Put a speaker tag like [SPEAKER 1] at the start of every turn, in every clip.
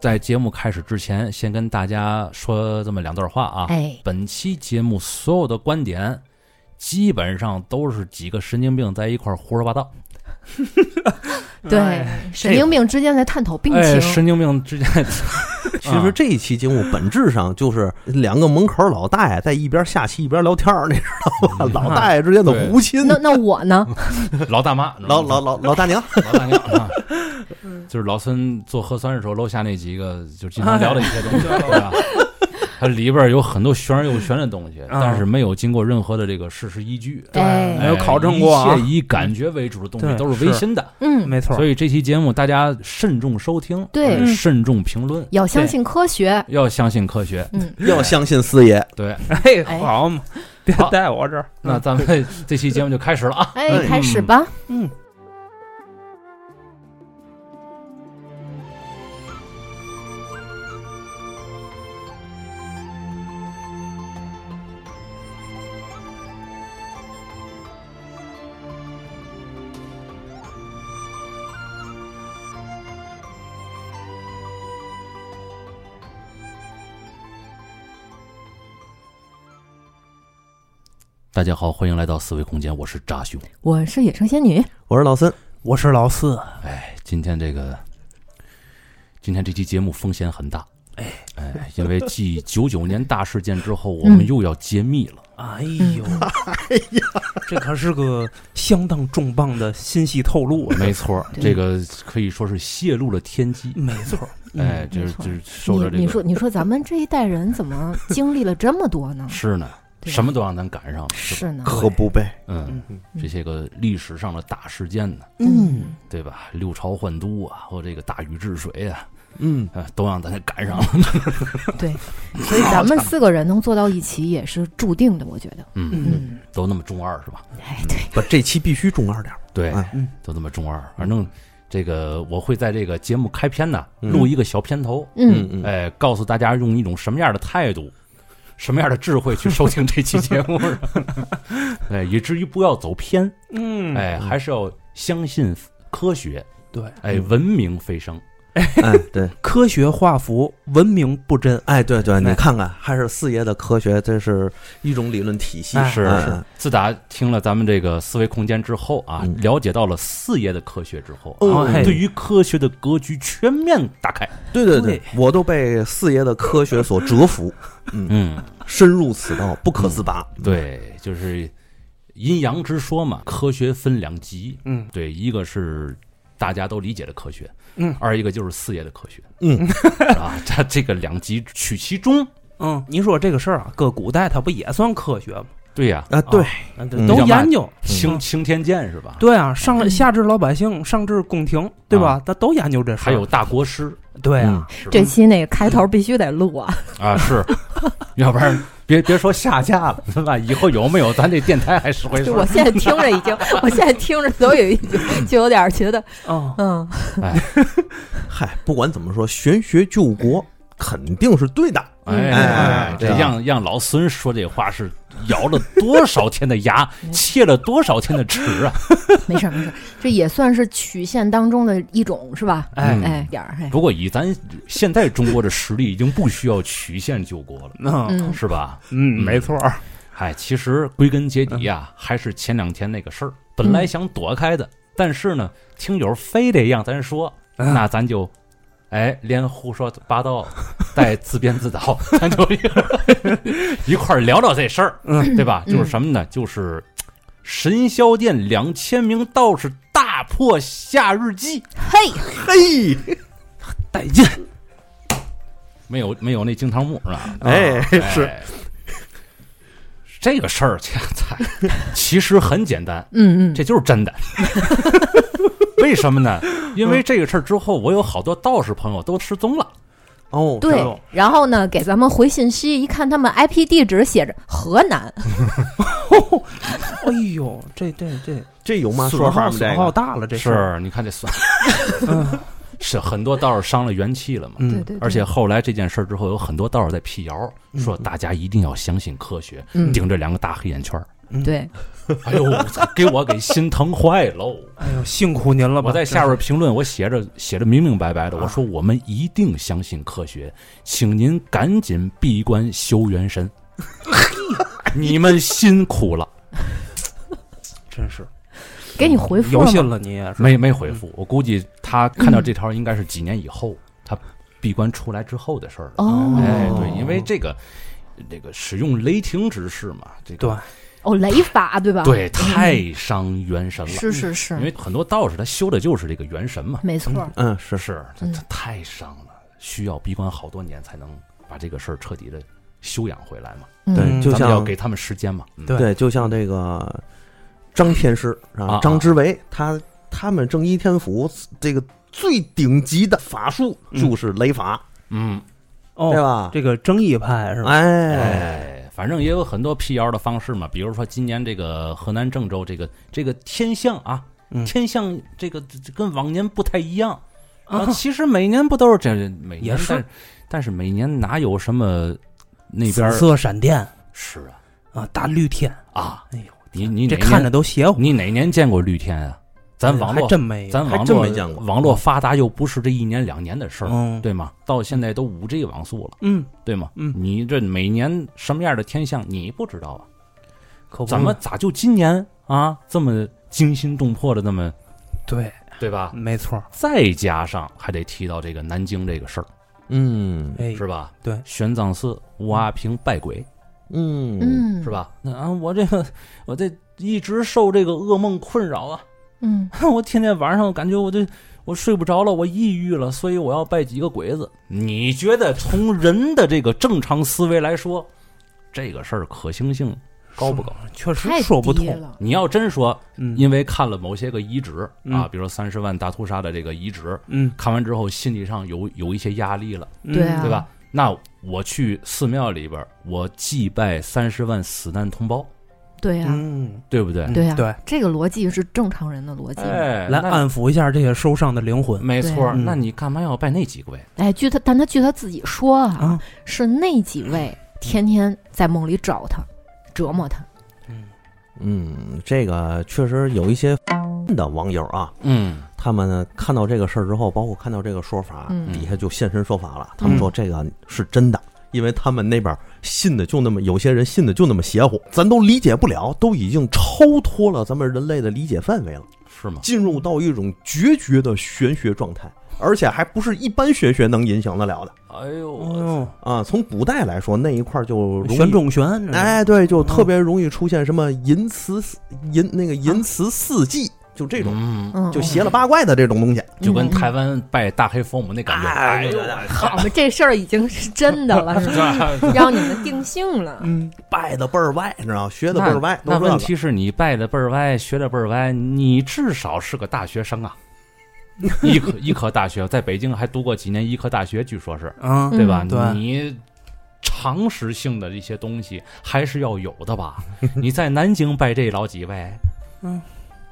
[SPEAKER 1] 在节目开始之前，先跟大家说这么两段话啊。
[SPEAKER 2] 哎，
[SPEAKER 1] 本期节目所有的观点，基本上都是几个神经病在一块儿胡说八道。
[SPEAKER 2] 对
[SPEAKER 3] 哎，
[SPEAKER 2] 神经病之间在探讨病
[SPEAKER 1] 哎，
[SPEAKER 2] 情，
[SPEAKER 1] 神经病之间，
[SPEAKER 3] 其实这一期节目本质上就是两个门口老大爷在一边下棋一边聊天儿，你知道吧？老大爷之间的
[SPEAKER 1] 对
[SPEAKER 3] 胡亲
[SPEAKER 2] 那，那我 呢？
[SPEAKER 1] 啊老大妈，
[SPEAKER 3] 老老老老大娘，
[SPEAKER 1] 老大娘啊，就是老孙做核酸的时候，楼下那几个就经常聊的一些东西，对吧？它里边有很多玄而又玄的东西，但是没有经过任何的这个事实依据，哎
[SPEAKER 2] 哎
[SPEAKER 4] 没有考证过啊
[SPEAKER 1] 一切以感觉为主的东西
[SPEAKER 4] 对
[SPEAKER 1] 都是唯心的。
[SPEAKER 2] 嗯，
[SPEAKER 4] 没错，
[SPEAKER 1] 所以这期节目大家慎重收听，
[SPEAKER 2] 对
[SPEAKER 1] 嗯慎重评论，
[SPEAKER 2] 要相信科 学。
[SPEAKER 1] 要相信科学。
[SPEAKER 2] 嗯，
[SPEAKER 3] 要相信四爷。
[SPEAKER 1] 对，
[SPEAKER 4] 以
[SPEAKER 2] 哎
[SPEAKER 4] 哎，好嗯嘛， 别
[SPEAKER 1] 好
[SPEAKER 4] 带我这儿。
[SPEAKER 1] 那咱们这期节目就开始了啊。
[SPEAKER 2] 哎，
[SPEAKER 3] 哎
[SPEAKER 2] 开始吧。
[SPEAKER 4] 嗯，
[SPEAKER 1] 大家好，欢迎来到思维空间，我是扎兄。
[SPEAKER 2] 我是野生仙女，
[SPEAKER 3] 我是老孙，
[SPEAKER 4] 我是老四，
[SPEAKER 1] 哎，今天这个，今天这期节目风险很大。哎哎，因为继九九年大事件之后，我们又要揭秘 了。
[SPEAKER 4] 哎呦，
[SPEAKER 2] 嗯
[SPEAKER 4] 哎呀，这可是个相当重磅的信息透露 啊！
[SPEAKER 1] 没错，
[SPEAKER 2] 对
[SPEAKER 1] 这个可以说是泄露了天机。
[SPEAKER 4] 没错，嗯
[SPEAKER 1] 哎，就是
[SPEAKER 2] 没错
[SPEAKER 1] 就是受
[SPEAKER 2] 你
[SPEAKER 1] 着这
[SPEAKER 2] 你说
[SPEAKER 1] 个？
[SPEAKER 2] 你说咱们这一代人怎么经历了这么多呢
[SPEAKER 1] 是呢，
[SPEAKER 2] 对
[SPEAKER 1] 什么都让咱赶上了。吧
[SPEAKER 2] 是呢，
[SPEAKER 3] 可不呗。
[SPEAKER 1] 嗯，
[SPEAKER 4] 嗯
[SPEAKER 1] 这些个历史上的大事件呢，
[SPEAKER 4] 嗯，
[SPEAKER 1] 对吧？六朝换都啊，和这个大禹治水啊，
[SPEAKER 3] 嗯，
[SPEAKER 1] 啊都让咱赶上了。
[SPEAKER 2] 对，所以咱们四个人能坐到一起也是注定的，我觉得。
[SPEAKER 1] 嗯，
[SPEAKER 2] 嗯，
[SPEAKER 1] 都那么中二是吧？
[SPEAKER 2] 哎，对，
[SPEAKER 3] 不，这期必须中二点儿。
[SPEAKER 1] 对，
[SPEAKER 3] 哎
[SPEAKER 4] 嗯
[SPEAKER 1] 都那么中二。反正这个我会在这个节目开篇呢
[SPEAKER 3] 嗯
[SPEAKER 1] 录一个小片头，
[SPEAKER 2] 嗯，
[SPEAKER 3] 嗯嗯，
[SPEAKER 1] 哎，告诉大家用一种什么样的态度、什么样的智慧去收听这期节目， 哎，以至于不要走偏，
[SPEAKER 4] 嗯，
[SPEAKER 1] 哎，还是要相信科学，
[SPEAKER 4] 对，
[SPEAKER 1] 哎，文明飞升。
[SPEAKER 3] 哎，对，
[SPEAKER 4] 科学画符，文明不真。
[SPEAKER 3] 哎，对对，你
[SPEAKER 4] 哎
[SPEAKER 3] 看看，还是四爷的科学，这是一种理论体系。
[SPEAKER 4] 哎
[SPEAKER 1] 是
[SPEAKER 3] 哎
[SPEAKER 1] 是，自打听了咱们这个思维空间之后啊，
[SPEAKER 3] 嗯
[SPEAKER 1] 了解到了四爷的科学之后，
[SPEAKER 3] 哦
[SPEAKER 1] 啊
[SPEAKER 4] 嘿
[SPEAKER 1] 对于科学的格局全面打开。
[SPEAKER 3] 对对对
[SPEAKER 4] 对，
[SPEAKER 3] 我都被四爷的科学所折服，
[SPEAKER 1] 嗯，
[SPEAKER 3] 深入此道不可自拔。
[SPEAKER 1] 对，就是阴阳之说嘛，科学分两极，
[SPEAKER 4] 嗯
[SPEAKER 1] 对，一个是大家都理解的科学，
[SPEAKER 4] 嗯
[SPEAKER 1] 二一个就是四爷的科学，
[SPEAKER 3] 嗯，
[SPEAKER 1] 啊，它这个两极取其中，
[SPEAKER 4] 嗯，你说这个事儿啊，搁古代它不也算科学吗？
[SPEAKER 1] 对呀、
[SPEAKER 3] 啊，对，
[SPEAKER 4] 啊
[SPEAKER 3] 嗯
[SPEAKER 4] 都研究。
[SPEAKER 1] 青
[SPEAKER 4] 嗯
[SPEAKER 1] 青天剑是吧？
[SPEAKER 4] 对啊，上了下至老百姓，上至宫廷，对吧？他都研究这事儿。
[SPEAKER 1] 还有大国师
[SPEAKER 4] 对啊，
[SPEAKER 2] 这期那个开头必须得录啊。
[SPEAKER 1] 啊，是，要不然别别说下架了，是吧？以后有没有咱这电台还是回事
[SPEAKER 2] 就？我现在听着已经，我现在听着都有一就有点觉得，
[SPEAKER 4] 嗯，
[SPEAKER 2] 嗯，
[SPEAKER 3] 嗨，不管怎么说，玄学救国肯定是对的。
[SPEAKER 1] 哎，
[SPEAKER 3] 哎
[SPEAKER 1] 这
[SPEAKER 3] 对啊
[SPEAKER 1] 让让老孙说这话是咬了多少天的牙，切了多少天的齿啊！
[SPEAKER 2] 没事儿没事儿，这也算是曲线当中的一种是吧？
[SPEAKER 4] 哎
[SPEAKER 1] 嗯
[SPEAKER 2] 哎，点儿哎，
[SPEAKER 1] 不过以咱现在中国的实力，已经不需要曲线救国了，
[SPEAKER 4] 嗯
[SPEAKER 2] 嗯
[SPEAKER 1] 是吧？
[SPEAKER 4] 嗯，没错儿。
[SPEAKER 1] 嗨，哎其实归根结底呀、还是前两天那个事儿。本来想躲开的，但是呢，听友非得让咱说，
[SPEAKER 4] 嗯
[SPEAKER 1] 那咱就，哎，连胡说八道带自编自导，咱就 一块儿一块儿聊聊这事儿，
[SPEAKER 4] 嗯
[SPEAKER 1] 对吧？
[SPEAKER 2] 嗯
[SPEAKER 1] 就是什么呢？就是神霄殿两千名道士大破夏日祭，
[SPEAKER 2] 嘿，
[SPEAKER 3] 嘿，
[SPEAKER 4] 带劲。
[SPEAKER 1] 没有没有那惊堂木是吧？
[SPEAKER 3] 哎，是，
[SPEAKER 1] 哎这个事儿， 这操其实很简单，
[SPEAKER 2] 嗯嗯，
[SPEAKER 1] 这就是真的。 为什么呢？因为这个事儿之后，我有好多道士朋友都失踪了。
[SPEAKER 3] 哦，
[SPEAKER 2] 对
[SPEAKER 3] 是，
[SPEAKER 2] 然后呢，给咱们回信息，一看他们 IP 地址写着河南，
[SPEAKER 4] 哎呦，这这这
[SPEAKER 3] 这有嘛说法
[SPEAKER 4] 损耗
[SPEAKER 3] 吗？这
[SPEAKER 4] 损耗
[SPEAKER 3] 个
[SPEAKER 4] 大了，这事儿。
[SPEAKER 1] 是，你看这算
[SPEAKER 4] 嗯，
[SPEAKER 1] 是很多道士伤了元气了嘛。
[SPEAKER 2] 对
[SPEAKER 4] 嗯，
[SPEAKER 2] 对，对
[SPEAKER 1] 而且后来这件事儿嗯之后，有很多道士在辟谣，说大家一定要相信科学，
[SPEAKER 2] 嗯
[SPEAKER 1] 顶着两个大黑眼圈儿。
[SPEAKER 4] 嗯
[SPEAKER 2] 对，
[SPEAKER 1] 哎呦，给我给心疼坏喽！
[SPEAKER 4] 哎呦，辛苦您了吧！
[SPEAKER 1] 我啊在下边评论，我写着写着明明白白的，
[SPEAKER 4] 啊
[SPEAKER 1] 我说我们一定相信科学，请您赶紧闭关修元 神，你们辛苦了。
[SPEAKER 4] 真是
[SPEAKER 2] 给你回复
[SPEAKER 4] 有
[SPEAKER 2] 了吗
[SPEAKER 4] 信了你也是
[SPEAKER 1] 没没回
[SPEAKER 2] 嗯
[SPEAKER 1] 复，我估计他看到这条应该是几年以后，他闭关出来之后的事儿了。哎，
[SPEAKER 2] 哦
[SPEAKER 1] 对，因为这个这个使用雷霆之势嘛，这
[SPEAKER 4] 对
[SPEAKER 1] 个
[SPEAKER 2] 哦，雷法对吧？，嗯
[SPEAKER 1] 对太伤元神了。嗯
[SPEAKER 2] 是是
[SPEAKER 1] 因为
[SPEAKER 2] 是，
[SPEAKER 1] 很多道士他修的就是这个元神嘛，
[SPEAKER 2] 没错儿。
[SPEAKER 3] 嗯，是
[SPEAKER 1] 是他
[SPEAKER 2] 嗯
[SPEAKER 1] 他太伤了，需要闭关好多年才能把这个事儿彻底的修养回来嘛。
[SPEAKER 2] 嗯，
[SPEAKER 3] 对，就
[SPEAKER 1] 咱们要
[SPEAKER 3] 像
[SPEAKER 1] 给他们时间嘛。嗯
[SPEAKER 4] 对
[SPEAKER 3] 对，就像这个张天师
[SPEAKER 1] 啊
[SPEAKER 3] 啊，张之维，他他们正一天府这个最顶级的法术
[SPEAKER 4] 嗯
[SPEAKER 3] 就是雷法，
[SPEAKER 1] 嗯，
[SPEAKER 4] 哦，
[SPEAKER 3] 对吧？
[SPEAKER 4] 这个争议派是吧？
[SPEAKER 3] 哎，
[SPEAKER 1] 哎，反正也有很多辟谣的方式嘛，比如说今年这个河南郑州这个这个天象啊，
[SPEAKER 4] 嗯
[SPEAKER 1] 天象这个这这跟往年不太一样啊。其实每年不都是这样每年
[SPEAKER 4] 也是
[SPEAKER 1] 但是但是每年哪有什么那边
[SPEAKER 4] 紫
[SPEAKER 1] 儿
[SPEAKER 4] 色闪电
[SPEAKER 1] 是啊
[SPEAKER 4] 啊，大绿天，
[SPEAKER 1] 啊？
[SPEAKER 4] 哎呦，
[SPEAKER 1] 你你
[SPEAKER 4] 这
[SPEAKER 1] 哪年
[SPEAKER 4] 看着都邪乎。哎
[SPEAKER 1] 你哪年见过绿天啊？咱网
[SPEAKER 4] 还
[SPEAKER 1] 络
[SPEAKER 4] 真没有，
[SPEAKER 1] 咱
[SPEAKER 3] 还
[SPEAKER 1] 网
[SPEAKER 3] 真
[SPEAKER 1] 络
[SPEAKER 3] 没见过
[SPEAKER 1] 网络发达又不是这一年两年的事儿，
[SPEAKER 4] 嗯，
[SPEAKER 1] 对吗？到现在都五 G 网速了，
[SPEAKER 4] 嗯
[SPEAKER 1] 对吗？
[SPEAKER 4] 嗯，
[SPEAKER 1] 你这每年什么样的天象你不知道啊？
[SPEAKER 4] 可不
[SPEAKER 1] 怎么咋就今年啊这么惊心动魄的那么
[SPEAKER 4] 对？
[SPEAKER 1] 对吧？
[SPEAKER 4] 没错，
[SPEAKER 1] 再加上还得提到这个南京这个事儿，
[SPEAKER 3] 嗯
[SPEAKER 4] 哎，
[SPEAKER 1] 是吧？
[SPEAKER 4] 对
[SPEAKER 1] 玄奘寺吴阿平拜鬼，
[SPEAKER 3] 嗯
[SPEAKER 2] 嗯，
[SPEAKER 1] 是？吧？那啊，我这个我这一直受这个噩梦困扰啊，
[SPEAKER 2] 嗯，
[SPEAKER 1] 我天天晚上我感觉我这我睡不着了，我抑郁了，所以我要拜几个鬼子。你觉得从人的这个正常思维来说，这个事儿可行性高不高？
[SPEAKER 4] 确实
[SPEAKER 2] 太
[SPEAKER 4] 说不
[SPEAKER 2] 低
[SPEAKER 4] 通。
[SPEAKER 2] 了。
[SPEAKER 1] 你要真说
[SPEAKER 4] 嗯
[SPEAKER 1] 因为看了某些个遗址啊
[SPEAKER 4] 嗯，
[SPEAKER 1] 比如三十万大屠杀的这个遗址，
[SPEAKER 4] 嗯，
[SPEAKER 1] 看完之后心理上有有一些压力了，
[SPEAKER 4] 嗯
[SPEAKER 2] 对啊
[SPEAKER 1] 对吧？那我去寺庙里边儿，我祭拜三十万死难同胞，
[SPEAKER 2] 对呀，
[SPEAKER 4] 嗯，
[SPEAKER 1] 对不对？
[SPEAKER 4] 嗯
[SPEAKER 2] 对啊呀，
[SPEAKER 4] 对，
[SPEAKER 2] 这个逻辑是正常人的逻辑。
[SPEAKER 1] 哎，
[SPEAKER 4] 来
[SPEAKER 1] 那
[SPEAKER 4] 安抚一下这些受伤的灵魂。
[SPEAKER 1] 没错儿，
[SPEAKER 4] 对嗯
[SPEAKER 1] 那你干嘛要拜那几位？
[SPEAKER 2] 哎，据他，但他据他自己说
[SPEAKER 1] 嗯
[SPEAKER 2] 啊
[SPEAKER 4] 啊，
[SPEAKER 2] 是那几位天天在梦里找他，折磨他。
[SPEAKER 3] 嗯，这个确实有一些的网友啊，
[SPEAKER 1] 嗯，
[SPEAKER 3] 他们呢看到这个事儿之后，包括看到这个说法，
[SPEAKER 2] 嗯
[SPEAKER 3] 底下就现身说法了。他们说这个是真的，因为他们那边信的就那么，有些人信的就那么邪乎，咱都理解不了，都已经超脱了咱们人类的理解范围了，
[SPEAKER 1] 是吗？
[SPEAKER 3] 进入到一种决绝的玄学状态，而且还不是一般玄学能影响得了的
[SPEAKER 1] 哎呦，我
[SPEAKER 4] 哦，
[SPEAKER 3] 啊。从古代来说，那一块儿就容易
[SPEAKER 4] 玄。中玄，啊这是，
[SPEAKER 3] 哎，对，就特别容易出现什么淫词淫那个淫词四季，就这种
[SPEAKER 1] 嗯，
[SPEAKER 2] 嗯，
[SPEAKER 3] 就邪了八怪的这种东西。
[SPEAKER 1] 就跟台湾拜大黑佛母那感觉，
[SPEAKER 3] 哎呦
[SPEAKER 2] 好嘛，这事儿已经是真的嗯 了，是吧？
[SPEAKER 3] 啊
[SPEAKER 2] 让你们定性了。
[SPEAKER 4] 嗯，
[SPEAKER 3] 拜的倍儿歪，你知道吗？学的倍儿歪，
[SPEAKER 1] 那
[SPEAKER 3] 都这
[SPEAKER 1] 问
[SPEAKER 3] 个
[SPEAKER 1] 题是你拜的倍儿歪，学的倍儿歪，你至少是个大学 生啊。医科医科大学，在北京还读过几年医科大学，据说是
[SPEAKER 4] 啊，
[SPEAKER 1] 对吧？
[SPEAKER 4] 嗯对
[SPEAKER 1] 你常识性的一些东西还是要有的 吧？你在南京拜这老几位，
[SPEAKER 4] 嗯，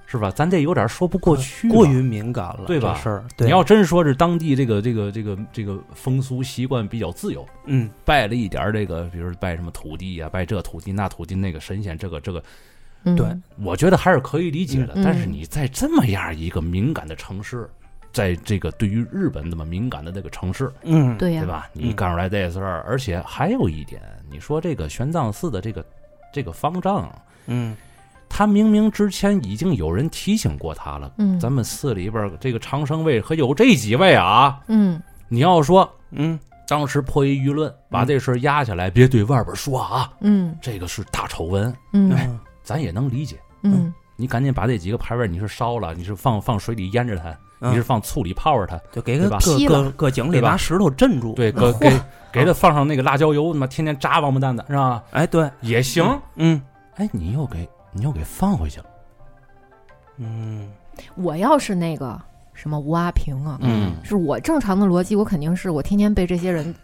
[SPEAKER 1] 是吧？咱这有点说不过去吧，
[SPEAKER 4] 过于敏感了，
[SPEAKER 1] 对吧
[SPEAKER 4] 这事儿，对
[SPEAKER 1] 你要真说是当地这个这个这个这个风俗习惯比较自由，
[SPEAKER 4] 嗯，
[SPEAKER 1] 拜了一点儿这个，比如拜什么土地啊，拜这土地那土地那个神仙，这个这个，
[SPEAKER 2] 嗯
[SPEAKER 4] 对
[SPEAKER 1] 我觉得还是可以理解的。
[SPEAKER 2] 嗯
[SPEAKER 1] 但是你在这么样一个敏感的城市，在这个对于日本那么敏感的那个城市，
[SPEAKER 4] 嗯，
[SPEAKER 2] 对
[SPEAKER 1] 对
[SPEAKER 2] 呀，
[SPEAKER 1] 吧？你干出来这事儿，而且还有一点，你说这个玄奘寺的这个这个方丈，
[SPEAKER 4] 嗯，
[SPEAKER 1] 他明明之前已经有人提醒过他了。
[SPEAKER 2] 嗯，
[SPEAKER 1] 咱们寺里边儿这个长生位可有这几位啊！
[SPEAKER 2] 嗯
[SPEAKER 1] 你要说
[SPEAKER 4] 嗯
[SPEAKER 1] 当时迫于舆论把这事儿压下来，别对外边说啊，
[SPEAKER 2] 嗯
[SPEAKER 1] 这个是大丑闻，哎
[SPEAKER 2] 嗯
[SPEAKER 4] 嗯，
[SPEAKER 1] 咱也能理解。
[SPEAKER 2] 嗯
[SPEAKER 1] 你赶紧把这几个牌位，你是烧了，你是放放水里腌着它，
[SPEAKER 4] 嗯
[SPEAKER 1] 你是放醋里泡着它，
[SPEAKER 4] 就给
[SPEAKER 1] 对
[SPEAKER 4] 个
[SPEAKER 1] 吧
[SPEAKER 4] 搁
[SPEAKER 2] 劈了
[SPEAKER 4] 搁搁井里
[SPEAKER 1] 对吧
[SPEAKER 4] 拿石头镇住，
[SPEAKER 1] 对， 给给给它放上那个辣椒油，他妈天天炸王八蛋的是吧？
[SPEAKER 4] 哎，对，
[SPEAKER 1] 也行。
[SPEAKER 4] 嗯
[SPEAKER 1] 哎，你又给你又给放回去了，
[SPEAKER 4] 嗯，
[SPEAKER 2] 我要是那个什么吴阿平啊，
[SPEAKER 1] 嗯
[SPEAKER 2] 是我正常的逻辑，我肯定是我天天被这些人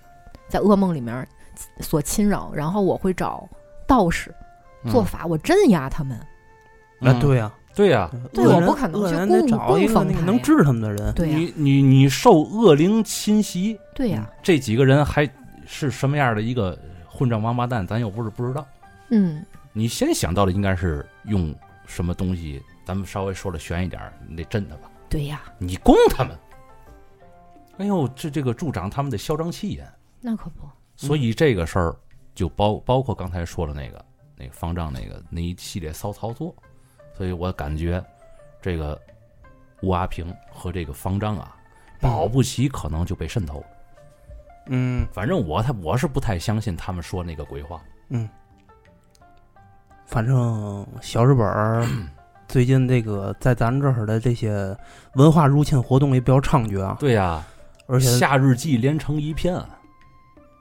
[SPEAKER 2] 在噩梦里面所侵扰，然后我会找道士
[SPEAKER 4] 嗯
[SPEAKER 2] 做法，我镇压他们。
[SPEAKER 4] 哎，
[SPEAKER 1] 嗯
[SPEAKER 4] 对呀，
[SPEAKER 1] 对呀，
[SPEAKER 2] 对
[SPEAKER 4] 恶
[SPEAKER 2] 我
[SPEAKER 4] 人
[SPEAKER 2] 不可能
[SPEAKER 4] 恶
[SPEAKER 2] 去
[SPEAKER 4] 人得
[SPEAKER 2] 供
[SPEAKER 4] 找一个
[SPEAKER 2] 供
[SPEAKER 4] 那个
[SPEAKER 2] 奉
[SPEAKER 4] 能
[SPEAKER 2] 他
[SPEAKER 4] 治他们的人，
[SPEAKER 2] 对呀，
[SPEAKER 1] 你你你受恶灵侵袭，
[SPEAKER 2] 对呀，
[SPEAKER 1] 这几个人还是什么样的一个混账王八蛋，咱又不是不知道。
[SPEAKER 2] 嗯，
[SPEAKER 1] 你先想到的应该是用什么东西，咱们稍微说的悬一点儿，你得震他吧，
[SPEAKER 2] 对呀，
[SPEAKER 1] 你供他们。哎呦，这这个助长他们的嚣张气焰，
[SPEAKER 2] 那可不，
[SPEAKER 1] 所以这个事儿就包包括刚才说的那个那个方丈那个那一系列骚操作，所以我感觉这个吴阿平和这个方丈啊，保不齐可能就被渗透了。
[SPEAKER 4] 嗯
[SPEAKER 1] 反正我他我是不太相信他们说那个鬼话。
[SPEAKER 4] 嗯，反正小日本儿最近这个在咱这儿的这些文化入侵活动也比较猖獗啊，
[SPEAKER 1] 对呀、
[SPEAKER 4] 而且
[SPEAKER 1] 夏日祭连成一片啊，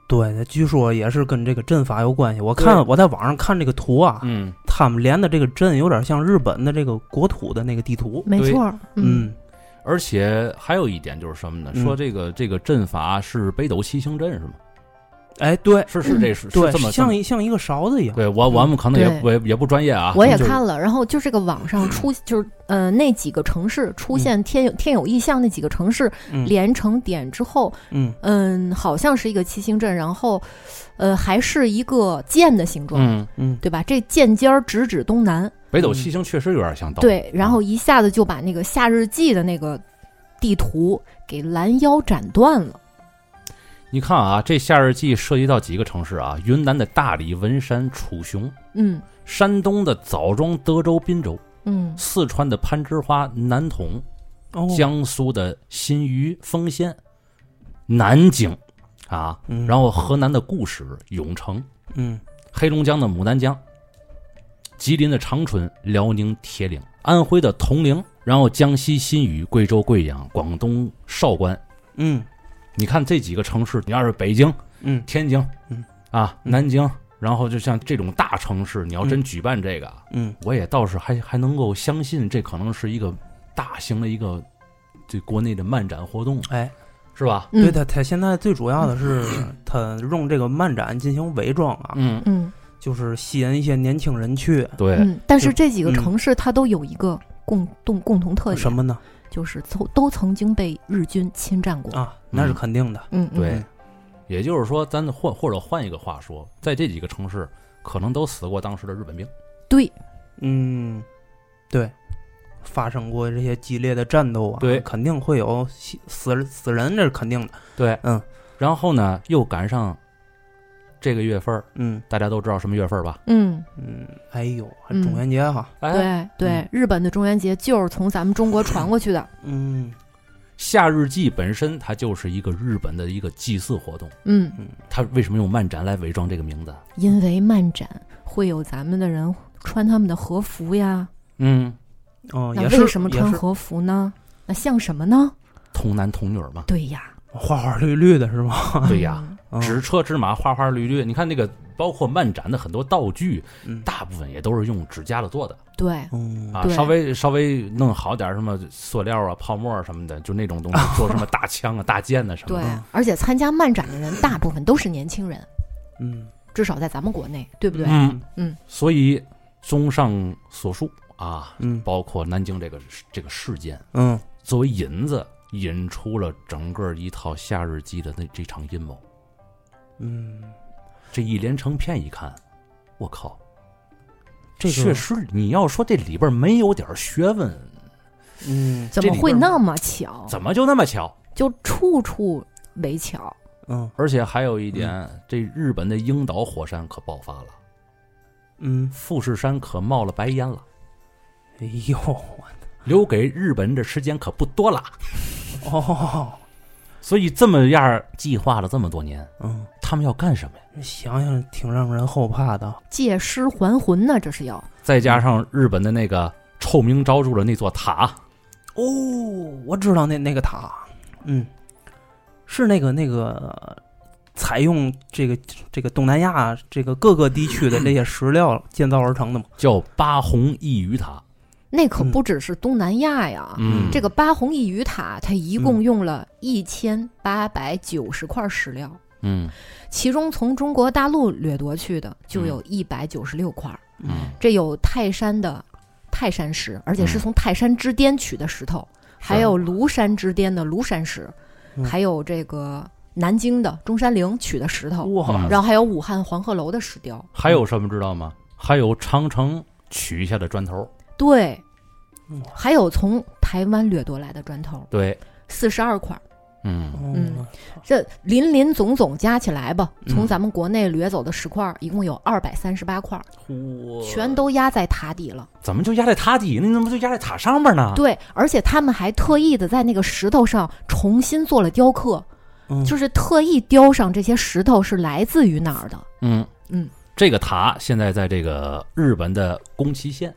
[SPEAKER 4] 对，据说也是跟这个阵法有关系。我看
[SPEAKER 1] 对
[SPEAKER 4] 我在网上看这个图啊，
[SPEAKER 1] 嗯，
[SPEAKER 4] 他们连的这个阵有点像日本的这个国土的那个地图。
[SPEAKER 2] 没
[SPEAKER 1] 对
[SPEAKER 2] 错儿，嗯，
[SPEAKER 4] 嗯
[SPEAKER 1] 而且还有一点就是什么呢？
[SPEAKER 4] 嗯
[SPEAKER 1] 说这个这个阵法是北斗七星阵是吗？
[SPEAKER 4] 哎，对
[SPEAKER 1] 是是这是
[SPEAKER 4] 对
[SPEAKER 1] 是这，么这么
[SPEAKER 4] 像一像一个勺子一样。
[SPEAKER 1] 对我我们可能也
[SPEAKER 2] 对
[SPEAKER 1] 我也也不专业啊，
[SPEAKER 2] 我也
[SPEAKER 1] 就是
[SPEAKER 2] 看了，然后就这个网上出就是呃那几个城市出现天有天有异象那几个城市
[SPEAKER 4] 嗯
[SPEAKER 2] 连成点之后，
[SPEAKER 4] 嗯
[SPEAKER 2] 嗯，好像是一个七星阵，然后呃还是一个剑的形状，
[SPEAKER 1] 嗯，
[SPEAKER 4] 嗯，
[SPEAKER 2] 对吧？这剑尖儿直指东南，
[SPEAKER 1] 北斗七星确实有点像道。
[SPEAKER 2] 对，然后一下子就把那个夏日记的那个地图给拦腰斩断了。
[SPEAKER 1] 你看啊，这夏日祭涉及到几个城市啊？云南的大理、文山、楚雄，
[SPEAKER 2] 嗯
[SPEAKER 1] 山东的枣庄、德州、滨州，
[SPEAKER 2] 嗯，
[SPEAKER 1] 四川的攀枝花、南统，
[SPEAKER 4] 哦，
[SPEAKER 1] 江苏的新余、丰县、南京啊，
[SPEAKER 4] 嗯，
[SPEAKER 1] 然后河南的固始、永城，
[SPEAKER 4] 嗯
[SPEAKER 1] 黑龙江的牡丹江，吉林的长春、辽宁铁岭、安徽的铜陵，然后江西新余、贵州贵阳、广东韶关。
[SPEAKER 4] 嗯
[SPEAKER 1] 你看这几个城市，你要是北京、
[SPEAKER 4] 嗯
[SPEAKER 1] 天津，
[SPEAKER 4] 嗯
[SPEAKER 1] 啊，
[SPEAKER 4] 嗯
[SPEAKER 1] 南京，然后就像这种大城市，你要真举办这个啊，
[SPEAKER 4] 嗯
[SPEAKER 1] 我也倒是还还能够相信，这可能是一个大型的一个这国内的漫展活动，
[SPEAKER 4] 哎，
[SPEAKER 1] 是吧？
[SPEAKER 4] 对
[SPEAKER 2] 嗯
[SPEAKER 4] 他他现在最主要的是 他用这个漫展进行伪装啊，
[SPEAKER 1] 嗯，
[SPEAKER 2] 嗯
[SPEAKER 4] 就是吸引一些年轻人去。
[SPEAKER 1] 对，
[SPEAKER 2] 嗯，但是
[SPEAKER 4] 就
[SPEAKER 2] 这几个
[SPEAKER 4] 嗯
[SPEAKER 2] 城市它都有一个共共共同特点，
[SPEAKER 4] 什么呢？
[SPEAKER 2] 就是都都曾经被日军侵占过。
[SPEAKER 4] 啊，那是肯定的。
[SPEAKER 2] 嗯，嗯
[SPEAKER 1] 对
[SPEAKER 4] 嗯，
[SPEAKER 1] 也就是说，咱换或者换一个话说，在这几个城市，可能都死过当时的日本兵。
[SPEAKER 2] 对，
[SPEAKER 4] 嗯，对，发生过这些激烈的战斗啊，
[SPEAKER 1] 对
[SPEAKER 4] 肯定会有死死死人，这是肯定的。
[SPEAKER 1] 对，
[SPEAKER 4] 嗯
[SPEAKER 1] 然后呢，又赶上这个月份儿，
[SPEAKER 4] 嗯
[SPEAKER 1] 大家都知道什么月份儿吧？
[SPEAKER 2] 嗯，
[SPEAKER 4] 嗯，哎呦，还
[SPEAKER 2] 嗯
[SPEAKER 4] 中元节哈，
[SPEAKER 1] 哎，
[SPEAKER 2] 对对，日本的中元节就是从咱们中国传过去的。
[SPEAKER 4] 嗯
[SPEAKER 1] 夏日祭本身它就是一个日本的一个祭祀活动，
[SPEAKER 2] 嗯，
[SPEAKER 1] 它为什么用漫展来伪装这个名字？
[SPEAKER 2] 因为漫展会有咱们的人穿他们的和服呀，
[SPEAKER 1] 嗯，
[SPEAKER 4] 哦，
[SPEAKER 2] 那
[SPEAKER 4] 也是
[SPEAKER 2] 为什么穿
[SPEAKER 4] 也是
[SPEAKER 2] 和服呢？那像什么呢？，
[SPEAKER 1] 童男童女儿嘛
[SPEAKER 2] 对呀，
[SPEAKER 4] 花花绿绿的是吗？
[SPEAKER 1] 对呀，
[SPEAKER 2] 嗯，
[SPEAKER 4] 嗯
[SPEAKER 1] 纸车纸马，花花绿绿。你看那个，包括漫展的很多道具，
[SPEAKER 4] 嗯
[SPEAKER 1] 大部分也都是用指甲子做的
[SPEAKER 2] 对，
[SPEAKER 4] 嗯
[SPEAKER 1] 啊，
[SPEAKER 2] 对
[SPEAKER 1] 稍微稍微弄好点儿什么塑料啊、泡沫啊什么的，就那种东西做什么大枪啊、大剑啊什么
[SPEAKER 2] 对
[SPEAKER 1] 的。
[SPEAKER 4] 嗯，
[SPEAKER 2] 而且参加漫展的人大部分都是年轻人，
[SPEAKER 4] 嗯，
[SPEAKER 2] 至少在咱们国内，对不对？
[SPEAKER 1] 嗯
[SPEAKER 2] 嗯，
[SPEAKER 1] 所以综上所述啊，
[SPEAKER 4] 嗯
[SPEAKER 1] 包括南京这个这个事件，
[SPEAKER 4] 嗯
[SPEAKER 1] 作为引子，引出了整个一套夏日祭的那这场阴谋。
[SPEAKER 4] 嗯，
[SPEAKER 1] 这一连成片一看，我靠，
[SPEAKER 4] 这个
[SPEAKER 1] 确实，你要说这里边没有点学问，
[SPEAKER 4] 嗯
[SPEAKER 2] 怎么
[SPEAKER 1] 这里
[SPEAKER 2] 会
[SPEAKER 1] 边
[SPEAKER 2] 那么巧？
[SPEAKER 1] 怎么就那么巧？
[SPEAKER 2] 就处处为巧？
[SPEAKER 4] 嗯
[SPEAKER 1] 而且还有一点，这日本的樱岛火山可爆发了，
[SPEAKER 4] 嗯，
[SPEAKER 1] 富士山可冒了白烟了，
[SPEAKER 4] 哎呦， 我
[SPEAKER 1] 留给日本人的时间可不多了。
[SPEAKER 4] 哦，
[SPEAKER 1] 所以这么样计划了这么多年，
[SPEAKER 4] 嗯，
[SPEAKER 1] 他们要干什么呀？
[SPEAKER 4] 想想挺让人后怕的。
[SPEAKER 2] 借尸还魂呢？这是要
[SPEAKER 1] 再加上日本的那个臭名昭著的那座塔，
[SPEAKER 4] 哦，我知道那那个塔，嗯，是那个那个采用这个这个东南亚这个各个地区的这些石料建造而成的嘛。
[SPEAKER 1] 叫八红一隅塔。
[SPEAKER 2] 那可
[SPEAKER 4] 嗯
[SPEAKER 2] 不只是东南亚呀，
[SPEAKER 1] 嗯
[SPEAKER 2] 啊这个八红一隅塔，它一
[SPEAKER 4] 嗯
[SPEAKER 2] 共用了一千八百九十块石料，
[SPEAKER 1] 嗯
[SPEAKER 2] 其中从中国大陆掠夺去的
[SPEAKER 4] 嗯
[SPEAKER 2] 就有一百九十六块儿，
[SPEAKER 1] 嗯，
[SPEAKER 2] 这有泰山的泰山石，而
[SPEAKER 4] 嗯
[SPEAKER 2] 且是从泰山之巅取的石头，还有庐山之巅的庐山石，
[SPEAKER 4] 嗯
[SPEAKER 2] 还有这个南京的中山陵取的石头，
[SPEAKER 4] 哇
[SPEAKER 1] 嗯
[SPEAKER 2] 然后还有武汉黄鹤楼的石雕，
[SPEAKER 1] 还有什么知道吗？还有长城取下的砖头，
[SPEAKER 2] 对
[SPEAKER 4] 嗯，
[SPEAKER 2] 还有从台湾掠夺来的砖头
[SPEAKER 1] 对，
[SPEAKER 2] 四十二块，
[SPEAKER 1] 嗯，
[SPEAKER 4] 哦
[SPEAKER 2] 嗯这林林总总加起来吧，
[SPEAKER 4] 嗯
[SPEAKER 2] 从咱们国内掠走的石块儿，一共有二百三十八块儿，全都压在塔底了。
[SPEAKER 1] 怎么就压在塔底？那那不就压在塔上面呢？
[SPEAKER 2] 对，而且他们还特意的在那个石头上重新做了雕刻，
[SPEAKER 4] 嗯
[SPEAKER 2] 就是特意雕上这些石头是来自于哪儿的。
[SPEAKER 1] 嗯
[SPEAKER 2] 嗯，
[SPEAKER 1] 这个塔现在在这个日本的宫崎县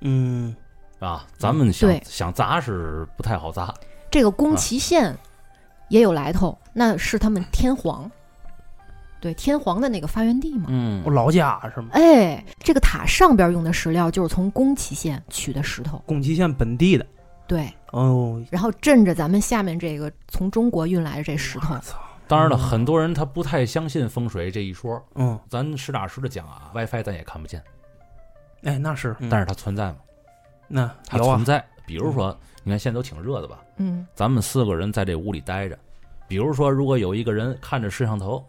[SPEAKER 4] 嗯
[SPEAKER 1] 啊，咱们想、
[SPEAKER 2] 对
[SPEAKER 1] 想砸是不太好砸，
[SPEAKER 2] 这个宫崎县也有来头，那是他们天皇，对天皇的那个发源地嘛。
[SPEAKER 1] 嗯
[SPEAKER 4] 我老家是吗？
[SPEAKER 2] 哎，这个塔上边用的石料就是从宫崎县取的石头，
[SPEAKER 4] 宫崎县本地的
[SPEAKER 2] 对，
[SPEAKER 4] 哦，
[SPEAKER 2] 然后镇着咱们下面这个从中国运来的这石头
[SPEAKER 4] 我。操，
[SPEAKER 1] 当然了，
[SPEAKER 4] 嗯
[SPEAKER 1] 很多人他不太相信风水这一说，
[SPEAKER 4] 嗯，
[SPEAKER 1] 咱实打实的讲啊，WiFi 咱也看不见，
[SPEAKER 4] 哎，那是，
[SPEAKER 1] 但
[SPEAKER 4] 是
[SPEAKER 1] 是它存在嘛，
[SPEAKER 4] 那
[SPEAKER 1] 它
[SPEAKER 4] 有啊
[SPEAKER 1] 存，在。比如说，你看现在都挺热的吧，
[SPEAKER 2] 嗯，
[SPEAKER 1] 咱们四个人在这屋里待着，比如说，如果有一个人看着摄像头，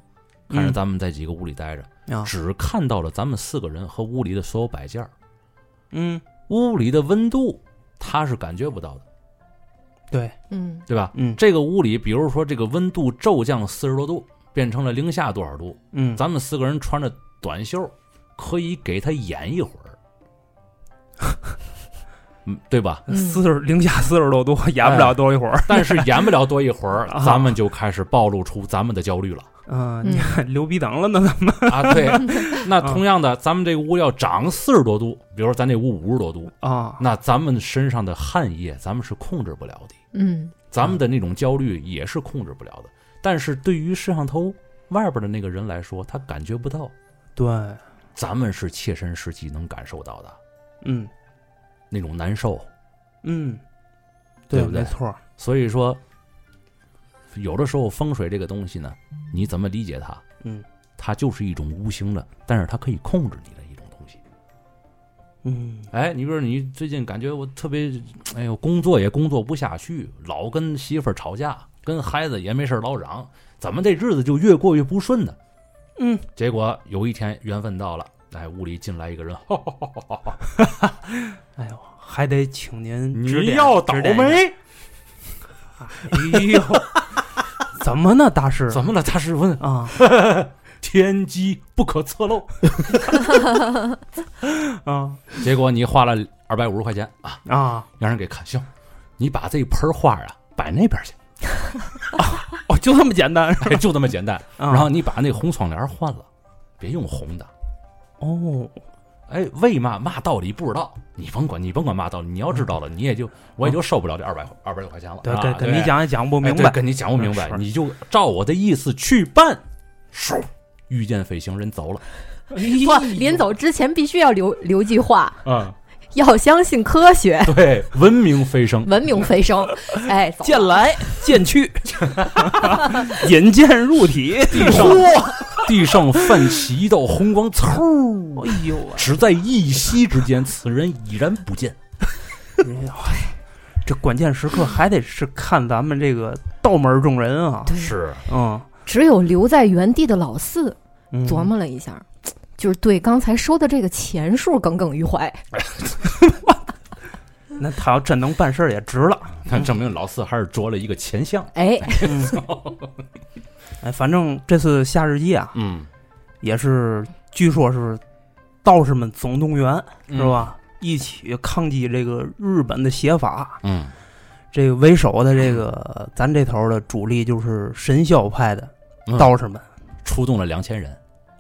[SPEAKER 4] 嗯
[SPEAKER 1] 看着咱们在几个屋里待着，
[SPEAKER 4] 啊，
[SPEAKER 1] 只看到了咱们四个人和屋里的所有摆件儿，
[SPEAKER 4] 嗯，
[SPEAKER 1] 屋里的温度他是感觉不到的，
[SPEAKER 4] 对，
[SPEAKER 2] 嗯，
[SPEAKER 1] 对吧？
[SPEAKER 4] 嗯
[SPEAKER 1] 这个屋里，比如说这个温度骤降四十多度，变成了零下多少度，
[SPEAKER 4] 嗯，
[SPEAKER 1] 咱们四个人穿着短袖，可以给他演一会儿，嗯，对吧？
[SPEAKER 2] 嗯
[SPEAKER 4] 四十零下四十多度， 演不了多一会儿。
[SPEAKER 1] 但是演不了多一会儿
[SPEAKER 4] 啊，
[SPEAKER 1] 咱们就开始暴露出咱们的焦虑了。
[SPEAKER 4] 嗯，
[SPEAKER 2] 嗯
[SPEAKER 4] 你看流鼻等了呢，怎么？
[SPEAKER 1] 啊，对，那同样的，咱们这个屋要涨四十多度，比如说咱这屋五十多度，
[SPEAKER 4] 啊，
[SPEAKER 1] 那咱们身上的汗液咱们是控制不了的，
[SPEAKER 2] 嗯，
[SPEAKER 1] 咱们的那种焦虑也是控制不了的。但是对于摄像头外边的那个人来说，他感觉不到，
[SPEAKER 4] 对，
[SPEAKER 1] 咱们是切身实际能感受到的
[SPEAKER 4] 嗯
[SPEAKER 1] 那种难受。
[SPEAKER 4] 嗯，
[SPEAKER 1] 对不对
[SPEAKER 4] 没错儿，
[SPEAKER 1] 所以说，有的时候风水这个东西呢，你怎么理解它？
[SPEAKER 4] 嗯，
[SPEAKER 1] 它就是一种无形的，但是它可以控制你的一种东西。
[SPEAKER 4] 嗯
[SPEAKER 1] 哎，你比如说你最近感觉我特别，哎呦，工作也工作不下去，老跟媳妇儿吵架，跟孩子也没事儿老嚷，怎么这日子就越过越不顺呢？
[SPEAKER 4] 嗯，
[SPEAKER 1] 结果有一天缘分到了，哎，屋里进来一个人，哈哈哈哈
[SPEAKER 4] 哎呦，还得请您指
[SPEAKER 1] 你
[SPEAKER 4] 点
[SPEAKER 1] 要倒，
[SPEAKER 4] 指点一下
[SPEAKER 1] 霉，
[SPEAKER 4] 哎呦，怎么呢，大师？
[SPEAKER 1] 怎么了？大师问，
[SPEAKER 4] 啊
[SPEAKER 1] 天机不可测漏。
[SPEAKER 4] 啊
[SPEAKER 1] 结果你花了二百五十块钱啊，
[SPEAKER 4] 啊！
[SPEAKER 1] 让人给看笑，你把这盆花啊摆那边 去，
[SPEAKER 4] 哦，就这么简单。
[SPEAKER 1] 哎，就这么 简单。
[SPEAKER 4] 啊
[SPEAKER 1] 然后你把那红窗帘换了，别用红的。
[SPEAKER 4] 哦，
[SPEAKER 1] 哎，为嘛嘛道理不知道？你甭管，你甭管嘛道理，你要知道了，你也就我也就受不了这二百二百多块钱了。
[SPEAKER 4] 嗯对，哎
[SPEAKER 1] 啊
[SPEAKER 4] 跟跟你，讲也讲不
[SPEAKER 1] 我
[SPEAKER 4] 明白。嗯
[SPEAKER 1] 跟你讲不明白，
[SPEAKER 4] 是
[SPEAKER 1] 你就照我的意思去办。嗖，遇见飞行人走了。
[SPEAKER 4] 哎
[SPEAKER 2] 不，临走之前必须要留留句话，
[SPEAKER 4] 嗯
[SPEAKER 1] 啊，
[SPEAKER 2] 要相信科学，
[SPEAKER 1] 对，文明飞升。
[SPEAKER 2] 文明飞升。哎，走
[SPEAKER 4] 见来见去，引剑入体。
[SPEAKER 1] 地 上，地上泛起一道红光，嗖！
[SPEAKER 4] 哎呦喂，
[SPEAKER 1] 只在一息之间，此人已然不见。
[SPEAKER 4] 哎这关键时刻还得是看咱们这个道门中人啊。
[SPEAKER 2] 对，
[SPEAKER 1] 是，
[SPEAKER 4] 嗯，
[SPEAKER 2] 只有留在原地的老四
[SPEAKER 4] 嗯
[SPEAKER 2] 琢磨了一下，就是对刚才说的这个钱数耿耿于怀。
[SPEAKER 4] 那他要真能办事儿也值了。嗯
[SPEAKER 1] 那证明老四还是着了一个前相。
[SPEAKER 2] 哎，
[SPEAKER 4] 哎，反正这次夏日祭啊，
[SPEAKER 1] 嗯，
[SPEAKER 4] 也是据说是道士们总动员
[SPEAKER 1] 嗯
[SPEAKER 4] 是？吧？一起抗击这个日本的邪法。
[SPEAKER 1] 嗯
[SPEAKER 4] 这个为首的这个咱这头的主力就是神霄派的
[SPEAKER 1] 嗯
[SPEAKER 4] 道士们
[SPEAKER 1] 出动了两千人，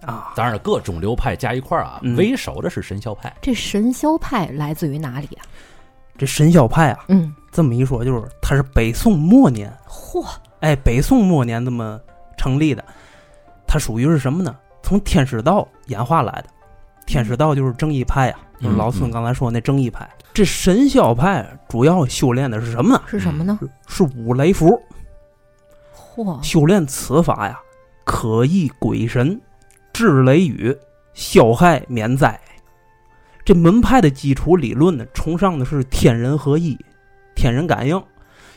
[SPEAKER 4] 啊。
[SPEAKER 1] 当然了，各种流派加一块儿啊
[SPEAKER 4] 嗯，
[SPEAKER 1] 为首的是神霄派。
[SPEAKER 2] 这神霄派来自于哪里啊？
[SPEAKER 4] 这神霄派啊，
[SPEAKER 2] 嗯，
[SPEAKER 4] 这么一说就是它是北宋末年
[SPEAKER 2] 嚯，
[SPEAKER 4] 哎，北宋末年这么成立的，它属于是什么呢？从天师道演化来的。天师道就是正义派呀、啊，就是老孙刚才说那正义派。这神霄派主要修炼的是什么呢？
[SPEAKER 2] 是什么呢？
[SPEAKER 4] 是五雷符。
[SPEAKER 2] 嚯，
[SPEAKER 4] 修炼此法呀，可以鬼神，治雷雨，消害免灾。这门派的基础理论呢，崇尚的是天人合一、天人感应，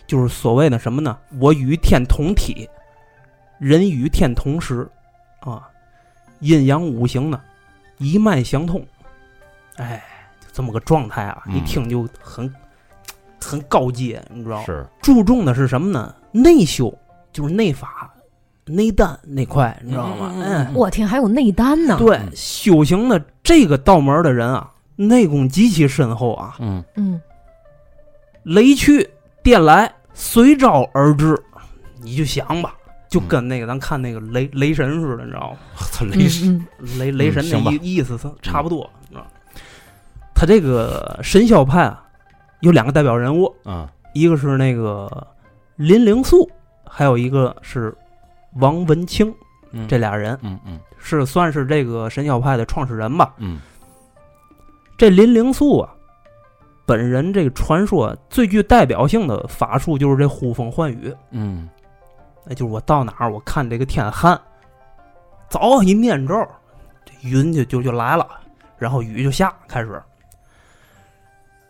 [SPEAKER 4] 就是所谓的什么呢？我与天同体，人与天同时，啊，阴阳五行呢一脉相通，哎，就这么个状态啊，
[SPEAKER 1] 嗯
[SPEAKER 4] 一听就很很高阶，你知道吗？
[SPEAKER 1] 是，
[SPEAKER 4] 注重的是什么呢？内修，就是内法、内丹那块，你知道吗？
[SPEAKER 1] 嗯嗯嗯
[SPEAKER 4] 哎，
[SPEAKER 2] 我天，还有内丹呢。
[SPEAKER 4] 对
[SPEAKER 1] 嗯，
[SPEAKER 4] 修行的这个道门的人啊，内功极其深厚啊，
[SPEAKER 1] 嗯，
[SPEAKER 2] 嗯，
[SPEAKER 4] 雷去电来，随招而至。你就想吧，就跟那个咱看那个雷雷神似的，你知道吗？
[SPEAKER 1] 操 雷
[SPEAKER 2] 嗯
[SPEAKER 1] 神，
[SPEAKER 2] 嗯
[SPEAKER 4] 雷雷神
[SPEAKER 1] 行吧嗯
[SPEAKER 4] 那意意思是差不多，你知道吗？他这个神霄派啊，有两个代表人物，
[SPEAKER 1] 嗯
[SPEAKER 4] 一个是那个林灵素，还有一个是王文清，
[SPEAKER 1] 嗯，
[SPEAKER 4] 这俩人
[SPEAKER 1] 嗯嗯
[SPEAKER 4] 是算是这个神霄派的创始人吧。
[SPEAKER 1] 嗯
[SPEAKER 4] 这林灵素啊，本人这个传说最具代表性的法术就是这呼风唤雨，
[SPEAKER 1] 嗯
[SPEAKER 4] 哎，就是我到哪儿，我看这个天旱，早一念咒，这云就就就来了，然后雨就下，开始。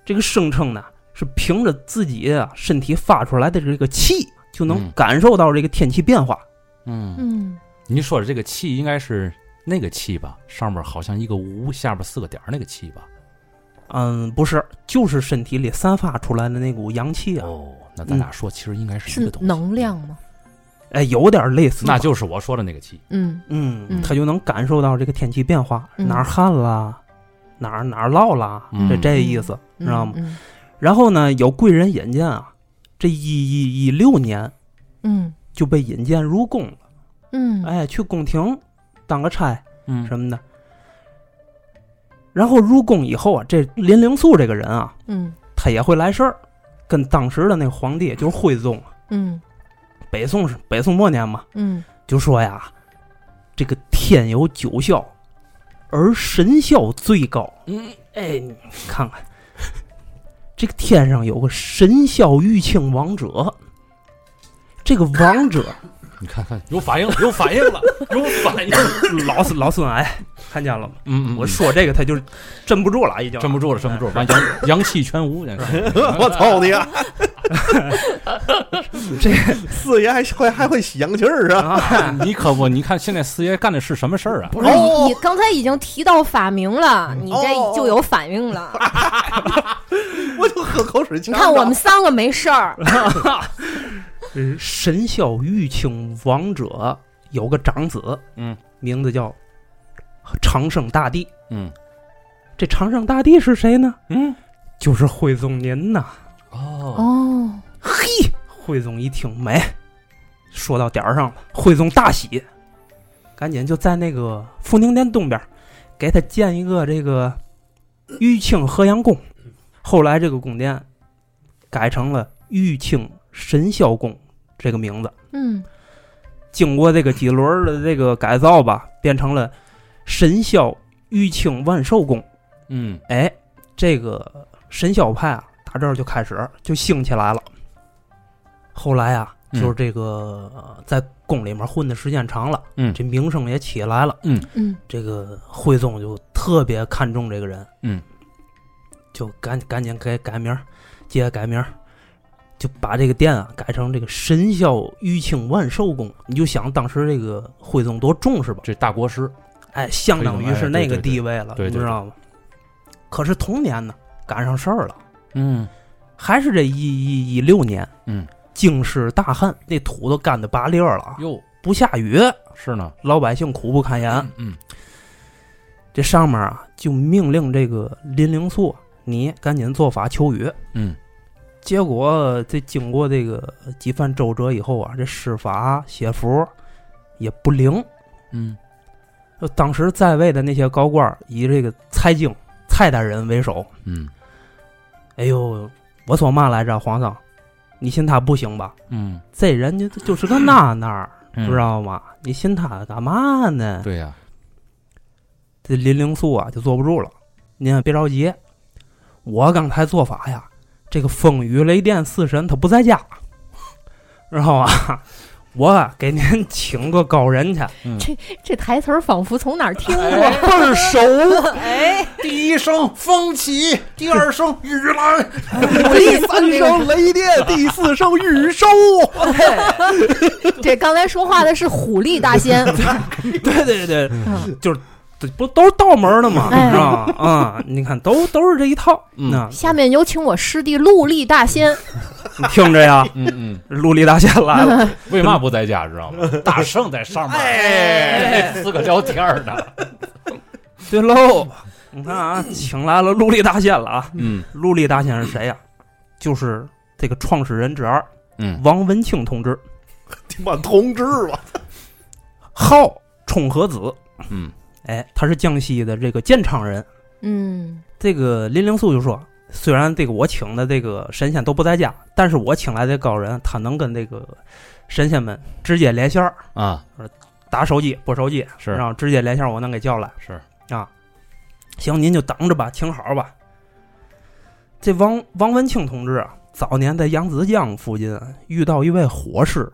[SPEAKER 4] 这个声称呢，是凭着自己啊身体发出来的这个气，就能
[SPEAKER 1] 嗯
[SPEAKER 4] 感受到这个天气变化。
[SPEAKER 1] 嗯嗯，
[SPEAKER 2] 嗯
[SPEAKER 1] 你说的这个气应该是那个气吧？上面好像一个无，下边四个点儿那个气吧？
[SPEAKER 4] 嗯，不是，就是身体里散发出来的那股阳气啊，
[SPEAKER 1] 哦，那咱俩说其实应该是一
[SPEAKER 2] 是
[SPEAKER 1] 个东西，
[SPEAKER 2] 嗯能量，吗？
[SPEAKER 4] 哎，有点类似吧，
[SPEAKER 1] 那就是我说的那个气。
[SPEAKER 2] 嗯
[SPEAKER 4] 嗯，
[SPEAKER 2] 嗯
[SPEAKER 4] 他就能感受到这个天气变化，
[SPEAKER 2] 嗯
[SPEAKER 4] 哪儿旱啦，哪儿哪儿涝啦，
[SPEAKER 1] 嗯
[SPEAKER 4] 这这意思。
[SPEAKER 2] 嗯
[SPEAKER 4] 知道吗
[SPEAKER 2] 嗯
[SPEAKER 4] 然后呢，有贵人引荐啊，这一一一六年
[SPEAKER 2] 嗯
[SPEAKER 4] 就被引荐入宫了，
[SPEAKER 2] 嗯，
[SPEAKER 4] 哎，去宫廷当个差
[SPEAKER 1] 嗯
[SPEAKER 4] 什么的。然后入宫以后啊，这林灵素这个人啊，
[SPEAKER 2] 嗯
[SPEAKER 4] 他也会来事儿，跟当时的那个皇帝就是徽宗，啊
[SPEAKER 2] 嗯
[SPEAKER 4] 北宋是北宋末年嘛，
[SPEAKER 2] 嗯
[SPEAKER 4] 就说呀，这个天有九霄，而神霄最高。
[SPEAKER 1] 嗯
[SPEAKER 4] 哎，你看看，这个天上有个神霄玉清王者，这个王者
[SPEAKER 1] 你看看，有反应，有反应了，有反应。
[SPEAKER 4] 老孙老孙哎，看见了吗？
[SPEAKER 1] 嗯，嗯
[SPEAKER 4] 我说这个他就镇不住了，已经
[SPEAKER 1] 镇不住了，镇不住了，完阳阳气全无，这是
[SPEAKER 3] 我操你啊！
[SPEAKER 4] 这
[SPEAKER 3] 四爷还会还会喜洋气儿啊！
[SPEAKER 4] 啊！
[SPEAKER 1] 你可不，你看现在四爷干的是什么事儿啊？
[SPEAKER 2] 不是哦
[SPEAKER 3] 哦
[SPEAKER 2] 哎你，你刚才已经提到发明了，你这就有反应了。
[SPEAKER 3] 我就喝口水。
[SPEAKER 2] 你看我们三个没事儿，
[SPEAKER 4] 神霄玉清王者有个长子，
[SPEAKER 1] 嗯，
[SPEAKER 4] 名字叫长生大帝。
[SPEAKER 1] 嗯
[SPEAKER 4] 这长生大帝是谁呢？
[SPEAKER 1] 嗯，
[SPEAKER 4] 就是徽宗您呐！
[SPEAKER 1] 哦，
[SPEAKER 2] 哦，
[SPEAKER 4] 徽宗一听没，说到点儿上了，徽宗大喜，赶紧就在那个福宁殿东边儿给他建一个这个玉清河阳宫，后来这个宫殿改成了玉清神霄宫这个名字。
[SPEAKER 2] 嗯
[SPEAKER 4] 经过这个几轮儿的这个改造吧，变成了神霄玉清万寿宫。
[SPEAKER 1] 嗯
[SPEAKER 4] 哎，这个神霄派啊，打这儿就开始就兴起来了。后来啊，
[SPEAKER 1] 嗯
[SPEAKER 4] 就是这个、呃在宫里面混的时间长了，
[SPEAKER 1] 嗯
[SPEAKER 4] 这名声也起来了。
[SPEAKER 2] 嗯
[SPEAKER 4] 这个徽宗就特别看重这个人，
[SPEAKER 1] 嗯，
[SPEAKER 4] 就赶赶紧给改名儿，接着改名儿，就把这个殿啊改成这个神霄玉清万寿宫。你就想当时这个徽宗多重视吧？
[SPEAKER 1] 这大国师，
[SPEAKER 4] 哎，相当于是那个地位了，
[SPEAKER 1] 对对对对对对
[SPEAKER 4] 你知道吗？可是同年呢，赶上事儿了，
[SPEAKER 1] 嗯
[SPEAKER 4] 还是这一一一六年，
[SPEAKER 1] 嗯，
[SPEAKER 4] 京师大旱，那土都干的拔裂了啊，
[SPEAKER 1] 哟，
[SPEAKER 4] 不下雨，
[SPEAKER 1] 是呢，
[SPEAKER 4] 老百姓苦不堪言。
[SPEAKER 1] 嗯
[SPEAKER 4] 这上面啊，就命令这个林灵素，你赶紧做法求雨。
[SPEAKER 1] 嗯
[SPEAKER 4] 结果这经过这个几番周折以后啊，这施法写符也不灵，
[SPEAKER 1] 嗯
[SPEAKER 4] 就当时在位的那些高官儿以这个蔡京蔡大人为首，
[SPEAKER 1] 嗯
[SPEAKER 4] 哎呦，我说嘛来着，皇上，你信他不行吧？
[SPEAKER 1] 嗯，
[SPEAKER 4] 这人就就是个那那儿，
[SPEAKER 1] 嗯
[SPEAKER 4] 知？道吗？你信他干嘛呢？
[SPEAKER 1] 对呀，
[SPEAKER 4] 这林灵素啊就坐不住了，您也别着急，我刚才做法呀，这个风雨雷电四神他不在家，然后啊， 我啊给您请个高人去，
[SPEAKER 2] 这台词儿仿佛从哪儿听过。
[SPEAKER 3] 倍儿熟，
[SPEAKER 2] 哎，
[SPEAKER 3] 第一声风起，第二声雨来，
[SPEAKER 2] 第
[SPEAKER 3] 第三声雷电，第四声雨收。
[SPEAKER 2] 这刚才说话的是虎力大仙。
[SPEAKER 4] 对对对，
[SPEAKER 2] 嗯
[SPEAKER 4] 就是这不都是道门的吗？
[SPEAKER 2] 哎
[SPEAKER 4] 是吧？啊，你看都都是这一套。
[SPEAKER 1] 嗯
[SPEAKER 4] 那
[SPEAKER 2] 下面有请我师弟陆力大仙，
[SPEAKER 4] 你听着呀，
[SPEAKER 1] 嗯嗯，
[SPEAKER 4] 陆力大仙来了，
[SPEAKER 1] 为嘛不在家知道吗？大圣在上面，
[SPEAKER 4] 哎
[SPEAKER 1] 这四个聊天儿呢。
[SPEAKER 4] 对喽。你看啊，请来了陆力大仙了啊！
[SPEAKER 1] 嗯
[SPEAKER 4] 陆力大仙是谁呀、就是这个创始人之二
[SPEAKER 1] 嗯
[SPEAKER 4] 王文庆同志，
[SPEAKER 3] 你妈同志吧，
[SPEAKER 4] 号冲和子。
[SPEAKER 1] 嗯
[SPEAKER 4] 哎，他是江西的这个建昌人。
[SPEAKER 2] 嗯
[SPEAKER 4] 这个林灵素就说，虽然这个我请的这个神仙都不在家，但是我请来的高人，他能跟这个神仙们直接连线儿，
[SPEAKER 1] 啊，
[SPEAKER 4] 打手机拨手机，
[SPEAKER 1] 是
[SPEAKER 4] 然后直接连线儿，我能给叫来。
[SPEAKER 1] 是
[SPEAKER 4] 行，您就等着吧，请好吧。这王王文清同志啊，早年在扬子江附近遇到一位火士，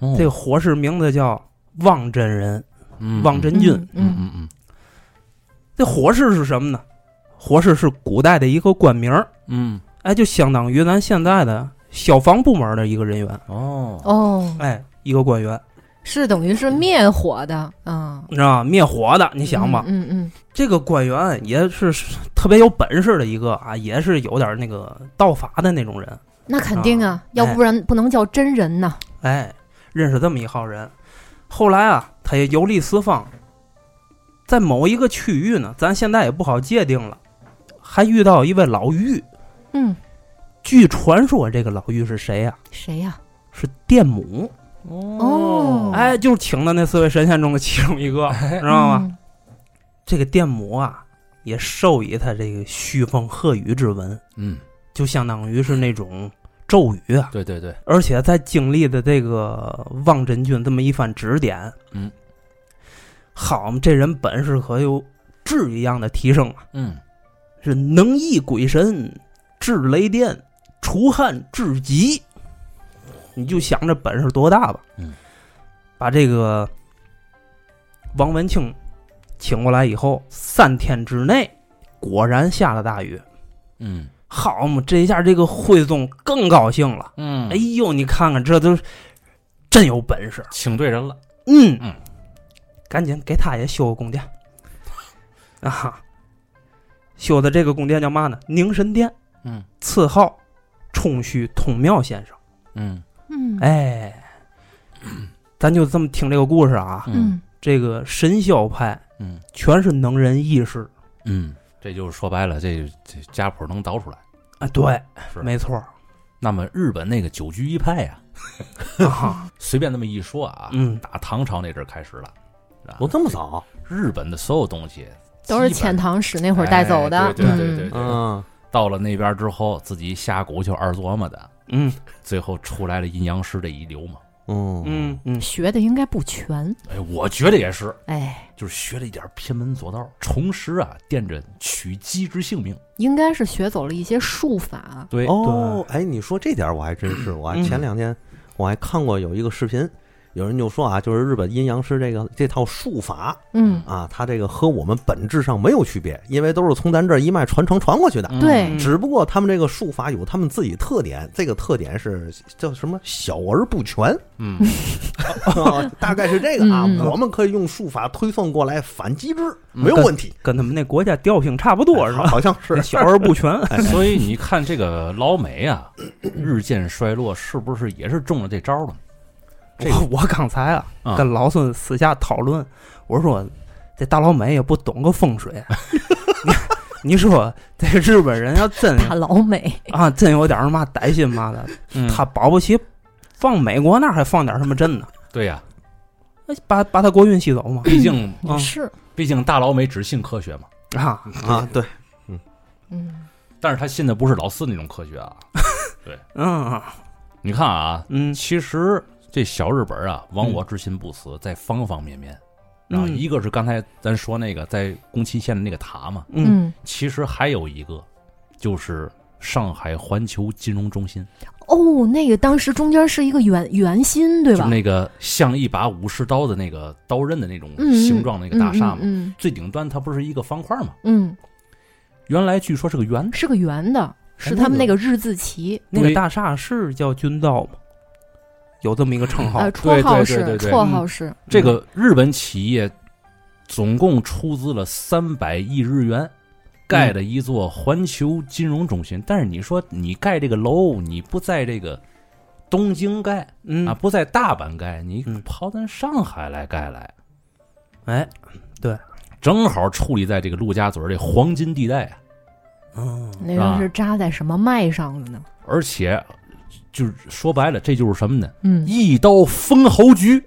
[SPEAKER 1] 嗯
[SPEAKER 4] 这个火士名字叫汪真人。
[SPEAKER 1] 王
[SPEAKER 4] 王
[SPEAKER 1] 真，
[SPEAKER 4] 真君，
[SPEAKER 2] 嗯
[SPEAKER 1] 嗯
[SPEAKER 2] 嗯
[SPEAKER 1] 嗯嗯
[SPEAKER 4] 这火士是什么呢？火士是古代的一个官名儿，
[SPEAKER 1] 嗯，
[SPEAKER 4] 哎，就相当于咱现在的消防部门的一个人员，
[SPEAKER 1] 哦，
[SPEAKER 2] 哦，
[SPEAKER 4] 哎，一个官员，
[SPEAKER 2] 是等于是灭火的，嗯，
[SPEAKER 4] 你知道吗？灭火的，你想吧，
[SPEAKER 2] 嗯嗯
[SPEAKER 4] 这个官员也是特别有本事的一个啊，也是有点那个道法的那种人，
[SPEAKER 2] 嗯，那肯定啊
[SPEAKER 4] 啊，
[SPEAKER 2] 要不然不能叫真人呐。
[SPEAKER 4] 哎，认识这么一号人。后来啊，他也游历四方，在某一个区域呢，咱现在也不好界定了，还遇到一位老妪。
[SPEAKER 2] 嗯，
[SPEAKER 4] 据传说，这个老妪是谁呀、
[SPEAKER 2] 谁呀？
[SPEAKER 4] 是电母。
[SPEAKER 2] 哦
[SPEAKER 4] 哎，就是请的那四位神仙中的其中一个，知道吗？
[SPEAKER 2] 嗯？
[SPEAKER 4] 这个电母啊，也授予他这个虚风鹤语之文，
[SPEAKER 1] 嗯，
[SPEAKER 4] 就相当于是那种咒语啊。
[SPEAKER 1] 对对对，
[SPEAKER 4] 而且在经历的这个汪真君这么一番指点，
[SPEAKER 1] 嗯，
[SPEAKER 4] 好嘛，这人本事可有质一样的提升啊，
[SPEAKER 1] 嗯
[SPEAKER 4] 是能役鬼神，治雷电，除旱治疾。你就想这本事多大吧，
[SPEAKER 1] 嗯，
[SPEAKER 4] 把这个王文庆请过来以后，三天之内果然下了大雨。
[SPEAKER 1] 嗯
[SPEAKER 4] 好嘛，这一下这个徽宗更高兴了。
[SPEAKER 1] 嗯，
[SPEAKER 4] 哎，呦，你看看，这都是真有本事。
[SPEAKER 1] 请对人了，
[SPEAKER 4] 嗯
[SPEAKER 1] 嗯，
[SPEAKER 4] 赶紧给他也修个宫殿啊！哈，修的这个宫殿叫嘛呢？宁神殿，
[SPEAKER 1] 嗯
[SPEAKER 4] 赐号冲虚通妙先生。
[SPEAKER 1] 嗯
[SPEAKER 2] 嗯，
[SPEAKER 4] 哎，咱就这么听这个故事啊。
[SPEAKER 1] 嗯
[SPEAKER 2] 嗯，
[SPEAKER 4] 这个神霄派
[SPEAKER 1] 嗯
[SPEAKER 4] 全是能人异士
[SPEAKER 1] 嗯，这就是说白了，这这家谱能倒出来。
[SPEAKER 4] 啊，对，
[SPEAKER 1] 是
[SPEAKER 4] 没错儿
[SPEAKER 1] 那么日本那个九居一派呀，
[SPEAKER 4] 啊哈。
[SPEAKER 1] 随便那么一说啊，
[SPEAKER 4] 嗯，
[SPEAKER 1] 打唐朝那阵儿开始了，啊
[SPEAKER 3] 我这么早？
[SPEAKER 1] 日本的所有东西
[SPEAKER 2] 都是
[SPEAKER 1] 基本
[SPEAKER 2] 遣唐使那会儿带走的
[SPEAKER 1] 哎。对对对对
[SPEAKER 2] 嗯
[SPEAKER 1] 对
[SPEAKER 3] 嗯，
[SPEAKER 1] 到了那边之后，自己下蛊就二琢磨的，
[SPEAKER 4] 嗯
[SPEAKER 1] 最后出来了阴阳师这一流嘛。
[SPEAKER 3] 嗯
[SPEAKER 4] 嗯嗯，
[SPEAKER 2] 学的应该不全，
[SPEAKER 1] 哎，我觉得也是，
[SPEAKER 2] 哎，
[SPEAKER 1] 就是学了一点偏门左道，重师啊惦着取鸡之性命。
[SPEAKER 2] 应该是学走了一些术法。
[SPEAKER 1] 对，
[SPEAKER 3] 哦，哎，你说这点儿我还真是，我还
[SPEAKER 4] 嗯
[SPEAKER 3] 前两天我还看过有一个视频，有人就说啊，就是日本阴阳师这个这套术法
[SPEAKER 2] 嗯，
[SPEAKER 3] 啊，它这个和我们本质上没有区别，因为都是从咱这儿一脉传承传过去的。
[SPEAKER 1] 嗯
[SPEAKER 2] 对
[SPEAKER 3] 只不过他们这个术法有他们自己特点，这个特点是叫什么小而不全，
[SPEAKER 1] 嗯
[SPEAKER 3] 啊大概是这个啊
[SPEAKER 2] 嗯。
[SPEAKER 3] 我们可以用术法推算过来反击之，
[SPEAKER 1] 嗯
[SPEAKER 3] 没有问题。
[SPEAKER 4] 跟他们那国家调性差不多是吧？
[SPEAKER 3] 好像 是
[SPEAKER 4] 那小而不全。
[SPEAKER 1] 哎 所以你看这个老美啊，日渐衰落，是不是也是中了这招了？这个
[SPEAKER 4] 我我刚才啊，
[SPEAKER 1] 啊
[SPEAKER 4] 跟老孙私下讨论，我说这大老美也不懂个 风水，你你说这日本人要真
[SPEAKER 2] 大老美，
[SPEAKER 4] 啊，真有点儿嘛歹心嘛的，
[SPEAKER 1] 嗯
[SPEAKER 4] 他保不齐放美国那儿还放点什么阵呢，
[SPEAKER 1] 对呀、
[SPEAKER 4] 那把把他国运吸走嘛
[SPEAKER 1] 毕竟
[SPEAKER 4] 啊
[SPEAKER 2] 是，
[SPEAKER 1] 毕竟大老美只信科学嘛，
[SPEAKER 4] 啊！
[SPEAKER 3] 啊，对，
[SPEAKER 2] 嗯
[SPEAKER 1] 但是他信的不是老四那种科学啊。
[SPEAKER 4] 嗯
[SPEAKER 1] 你看啊，
[SPEAKER 4] 嗯
[SPEAKER 1] 其实这小日本啊，亡我之心不
[SPEAKER 2] 嗯
[SPEAKER 1] 死，在方方面面。然后
[SPEAKER 4] 嗯
[SPEAKER 1] 一个是刚才咱说那个在宫崎县的那个塔嘛，
[SPEAKER 4] 嗯，
[SPEAKER 1] 其实还有一个就是上海环球金融中心，
[SPEAKER 2] 哦，那个当时中间是一个圆圆心，对
[SPEAKER 1] 就
[SPEAKER 2] 吧
[SPEAKER 1] 是？那个像一把武士刀的那个刀刃的那种
[SPEAKER 2] 嗯，
[SPEAKER 1] 形状的那个大厦嘛，
[SPEAKER 2] 嗯
[SPEAKER 1] 最顶端它不是一个方块嘛？
[SPEAKER 2] 嗯，嗯
[SPEAKER 1] 原来据说是个圆
[SPEAKER 2] 嗯，是个圆的，是
[SPEAKER 1] 那
[SPEAKER 2] 他们那
[SPEAKER 1] 个
[SPEAKER 2] 个日字旗，
[SPEAKER 4] 那个
[SPEAKER 1] 对
[SPEAKER 4] 大厦是叫军道吗？有这么一个称号
[SPEAKER 2] 呃，绰号
[SPEAKER 1] 嗯哦对对嗯
[SPEAKER 2] 是
[SPEAKER 1] 对对
[SPEAKER 2] 绰号是，
[SPEAKER 1] 这个日本企业总共出资了三百亿日元。盖的一座环球金融中心，但是你说你盖这个楼，你不在这个东京盖
[SPEAKER 4] 嗯
[SPEAKER 1] 啊，不在大阪盖，你
[SPEAKER 4] 嗯
[SPEAKER 1] 跑咱上海来盖来，
[SPEAKER 4] 哎，
[SPEAKER 1] 正好处理在这个陆家嘴儿这黄金地带啊，
[SPEAKER 4] 嗯，
[SPEAKER 2] 那个是扎在什么脉上了呢？
[SPEAKER 1] 而且就是说白了，这就是什么呢？
[SPEAKER 2] 嗯，
[SPEAKER 1] 一刀封侯局，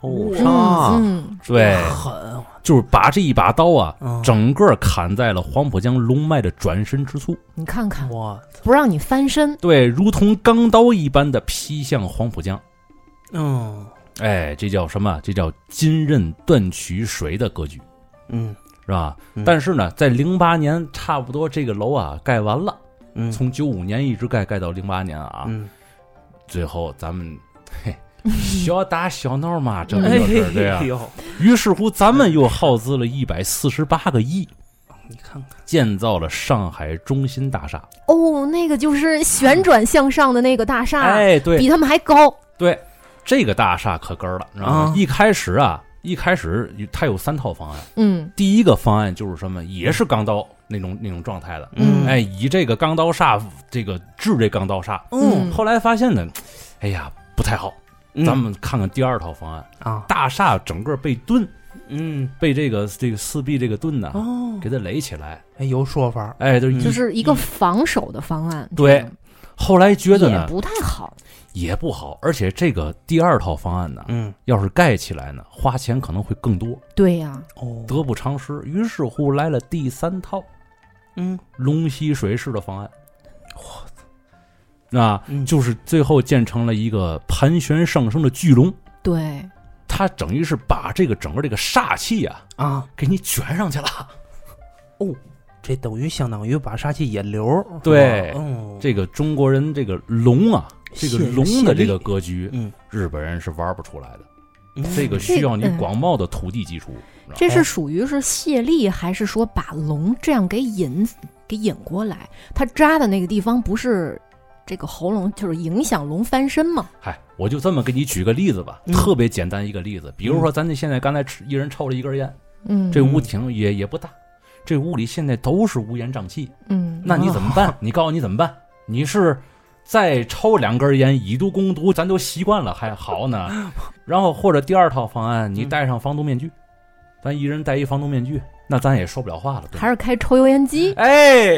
[SPEAKER 3] 哦，
[SPEAKER 4] 嗯
[SPEAKER 1] 啊
[SPEAKER 3] 上
[SPEAKER 2] 嗯，
[SPEAKER 1] 对，
[SPEAKER 4] 狠，
[SPEAKER 1] 就是把这一把刀啊，
[SPEAKER 4] 嗯，
[SPEAKER 1] 整个砍在了黄浦江龙脉的转身之处，
[SPEAKER 2] 你看看，
[SPEAKER 4] 我，
[SPEAKER 2] 不让你 翻身，
[SPEAKER 1] 对，如同钢刀一般的劈向黄浦江。
[SPEAKER 4] 嗯
[SPEAKER 1] 哎，这叫什么？这叫金刃断渠谁的格局，
[SPEAKER 4] 嗯
[SPEAKER 1] 是吧？
[SPEAKER 4] 嗯
[SPEAKER 1] 但是呢，在零八年差不多这个楼啊盖完了，
[SPEAKER 4] 嗯，
[SPEAKER 1] 从九五年一直盖盖到零八年啊，
[SPEAKER 4] 嗯，
[SPEAKER 1] 最后咱们嘿小打小闹嘛，这不
[SPEAKER 4] 哎
[SPEAKER 1] 就是这样？
[SPEAKER 4] 呦，
[SPEAKER 1] 于是乎，咱们又耗资了一百四十八个亿，
[SPEAKER 4] 你看看，
[SPEAKER 1] 建造了上海中心大厦。
[SPEAKER 2] 哦，那个就是旋转向上的那个大厦，
[SPEAKER 1] 哎，对，
[SPEAKER 2] 比他们还高。
[SPEAKER 1] 对，这个大厦可根儿了，你知道吗
[SPEAKER 4] 啊？
[SPEAKER 1] 一开始啊，一开始它有三套方案。
[SPEAKER 2] 嗯
[SPEAKER 1] 第一个方案就是什么，也是钢刀那种那种状态的，
[SPEAKER 2] 嗯
[SPEAKER 1] 哎，以这个钢刀煞这个治这钢刀煞。
[SPEAKER 2] 嗯
[SPEAKER 1] 后来发现呢，哎呀不太好，
[SPEAKER 4] 嗯
[SPEAKER 1] 咱们看看第二套方案，
[SPEAKER 4] 啊，
[SPEAKER 1] 大厦整个被盾，
[SPEAKER 4] 嗯，
[SPEAKER 1] 被这个这个四壁这个盾呢、
[SPEAKER 4] 哦，
[SPEAKER 1] 给它垒起来，
[SPEAKER 4] 哎，有说法儿，
[SPEAKER 1] 哎，就
[SPEAKER 4] 嗯
[SPEAKER 2] 就是一个防守的方案，
[SPEAKER 1] 对后来觉
[SPEAKER 2] 这
[SPEAKER 1] 得
[SPEAKER 2] 种也
[SPEAKER 1] 呢
[SPEAKER 2] 不太好。
[SPEAKER 1] 也不好，而且这个第二套方案呢，
[SPEAKER 4] 嗯，
[SPEAKER 1] 要是盖起来呢，花钱可能会更多。
[SPEAKER 2] 对呀、
[SPEAKER 4] 哦，
[SPEAKER 1] 得不偿失。于是乎来了第三套
[SPEAKER 4] 嗯
[SPEAKER 1] 龙吸水式的方案，我操！啊，
[SPEAKER 4] 嗯
[SPEAKER 1] 就是最后建成了一个盘旋上升的巨龙，
[SPEAKER 2] 对，
[SPEAKER 1] 它等于是把这个整个这个煞气啊
[SPEAKER 4] 啊，
[SPEAKER 1] 给你卷上去了。
[SPEAKER 4] 哦这等于相当于把杀气引流儿，是吧
[SPEAKER 1] 对
[SPEAKER 4] 嗯，
[SPEAKER 1] 这个中国人这个龙啊，这个
[SPEAKER 4] 谢
[SPEAKER 1] 龙的
[SPEAKER 4] 谢
[SPEAKER 1] 这
[SPEAKER 4] 力
[SPEAKER 1] 个格局，
[SPEAKER 4] 嗯，
[SPEAKER 1] 日本人是玩不出来的。
[SPEAKER 4] 嗯
[SPEAKER 1] 这个需要你
[SPEAKER 2] 这嗯
[SPEAKER 1] 广袤的土地基础。你知道吗
[SPEAKER 2] 这是属于是泄力，还是说把龙这样给引给引过来？它扎的那个地方不是这个喉咙，就是影响龙翻身嘛？
[SPEAKER 1] 嗨，我就这么给你举个例子吧，
[SPEAKER 4] 嗯
[SPEAKER 1] 特别简单一个例子，比如说咱这现在刚才吃一人抽了一根烟，
[SPEAKER 2] 嗯，
[SPEAKER 1] 这屋挺也也不大，这屋里现在都是乌烟瘴气，
[SPEAKER 2] 嗯，
[SPEAKER 1] 那你怎么办？你告诉我你怎么办？你是再抽两根烟以毒攻毒，咱都习惯了还好 呢。然后或者第二套方案，你
[SPEAKER 4] 嗯
[SPEAKER 1] 戴上防毒面具，咱一人戴一防毒面具，那咱也说不了话了，对吧
[SPEAKER 2] 还是开抽油烟机？
[SPEAKER 1] 哎，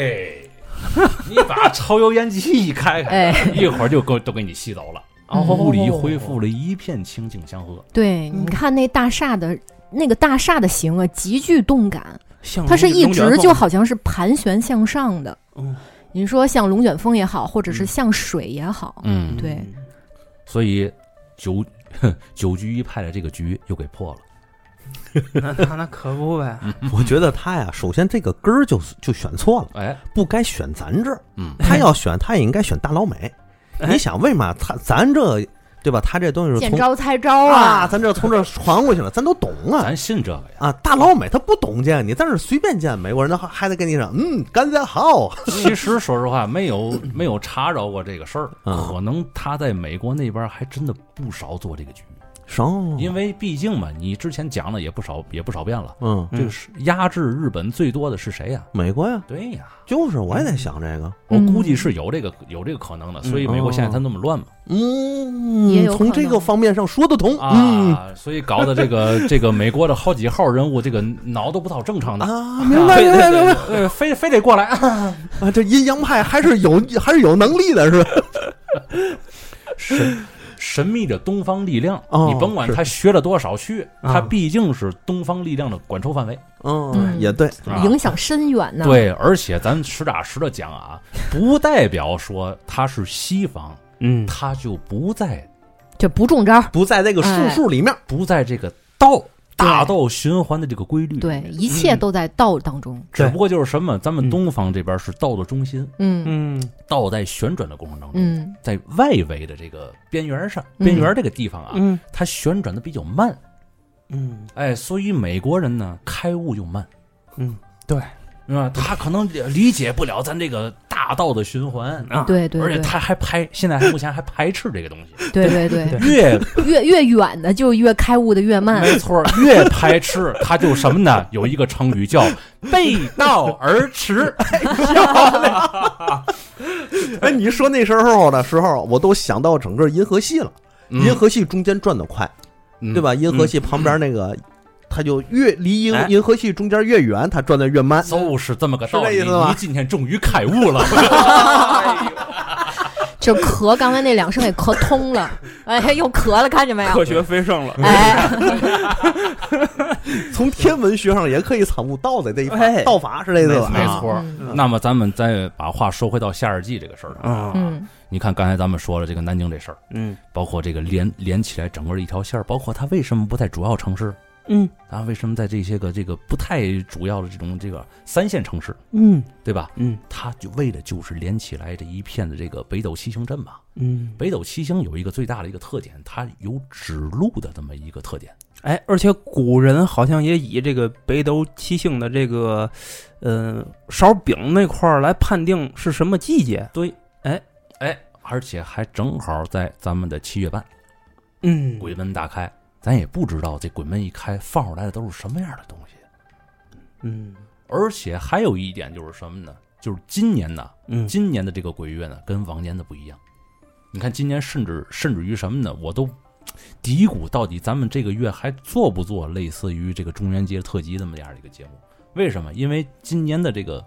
[SPEAKER 1] 你把抽油烟机一开开，
[SPEAKER 2] 哎，
[SPEAKER 1] 一会儿就给我都给你吸走了。
[SPEAKER 4] 哦
[SPEAKER 1] 屋里恢复了一片清静祥和，
[SPEAKER 2] 对，
[SPEAKER 4] 嗯
[SPEAKER 2] 你看那大厦的。那个大厦的形啊，极具动感，
[SPEAKER 4] 像
[SPEAKER 2] 它是一
[SPEAKER 4] 嗯龙卷
[SPEAKER 2] 直
[SPEAKER 4] 风
[SPEAKER 2] 就，好像是盘旋向上的。
[SPEAKER 4] 嗯，
[SPEAKER 2] 你说像龙卷风也好，或者是
[SPEAKER 4] 嗯
[SPEAKER 2] 像水也好，
[SPEAKER 1] 嗯
[SPEAKER 2] 对
[SPEAKER 4] 嗯，
[SPEAKER 1] 所以 九九局一派的这个局又给破了。
[SPEAKER 4] 嗯那那那可不呗，
[SPEAKER 1] 嗯
[SPEAKER 3] 我觉得他呀，首先这个根儿就就选错了，
[SPEAKER 1] 哎，
[SPEAKER 3] 不该选咱这儿。
[SPEAKER 1] 嗯，
[SPEAKER 3] 他要选，他也应该选大老美。
[SPEAKER 4] 哎
[SPEAKER 3] 你想，为嘛他咱这对吧？他这东西是
[SPEAKER 2] 见
[SPEAKER 3] 从
[SPEAKER 2] 招拆招
[SPEAKER 3] 啊，！咱这从这传过去了，咱都懂啊
[SPEAKER 1] 咱信这个 呀，
[SPEAKER 3] 啊！大老美他不懂见你，但是随便见美国人，他还还得跟你说，嗯，干得好，
[SPEAKER 1] 其实说实话，没有没有查着过这个事儿，
[SPEAKER 3] 嗯
[SPEAKER 1] 可能他在美国那边还真的不少做这个局，
[SPEAKER 3] 爽，
[SPEAKER 1] 因为毕竟嘛，你之前讲了也不少也不少遍了，
[SPEAKER 3] 嗯，
[SPEAKER 4] 嗯
[SPEAKER 1] 这个是压制日本最多的是谁呀？
[SPEAKER 3] 美国呀，
[SPEAKER 1] 对呀，
[SPEAKER 3] 就是我也在想这个，
[SPEAKER 1] 我
[SPEAKER 2] 嗯
[SPEAKER 1] 估计是有这个有这个可能的，所以美国现在才那么乱嘛
[SPEAKER 2] 也
[SPEAKER 3] 嗯，
[SPEAKER 2] 有可
[SPEAKER 3] 从
[SPEAKER 2] 能
[SPEAKER 3] 这个方面上说得通，嗯
[SPEAKER 1] 啊，所以搞得这个 这个美国的好几号人物，这个脑都不太正常的。
[SPEAKER 3] 啊，明白明白明白
[SPEAKER 1] 呃，非非得过来啊！
[SPEAKER 3] 啊，这阴阳派还是有还是有能力的，是吧？
[SPEAKER 1] 神神秘的东方力量，
[SPEAKER 3] 哦
[SPEAKER 1] 你甭管
[SPEAKER 3] 是
[SPEAKER 1] 他学了多少去，
[SPEAKER 4] 啊
[SPEAKER 1] 他毕竟是东方力量的管抽范围。
[SPEAKER 3] 嗯，
[SPEAKER 2] 嗯
[SPEAKER 3] 也对，
[SPEAKER 1] 啊
[SPEAKER 2] 影响深远呢。，
[SPEAKER 1] 对，而且咱实打实的讲啊，不代表说他是西方，
[SPEAKER 4] 嗯，
[SPEAKER 1] 他就不在
[SPEAKER 2] 就不中招。
[SPEAKER 3] 不在这个数数里面，
[SPEAKER 1] 不在这个道大道循环的这个规律。
[SPEAKER 2] 对，，一切都在道当中。
[SPEAKER 1] 只
[SPEAKER 4] 对
[SPEAKER 1] 不过就是什么，咱们
[SPEAKER 4] 嗯
[SPEAKER 1] 东方这边是道的中心，
[SPEAKER 2] 嗯
[SPEAKER 4] 嗯
[SPEAKER 1] 道在旋转的过程当中，
[SPEAKER 2] 嗯
[SPEAKER 1] 在外围的这个边缘上，
[SPEAKER 2] 嗯
[SPEAKER 1] 边缘这个地方啊，
[SPEAKER 4] 嗯
[SPEAKER 1] 它旋转的比较慢，
[SPEAKER 4] 嗯
[SPEAKER 1] 哎，所以美国人呢开悟就慢，
[SPEAKER 4] 嗯，
[SPEAKER 1] 是吧？他可能理解不了咱这个大大道的循环。
[SPEAKER 4] 啊，
[SPEAKER 2] 对对
[SPEAKER 1] 而且
[SPEAKER 2] 对
[SPEAKER 1] 他还排，现在还目前还排斥这个东西，
[SPEAKER 2] 对对 对，
[SPEAKER 1] 越
[SPEAKER 2] 越越远的就越开悟的越慢，
[SPEAKER 1] 没错，越排斥他就什么呢？有一个成语叫背道而驰。
[SPEAKER 3] 哎，你说那时候的时候，我都想到整个银河系了。
[SPEAKER 1] 嗯
[SPEAKER 3] 银河系中间转得快，对？吧？银河系旁边那个，它就越离银
[SPEAKER 4] 哎
[SPEAKER 3] 银河系中间越远，它转得越慢
[SPEAKER 1] 嗯。就是这么个道理。
[SPEAKER 3] 是这意思吧
[SPEAKER 1] 你今天终于开悟 了，
[SPEAKER 2] 就咳，刚才那两声给咳通了，哎，又咳了，看见没有
[SPEAKER 5] 科？学飞升了。
[SPEAKER 2] 哎，
[SPEAKER 3] 从天文学上也可以参悟道的这一
[SPEAKER 4] 哎
[SPEAKER 3] 法，道法是类似的
[SPEAKER 1] 没
[SPEAKER 3] 啊。
[SPEAKER 1] 错。
[SPEAKER 2] 嗯
[SPEAKER 1] 那么咱们再把话说回到夏日祭这个事儿上，
[SPEAKER 4] 嗯
[SPEAKER 2] 嗯，
[SPEAKER 1] 你看刚才咱们说了这个南京这事儿，
[SPEAKER 4] 嗯
[SPEAKER 1] 包括这个连连起来整个一条线儿，包括它为什么不在主要城市，
[SPEAKER 4] 嗯
[SPEAKER 1] 它为什么在这些个这个不太主要的这种这个三线城市，
[SPEAKER 4] 嗯
[SPEAKER 1] 对吧？
[SPEAKER 4] 嗯
[SPEAKER 1] 它就为了就是连起来这一片的这个北斗七星阵嘛。
[SPEAKER 4] 嗯，
[SPEAKER 1] 北斗七星有一个最大的一个特点，它有指路的这么一个特点。
[SPEAKER 4] 哎，而且古人好像也以这个北斗七星的这个，呃，烧饼那块儿来判定是什么季节。
[SPEAKER 1] 对，
[SPEAKER 4] 哎
[SPEAKER 1] 哎，而且还正好在咱们的七月半，
[SPEAKER 4] 嗯
[SPEAKER 1] 鬼门大开，咱也不知道这鬼门一开放出来的都是什么样的东西。
[SPEAKER 4] 嗯
[SPEAKER 1] 而且还有一点就是什么呢？就是今年呢，
[SPEAKER 4] 嗯
[SPEAKER 1] 今年的这个鬼月呢，跟往年的不一样。你看，今年甚至甚至于什么呢？我都嘀咕，到底咱们这个月还做不做类似于这个中元节特辑这么样的一个节目？为什么？因为今年的这个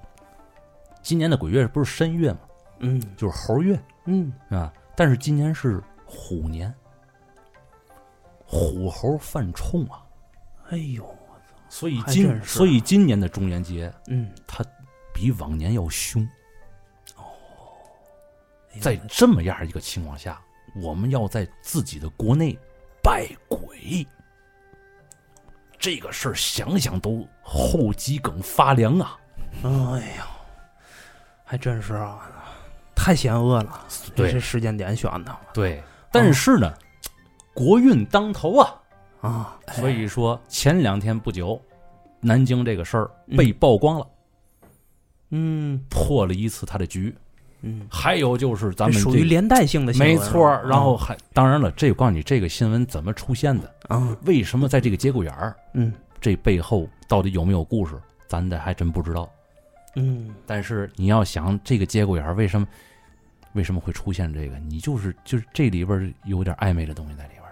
[SPEAKER 1] 今年的鬼月不是申月嘛，
[SPEAKER 4] 嗯
[SPEAKER 1] 就是猴月
[SPEAKER 4] 嗯
[SPEAKER 1] 啊，但是今年是虎年，虎猴犯冲啊，
[SPEAKER 4] 哎呦，
[SPEAKER 1] 所以
[SPEAKER 4] 还
[SPEAKER 1] 今
[SPEAKER 4] 真是啊
[SPEAKER 1] 所以今年的中元节
[SPEAKER 4] 嗯，
[SPEAKER 1] 比往年要凶。
[SPEAKER 4] 哦哎呦
[SPEAKER 1] 在这么样一个情况下，我们要在自己的国内拜鬼，这个事儿想想都后脊梗发凉啊！
[SPEAKER 4] 哎呦，还真是啊，太险恶了。这
[SPEAKER 1] 对
[SPEAKER 4] 时间点选的
[SPEAKER 1] 对，
[SPEAKER 4] 嗯
[SPEAKER 1] 但是呢，国运当头啊，
[SPEAKER 4] 啊，
[SPEAKER 1] 所以说前两天不久，南京这个事儿
[SPEAKER 4] 嗯
[SPEAKER 1] 被曝光了，
[SPEAKER 4] 嗯
[SPEAKER 1] 破了一次他的局。
[SPEAKER 4] 嗯，
[SPEAKER 1] 还有就是咱们
[SPEAKER 4] 这属于
[SPEAKER 1] 这
[SPEAKER 4] 连带性的新闻
[SPEAKER 1] 没
[SPEAKER 4] 啊，
[SPEAKER 1] 错儿，然后还当然了，这我告诉你这个新闻怎么出现的，
[SPEAKER 4] 啊，
[SPEAKER 1] 为什么在这个节骨眼儿？
[SPEAKER 4] 嗯
[SPEAKER 1] 这背后到底有没有故事，咱的还真不知道。
[SPEAKER 4] 嗯
[SPEAKER 1] 但是你要想这个节骨眼儿为什么为什么会出现这个，你就是就是这里边儿有点暧昧的东西在里边儿了。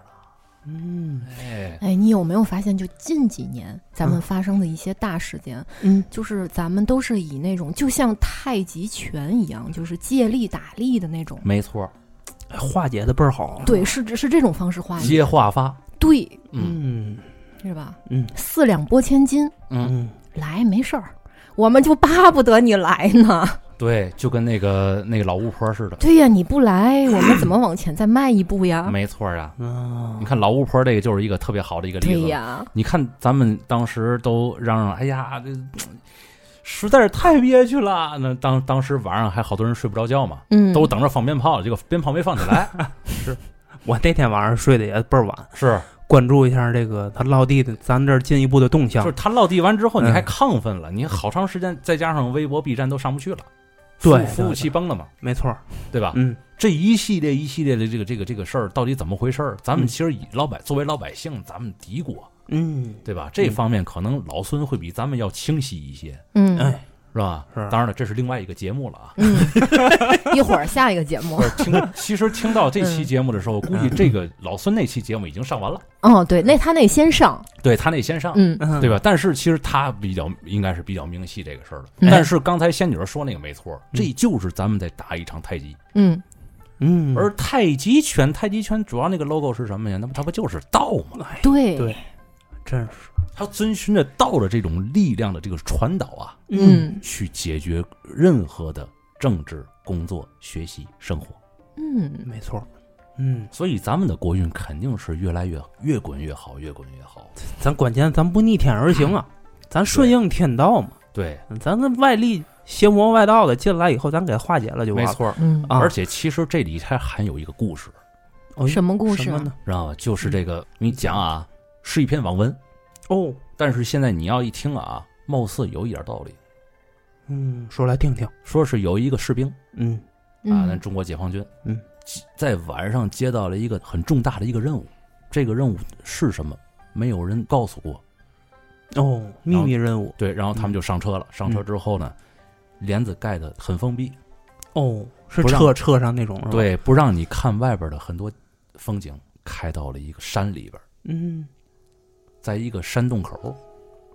[SPEAKER 4] 嗯
[SPEAKER 1] 哎，
[SPEAKER 2] 哎，你有没有发现，就近几年咱们
[SPEAKER 4] 嗯
[SPEAKER 2] 发生的一些大事件，啊
[SPEAKER 4] 嗯
[SPEAKER 2] 就是咱们都是以那种就像太极拳一样，就是借力打力的那种，
[SPEAKER 1] 没错儿，
[SPEAKER 4] 哎化解的倍儿好，啊
[SPEAKER 2] 对，是是这种方式化解，
[SPEAKER 1] 接话发，
[SPEAKER 2] 对，
[SPEAKER 1] 嗯
[SPEAKER 4] 嗯
[SPEAKER 2] 是吧？
[SPEAKER 4] 嗯
[SPEAKER 2] 四两拨千斤，
[SPEAKER 1] 嗯，
[SPEAKER 4] 嗯
[SPEAKER 2] 来没事儿，我们就巴不得你来呢。
[SPEAKER 1] 对，就跟那个那个老巫婆似的，
[SPEAKER 2] 对呀，你不来，我们怎么往前再迈一步呀？
[SPEAKER 1] 没错儿呀。
[SPEAKER 4] 啊
[SPEAKER 1] 你，看老巫婆这个就是一个特别好的一个例
[SPEAKER 2] 对
[SPEAKER 1] 子。
[SPEAKER 2] 呀，
[SPEAKER 1] 你看咱们当时都嚷嚷，哎呀，这实在是太憋屈了。那当当时晚上还好多人睡不着觉嘛，
[SPEAKER 2] 嗯，
[SPEAKER 1] 都等着放鞭炮，结果鞭炮没放起来。
[SPEAKER 4] 我那天晚上睡得也倍儿晚，
[SPEAKER 1] 是，
[SPEAKER 4] 关注一下这个他落地的咱这儿进一步的动
[SPEAKER 1] 就
[SPEAKER 4] 向
[SPEAKER 1] 是，他落地完之后，
[SPEAKER 4] 嗯
[SPEAKER 1] 你还亢奋了，你好长时间，再加上微博、B 站都上不去了，
[SPEAKER 4] 对嗯
[SPEAKER 1] 服服务器崩了嘛，
[SPEAKER 4] 没错，
[SPEAKER 1] 对吧？
[SPEAKER 4] 嗯
[SPEAKER 1] 这一系列一系列的这个这个这个事儿到底怎么回事儿？咱们
[SPEAKER 4] 嗯
[SPEAKER 1] 其实以老百作为老百姓，咱们嘀咕，
[SPEAKER 4] 嗯
[SPEAKER 1] 对吧？这方面可能老孙会比咱们要清晰一些，
[SPEAKER 2] 嗯
[SPEAKER 4] 哎
[SPEAKER 1] 是吧？
[SPEAKER 4] 是
[SPEAKER 1] 当然了，这是另外一个节目了啊。
[SPEAKER 2] 嗯，一会儿下一个节目
[SPEAKER 1] 不，是呃听， 其实听到这
[SPEAKER 2] 嗯
[SPEAKER 1] 期节目的时候，估计
[SPEAKER 4] 嗯
[SPEAKER 1] 这个老孙那期节目已经上完了，
[SPEAKER 2] 哦，对，那他那先上，
[SPEAKER 1] 对他那先上，
[SPEAKER 2] 嗯，
[SPEAKER 4] 嗯
[SPEAKER 1] 对吧？但是其实他比较应该是比较明晰这个事儿的。
[SPEAKER 2] 嗯
[SPEAKER 1] 但是刚才仙女儿说那个没错，
[SPEAKER 4] 嗯
[SPEAKER 1] 这就是咱们在打一场太极。
[SPEAKER 2] 嗯，
[SPEAKER 4] 嗯
[SPEAKER 1] 而太极拳，太极拳主要那个 logo 是什么呀？那不它不就是道吗？
[SPEAKER 4] 哎
[SPEAKER 2] 对
[SPEAKER 4] 对，真是
[SPEAKER 1] 它遵循着道的这种力量的这个传导啊，
[SPEAKER 2] 嗯
[SPEAKER 1] 去解决任何的政治、工作、学习、生活。
[SPEAKER 2] 嗯，
[SPEAKER 4] 没错，嗯，
[SPEAKER 1] 所以咱们的国运肯定是越来越越滚越好，越滚越好。
[SPEAKER 4] 咱关键咱不逆天而行啊，咱顺应天道嘛，
[SPEAKER 1] 对，
[SPEAKER 4] 咱这外力邪魔外道的进来以后，咱给化解了就完
[SPEAKER 1] 没
[SPEAKER 4] 了。
[SPEAKER 1] 错。
[SPEAKER 2] 嗯
[SPEAKER 4] 啊，
[SPEAKER 1] 而且其实这里它还有一个故事，
[SPEAKER 4] 哦
[SPEAKER 2] 什么故事
[SPEAKER 4] 什
[SPEAKER 2] 啊
[SPEAKER 4] 么呢？
[SPEAKER 1] 知道吧？就是这个，你讲啊，是一篇网文，
[SPEAKER 4] 哦，
[SPEAKER 1] 但是现在你要一听啊，貌似有一点道理。
[SPEAKER 4] 嗯，说来听听。
[SPEAKER 1] 说是有一个士兵
[SPEAKER 4] 嗯
[SPEAKER 1] 啊，那
[SPEAKER 2] 嗯
[SPEAKER 1] 中国解放军，
[SPEAKER 4] 嗯，
[SPEAKER 1] 在晚上接到了一个很重大的一个任务，这个任务是什么？没有人告诉过。
[SPEAKER 4] 哦，秘密任务
[SPEAKER 1] 对，然后他们就上车了。
[SPEAKER 4] 嗯
[SPEAKER 1] 上车之后呢，帘子盖得很封闭，
[SPEAKER 4] 哦，是
[SPEAKER 1] 不让
[SPEAKER 4] 车车上那种是吧？，
[SPEAKER 1] 对，不让你看外边的很多风景。开到了一个山里边，
[SPEAKER 4] 嗯，
[SPEAKER 1] 在一个山洞口，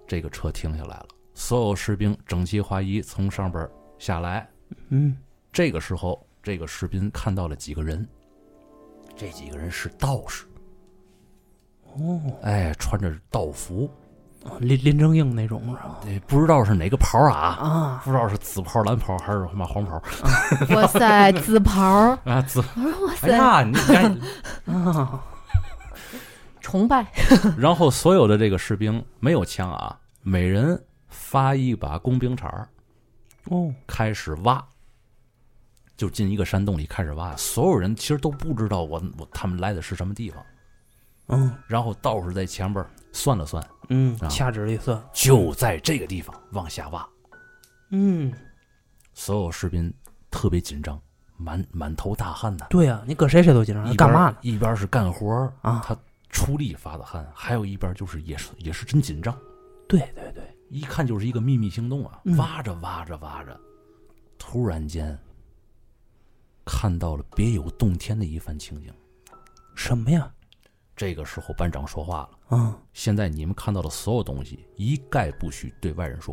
[SPEAKER 1] 这个车停下来了。所有士兵整齐划一从上边下来。
[SPEAKER 4] 嗯，
[SPEAKER 1] 这个时候，这个士兵看到了几个人，这几个人是道士，
[SPEAKER 4] 哦，
[SPEAKER 1] 哎，穿着道服，
[SPEAKER 4] 林林正英那种是吧？
[SPEAKER 1] 哎不知道是哪个袍啊，
[SPEAKER 4] 啊，
[SPEAKER 1] 不知道是紫袍、蓝袍还是什么黄袍
[SPEAKER 2] 哇塞，紫袍儿，
[SPEAKER 1] 啊？紫，
[SPEAKER 2] 我说哇
[SPEAKER 1] 哎
[SPEAKER 2] 塞，
[SPEAKER 1] 呀，你看，
[SPEAKER 4] 啊，
[SPEAKER 2] 崇拜，
[SPEAKER 1] 然后所有的这个士兵没有枪啊，每人发一把工兵铲儿，
[SPEAKER 4] 哦，
[SPEAKER 1] 开始挖，就进一个山洞里开始挖。所有人其实都不知道我我他们来的是什么地方。
[SPEAKER 4] 嗯
[SPEAKER 1] 然后道士在前边儿算了算，
[SPEAKER 4] 嗯
[SPEAKER 1] 啊，
[SPEAKER 4] 掐指一算，
[SPEAKER 1] 就在这个地方往下挖。
[SPEAKER 4] 嗯，
[SPEAKER 1] 所有士兵特别紧张，满满头大汗的。
[SPEAKER 4] 对呀、啊你搁谁谁都紧张，
[SPEAKER 1] 一边
[SPEAKER 4] 干嘛呢？？
[SPEAKER 1] 一边是干活儿
[SPEAKER 4] 啊，
[SPEAKER 1] 他出力发的汗，还有一边就是也是也是真紧张。
[SPEAKER 4] 对对对，
[SPEAKER 1] 一看就是一个秘密行动啊！
[SPEAKER 4] 嗯
[SPEAKER 1] 挖着挖着挖着，突然间看到了别有洞天的一番情景。
[SPEAKER 4] 什么呀？
[SPEAKER 1] 这个时候，班长说话了
[SPEAKER 4] 嗯，：“
[SPEAKER 1] 现在你们看到的所有东西，一概不许对外人说。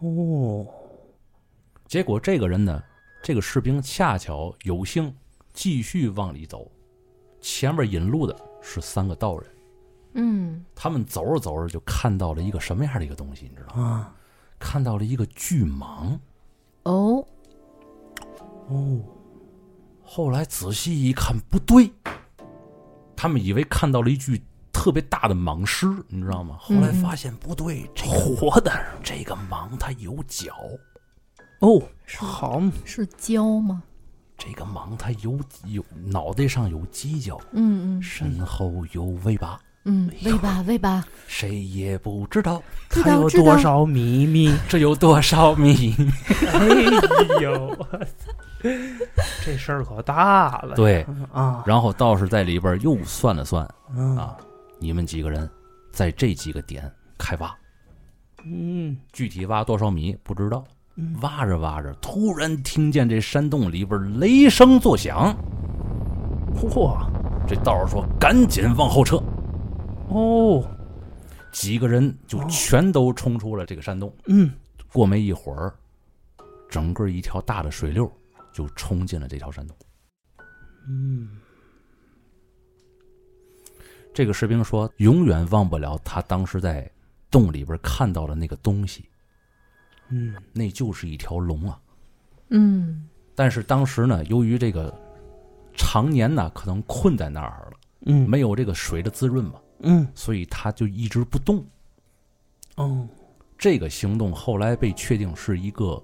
[SPEAKER 4] 哦，”
[SPEAKER 1] 结果，这个人呢，这个士兵恰巧有幸继续往里走，前面引路的是三个道人。
[SPEAKER 2] 嗯，
[SPEAKER 1] 他们走着走着就看到了一个什么样的一个东西，你知道吗？
[SPEAKER 4] 啊，
[SPEAKER 1] 看到了一个巨蟒。
[SPEAKER 2] 哦，
[SPEAKER 4] 哦，
[SPEAKER 1] 后来仔细一看，不对，他们以为看到了一具特别大的蟒尸，你知道吗？
[SPEAKER 4] 嗯
[SPEAKER 1] 后来发现不对，这活的这个蟒它有脚，
[SPEAKER 4] 哦，好嘛，
[SPEAKER 2] 是胶吗？
[SPEAKER 1] 这个蟒它有有脑袋上有犄角，
[SPEAKER 2] 嗯
[SPEAKER 1] 身后有尾巴，
[SPEAKER 2] 嗯嗯，
[SPEAKER 4] 哎
[SPEAKER 2] 喂吧喂吧，
[SPEAKER 1] 谁也不知道
[SPEAKER 2] 知
[SPEAKER 4] 他
[SPEAKER 2] 道
[SPEAKER 4] 有
[SPEAKER 2] 知
[SPEAKER 4] 多
[SPEAKER 2] 道
[SPEAKER 4] 少秘密？
[SPEAKER 1] 这有多少米。
[SPEAKER 4] 哎呦，我操 这事儿可大了
[SPEAKER 1] 对，
[SPEAKER 4] 啊！
[SPEAKER 1] 然后道士在里边又算了算，
[SPEAKER 4] 嗯
[SPEAKER 1] 啊你们几个人在这几个点开挖，
[SPEAKER 4] 嗯
[SPEAKER 1] 具体挖多少米不知道。
[SPEAKER 4] 嗯，
[SPEAKER 1] 挖着挖着，突然听见这山洞里边雷声作响。
[SPEAKER 4] 嚯，
[SPEAKER 1] 这道士说：“赶紧往后撤！”
[SPEAKER 4] 哦，
[SPEAKER 1] 几个人就全都冲出了这个山洞。
[SPEAKER 4] 嗯，
[SPEAKER 1] 过没一会儿，整个一条大的水溜就冲进了这条山洞。
[SPEAKER 4] 嗯，
[SPEAKER 1] 这个士兵说：“永远忘不了他当时在洞里边看到的那个东西，
[SPEAKER 4] 嗯，
[SPEAKER 1] 那就是一条龙啊！
[SPEAKER 2] 嗯
[SPEAKER 1] 但是当时呢，由于这个常年呢可能困在那儿了，
[SPEAKER 4] 嗯，
[SPEAKER 1] 没有这个水的滋润嘛，
[SPEAKER 4] 嗯，
[SPEAKER 1] 所以他就一直不动。”
[SPEAKER 4] 哦，
[SPEAKER 1] 这个行动后来被确定是一个，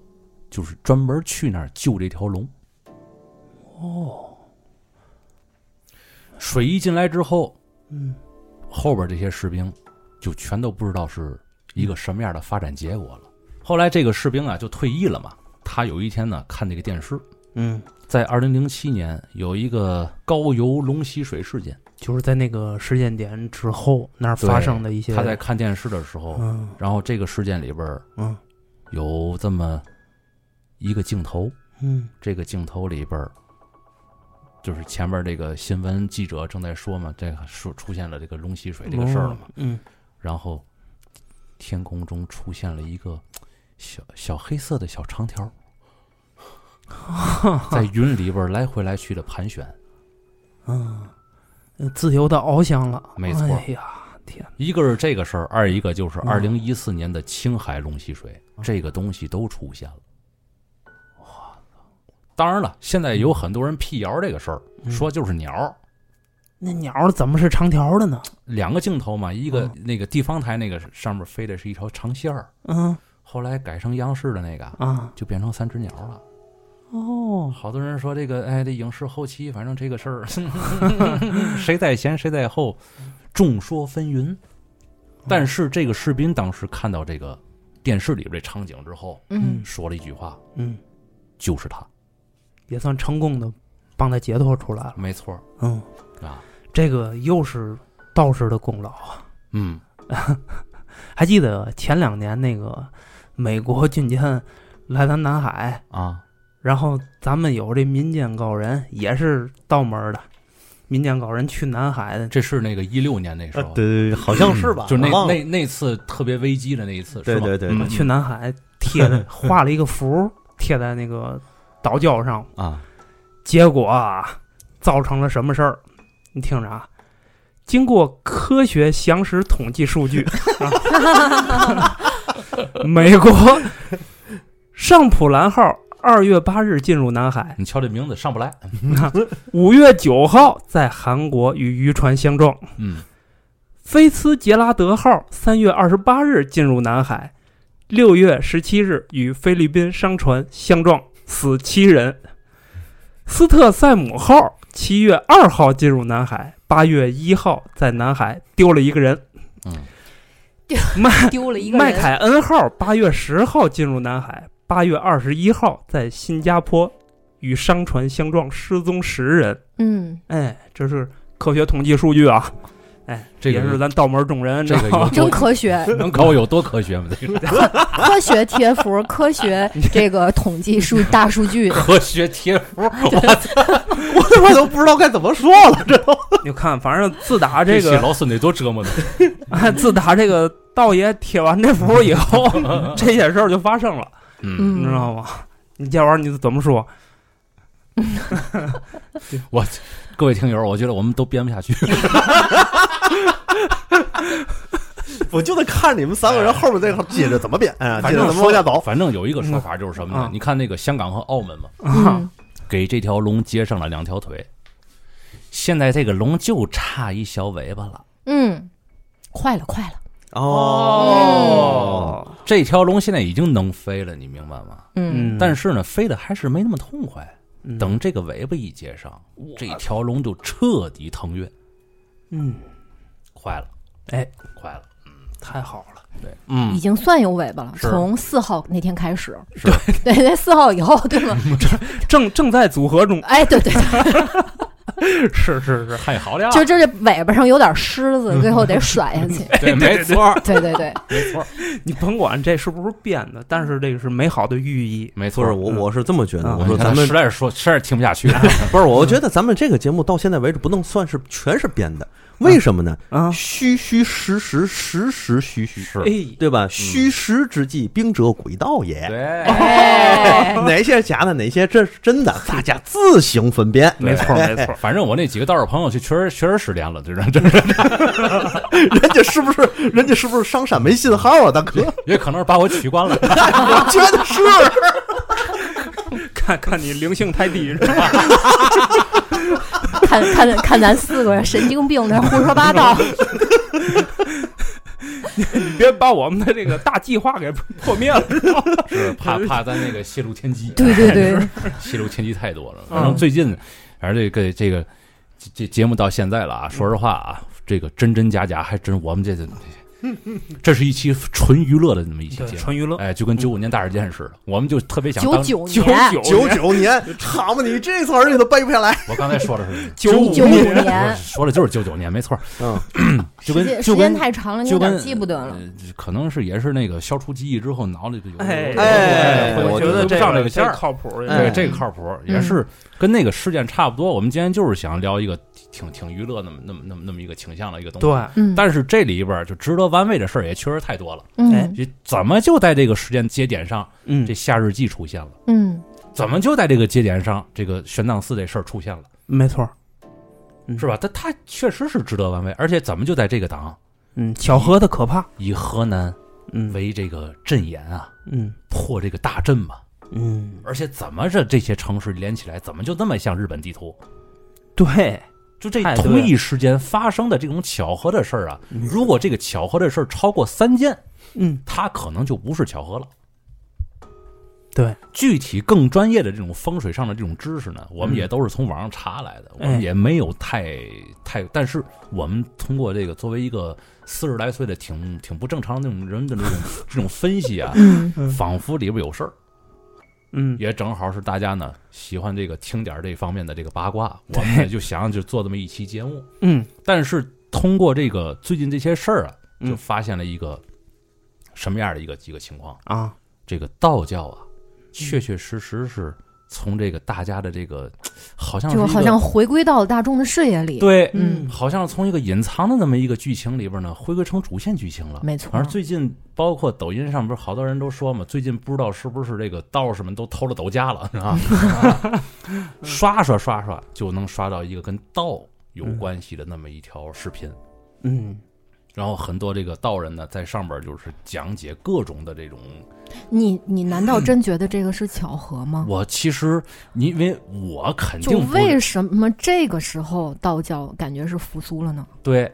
[SPEAKER 1] 就是专门去那儿救这条龙。
[SPEAKER 4] 哦，
[SPEAKER 1] 水一进来之后，
[SPEAKER 4] 嗯，
[SPEAKER 1] 后边这些士兵就全都不知道是一个什么样的发展结果了。后来这个士兵啊就退役了嘛。他有一天呢看这个电视，
[SPEAKER 4] 嗯，
[SPEAKER 1] 在二零零七年有一个高邮龙吸水事件，
[SPEAKER 4] 就是在那个事件点之后那儿发生的一些，
[SPEAKER 1] 他在看电视的时候，
[SPEAKER 4] 嗯
[SPEAKER 1] 然后这个事件里边
[SPEAKER 4] 嗯
[SPEAKER 1] 有这么一个镜头，
[SPEAKER 4] 嗯
[SPEAKER 1] 这个镜头里边儿，就是前面这个新闻记者正在说嘛，这个说出现了这个龙吸水这个事儿了嘛，，
[SPEAKER 4] 嗯
[SPEAKER 1] 然后天空中出现了一个小小黑色的小长条 儿，在云里边儿来回来去的盘旋，
[SPEAKER 4] 嗯，自由的翱翔了，
[SPEAKER 1] 没错
[SPEAKER 4] 哎呀，天，
[SPEAKER 1] 一个是这个事儿，二一个就是
[SPEAKER 4] 嗯
[SPEAKER 1] 二零一四年的青海龙吸水，这个东西都出现了。当然了，现在有很多人辟谣这个事儿，
[SPEAKER 4] 嗯
[SPEAKER 1] 说就是鸟儿，
[SPEAKER 4] 那鸟儿怎么是长条的呢？
[SPEAKER 1] 两个镜头嘛，一个
[SPEAKER 4] 哦
[SPEAKER 1] 那个地方台那个上面飞的是一条长线儿，
[SPEAKER 4] 嗯
[SPEAKER 1] 后来改成央视的那个
[SPEAKER 4] 啊，
[SPEAKER 1] 就变成三只鸟了。
[SPEAKER 4] 哦，
[SPEAKER 1] 好多人说这个，哎，这影视后期，反正这个事儿， 谁在前谁在后，众说纷�云。但是这个士兵当时看到这个电视里边这场景之后，
[SPEAKER 2] 嗯
[SPEAKER 1] 说了一句话，
[SPEAKER 4] 嗯，
[SPEAKER 1] 就是他，
[SPEAKER 4] 也算成功的帮他解脱出来了。
[SPEAKER 1] 没错儿
[SPEAKER 4] 嗯，
[SPEAKER 1] 啊，
[SPEAKER 4] 这个又是道士的功劳啊。
[SPEAKER 1] 嗯
[SPEAKER 4] 还记得前两年那个美国军舰来咱南海，
[SPEAKER 1] 啊，
[SPEAKER 4] 然后咱们有这民间高人，也是道门儿的，民间高人去南海的，
[SPEAKER 1] 这是那个一六年那时候，
[SPEAKER 3] 啊对对，好像嗯是吧？
[SPEAKER 1] 嗯就那
[SPEAKER 3] 忘了
[SPEAKER 1] 那那次特别危机的那一次，
[SPEAKER 3] 对
[SPEAKER 1] 是吧
[SPEAKER 3] 对对
[SPEAKER 1] 嗯
[SPEAKER 4] 去南海贴的画了一个符儿，贴在那个岛礁上，
[SPEAKER 1] 啊，
[SPEAKER 4] 结果啊，造成了什么事儿？你听着啊。经过科学详实统计数据， 啊、美国上普兰号二月八日进入南海，
[SPEAKER 1] 你瞧这名字上不来，
[SPEAKER 4] 五月九号在韩国与渔船相撞。
[SPEAKER 1] 嗯，
[SPEAKER 4] 菲茨杰拉德号三月二十八日进入南海，六月十七日与菲律宾商船相撞，死七人。斯特塞姆号七月二号进入南海，八月一号在南海丢了一个人。
[SPEAKER 1] 嗯，
[SPEAKER 4] 麦
[SPEAKER 2] 丢了一个
[SPEAKER 4] 嗯麦
[SPEAKER 2] 人
[SPEAKER 4] 凯恩号八月十号进入南海，八月二十一号在新加坡与商船相撞，失踪十人。
[SPEAKER 2] 嗯，
[SPEAKER 4] 哎，这是科学统计数据啊！哎，
[SPEAKER 1] 这个
[SPEAKER 4] 也是咱道门众人，
[SPEAKER 1] 这个
[SPEAKER 4] 知道吗
[SPEAKER 1] 有
[SPEAKER 2] 真科学，
[SPEAKER 1] 能考我有多科学吗？这个
[SPEAKER 2] 科学贴 符，科学这个统计数
[SPEAKER 4] 嗯
[SPEAKER 2] 大数据的，
[SPEAKER 1] 科学贴符，
[SPEAKER 3] 我他妈都不知道该怎么说了。这
[SPEAKER 4] 你看，反正自打
[SPEAKER 1] 这
[SPEAKER 4] 这
[SPEAKER 1] 些
[SPEAKER 4] 个，
[SPEAKER 1] 老孙得多折磨的，
[SPEAKER 4] 哎， 自打这个道爷贴完这符以 后，这些事儿就发生了，
[SPEAKER 1] 嗯，
[SPEAKER 4] 你知道吗？你这玩意儿你怎么说？
[SPEAKER 1] 我各位听友，我觉得我们都编不下去，
[SPEAKER 3] 我就得看你们三个人后面这个接着怎么变，哎呀，接着怎么往下走。
[SPEAKER 1] 反正有一个说法就是什么呢
[SPEAKER 4] 嗯？
[SPEAKER 1] 你看那个香港和澳门嘛，
[SPEAKER 4] 啊
[SPEAKER 2] 嗯，
[SPEAKER 1] 给这条龙接上了两条腿，现在这个龙就差一小尾巴了。
[SPEAKER 2] 嗯，快了，快了，
[SPEAKER 3] 哦，
[SPEAKER 1] 这条龙现在已经能飞了，你明白吗？
[SPEAKER 2] 嗯
[SPEAKER 4] 嗯，
[SPEAKER 1] 但
[SPEAKER 4] 是
[SPEAKER 1] 是呢，飞的还是没那么痛快。等这个尾巴一接上，这条龙就彻底腾跃，
[SPEAKER 4] 嗯，
[SPEAKER 1] 快了，
[SPEAKER 4] 哎，
[SPEAKER 1] 快了。
[SPEAKER 4] 太好了，
[SPEAKER 1] 对，嗯
[SPEAKER 2] 已，经算有尾巴了。
[SPEAKER 1] 是
[SPEAKER 2] 从四号那天开始，对对，四号以 后，对吗？
[SPEAKER 4] 正正在组合中，
[SPEAKER 2] 哎，对对 对，
[SPEAKER 4] 是是是，
[SPEAKER 1] 太好了，
[SPEAKER 2] 就这尾巴上有点虱子，最后得甩 下去。
[SPEAKER 1] 对，没错，
[SPEAKER 2] 对对对，
[SPEAKER 1] 没错，
[SPEAKER 4] 你甭管这是不是编的，但是这个是美好的寓意。
[SPEAKER 1] 没错
[SPEAKER 3] 不是。我，我是这么觉得。
[SPEAKER 4] 嗯
[SPEAKER 1] 我
[SPEAKER 3] 我说
[SPEAKER 1] 说
[SPEAKER 3] 咱
[SPEAKER 1] 咱啊
[SPEAKER 3] 们
[SPEAKER 1] 们实在是说，实在是听不下去 了。
[SPEAKER 3] 不是，我觉得咱们这个节目到现在为止不能算是全是编的，
[SPEAKER 1] 嗯
[SPEAKER 3] 为什么呢？
[SPEAKER 4] 啊，
[SPEAKER 3] 虚虚实实，实实虚虚，
[SPEAKER 1] 是
[SPEAKER 4] 哎，
[SPEAKER 3] 对吧？虚实之际，兵者诡 道也。
[SPEAKER 1] 对，
[SPEAKER 2] 哎，
[SPEAKER 3] 哪些是假的，哪些这是真的，大家自行分辨。
[SPEAKER 4] 没错没错，
[SPEAKER 1] 反正我那几个道士朋友去，确实确实失联了，就是真是，
[SPEAKER 3] 人家是 不是人家是不是上山没信号啊，大哥？
[SPEAKER 1] 也可能是把我取关了。
[SPEAKER 3] 我觉得是。
[SPEAKER 4] 看看你灵性太低是吧？
[SPEAKER 2] 看看看咱四个人神经病在胡说 八道，
[SPEAKER 4] 你别把我们的这个大计划给破灭了，知道吗？
[SPEAKER 1] 是怕怕咱那个泄露天机，
[SPEAKER 2] 对 对对，
[SPEAKER 1] 泄露天机太多了。反正最近，反正这个这个这这节目到现在了啊，说实话啊，这个真真假假还真我们这这这是一期纯娱乐的那么一期节目。
[SPEAKER 4] 纯娱乐，
[SPEAKER 1] 哎，就跟九五年大事件似的，我们就特别想
[SPEAKER 2] 九
[SPEAKER 1] 当。
[SPEAKER 2] 九
[SPEAKER 4] 九
[SPEAKER 2] 年，
[SPEAKER 3] 九
[SPEAKER 4] 九
[SPEAKER 3] 九年，好嘛，你这词儿你都背不下来。
[SPEAKER 1] 我刚才说的是
[SPEAKER 4] 五
[SPEAKER 2] 九五
[SPEAKER 4] 年，
[SPEAKER 2] 年，
[SPEAKER 1] 说的就是九九年，没错。
[SPEAKER 3] 嗯，
[SPEAKER 1] 就
[SPEAKER 2] 时间
[SPEAKER 1] 跟
[SPEAKER 2] 时
[SPEAKER 1] 就
[SPEAKER 2] 间
[SPEAKER 1] 跟
[SPEAKER 2] 太长了，你
[SPEAKER 1] 就
[SPEAKER 2] 有点
[SPEAKER 1] 跟
[SPEAKER 2] 记不得了。
[SPEAKER 1] 呃可能是也是那个消除记忆之后，脑里就有
[SPEAKER 4] 哎
[SPEAKER 3] 哎
[SPEAKER 1] 会
[SPEAKER 3] 我
[SPEAKER 4] 我
[SPEAKER 1] 会
[SPEAKER 4] 觉得
[SPEAKER 1] 不
[SPEAKER 4] 这
[SPEAKER 1] 上这
[SPEAKER 4] 个
[SPEAKER 1] 个线儿。
[SPEAKER 4] 靠谱，
[SPEAKER 1] 这个
[SPEAKER 3] 哎
[SPEAKER 1] 这个靠谱，也
[SPEAKER 2] 嗯
[SPEAKER 1] 是跟那个事件差不多。我们今天就是想聊一个挺挺娱乐那么那么那么那么一个倾向的一个东西。，
[SPEAKER 4] 对，
[SPEAKER 2] 嗯，
[SPEAKER 1] 但是这里边儿就值得玩味的事儿也确实太多了。
[SPEAKER 2] 嗯
[SPEAKER 1] 就怎么就在这个时间节点上，
[SPEAKER 4] 嗯
[SPEAKER 1] 这夏日祭出现了？
[SPEAKER 2] 嗯，
[SPEAKER 1] 怎么就在这个节点上，这个玄奘寺这事儿出现了？
[SPEAKER 4] 没错，
[SPEAKER 1] 是吧？但它确实是值得玩味，而且怎么就在这个档
[SPEAKER 4] 嗯，巧合的可怕，
[SPEAKER 1] 以河南
[SPEAKER 4] 嗯，
[SPEAKER 1] 为这个阵眼啊，
[SPEAKER 4] 嗯
[SPEAKER 1] 破这个大阵嘛？
[SPEAKER 4] 嗯，
[SPEAKER 1] 而且怎么这这些城市连起来，怎么就那么像日本地图？
[SPEAKER 4] 对，
[SPEAKER 1] 就这
[SPEAKER 4] 太对嗯
[SPEAKER 1] 同一时间发生的这种巧合的事儿啊，如果这个巧合的事儿超过三件，
[SPEAKER 4] 嗯，
[SPEAKER 1] 它可能就不是巧合了。
[SPEAKER 4] 对，
[SPEAKER 1] 具体更专业的这种风水上的这种知识呢，我们也都是从网上查来的，我
[SPEAKER 4] 嗯哎
[SPEAKER 1] 们也没有太太，但是我们通过这个作为一个四十来岁的挺挺不正常的那种人的这 种这种分析啊，
[SPEAKER 2] 嗯
[SPEAKER 1] 仿佛里边有事儿，
[SPEAKER 4] 嗯，
[SPEAKER 1] 也正好是大家呢喜欢这个听点儿这方面的这个八卦，我们呢就想就做这么一期节目，
[SPEAKER 4] 嗯
[SPEAKER 1] 但是通过这个最近这些事儿啊，
[SPEAKER 4] 嗯
[SPEAKER 1] 就发现了一个什么样的一个一个情况。
[SPEAKER 4] 啊，
[SPEAKER 1] 这个道教啊，确确实实是从这个大家的这个，好像是一
[SPEAKER 2] 就
[SPEAKER 1] 个
[SPEAKER 2] 好像回归到了大众的视野里。
[SPEAKER 1] 对，
[SPEAKER 2] 嗯
[SPEAKER 1] 好像从一个隐藏的那么一个剧情里边呢，回归成主线剧情了。
[SPEAKER 2] 没错
[SPEAKER 1] 反正最近包括抖音上不是好多人都说嘛，最近不知道是不是这个道士们都偷了抖家了啊，
[SPEAKER 2] 嗯
[SPEAKER 1] 刷刷刷刷就能刷到一个跟道有关系的那么一条视频。
[SPEAKER 4] 嗯
[SPEAKER 1] 然后很多这个道人呢，在上边就是讲解各种的这种
[SPEAKER 2] 嗯你你难
[SPEAKER 1] 嗯
[SPEAKER 2] 道真觉得这个是巧合吗？
[SPEAKER 1] 我其实，你因为我肯嗯
[SPEAKER 2] 就
[SPEAKER 1] 定不
[SPEAKER 2] 为什么这个时候道教感觉是复苏了呢？
[SPEAKER 1] 对，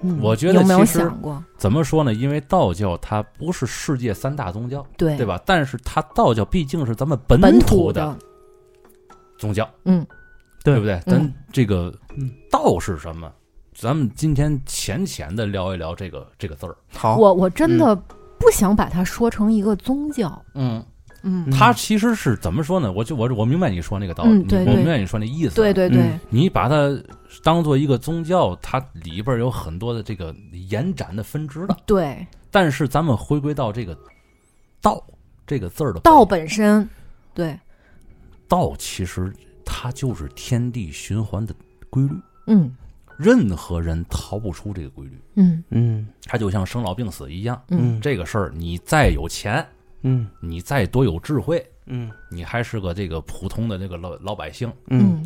[SPEAKER 2] 嗯，
[SPEAKER 1] 我觉得
[SPEAKER 2] 有没有
[SPEAKER 1] 其实
[SPEAKER 2] 想过？
[SPEAKER 1] 怎么说呢？因为道教它不是世界三大宗教，
[SPEAKER 2] 对
[SPEAKER 1] 对？吧？但是它道教毕竟是咱们本
[SPEAKER 2] 本
[SPEAKER 1] 土
[SPEAKER 2] 的，
[SPEAKER 1] 宗教，
[SPEAKER 2] 嗯，
[SPEAKER 4] 对
[SPEAKER 1] 对不对？咱这个
[SPEAKER 4] 嗯
[SPEAKER 1] 道是什么？咱们今天浅浅的聊一聊这个这个字儿。
[SPEAKER 4] 好，
[SPEAKER 2] 我我真的不想把它说成一个宗教，
[SPEAKER 1] 嗯，
[SPEAKER 2] 嗯，
[SPEAKER 1] 它其实是怎么说呢？我就我我明白你说那个道理，
[SPEAKER 2] 嗯对
[SPEAKER 1] 你
[SPEAKER 2] 对
[SPEAKER 1] 我明白你说那意思。啊
[SPEAKER 2] 对对对，
[SPEAKER 4] 嗯
[SPEAKER 1] 你把它当做一个宗教，它里边有很多的这个延展的分支的。
[SPEAKER 2] 对，
[SPEAKER 1] 但是咱们回归到这个“道”这个字儿的
[SPEAKER 2] 道
[SPEAKER 1] 本
[SPEAKER 2] 本身，对，
[SPEAKER 1] 意道，其实它就是天地循环的规律，
[SPEAKER 2] 嗯
[SPEAKER 1] 任何人逃不出这个规律。
[SPEAKER 2] 嗯
[SPEAKER 4] 嗯
[SPEAKER 1] 它就像生老病死一样，
[SPEAKER 2] 嗯
[SPEAKER 4] 嗯
[SPEAKER 1] 这个事儿你再有钱，
[SPEAKER 4] 嗯
[SPEAKER 1] 你再多有智慧，
[SPEAKER 4] 嗯
[SPEAKER 1] 你还是个这个普通的这个老老百姓，
[SPEAKER 4] 嗯，，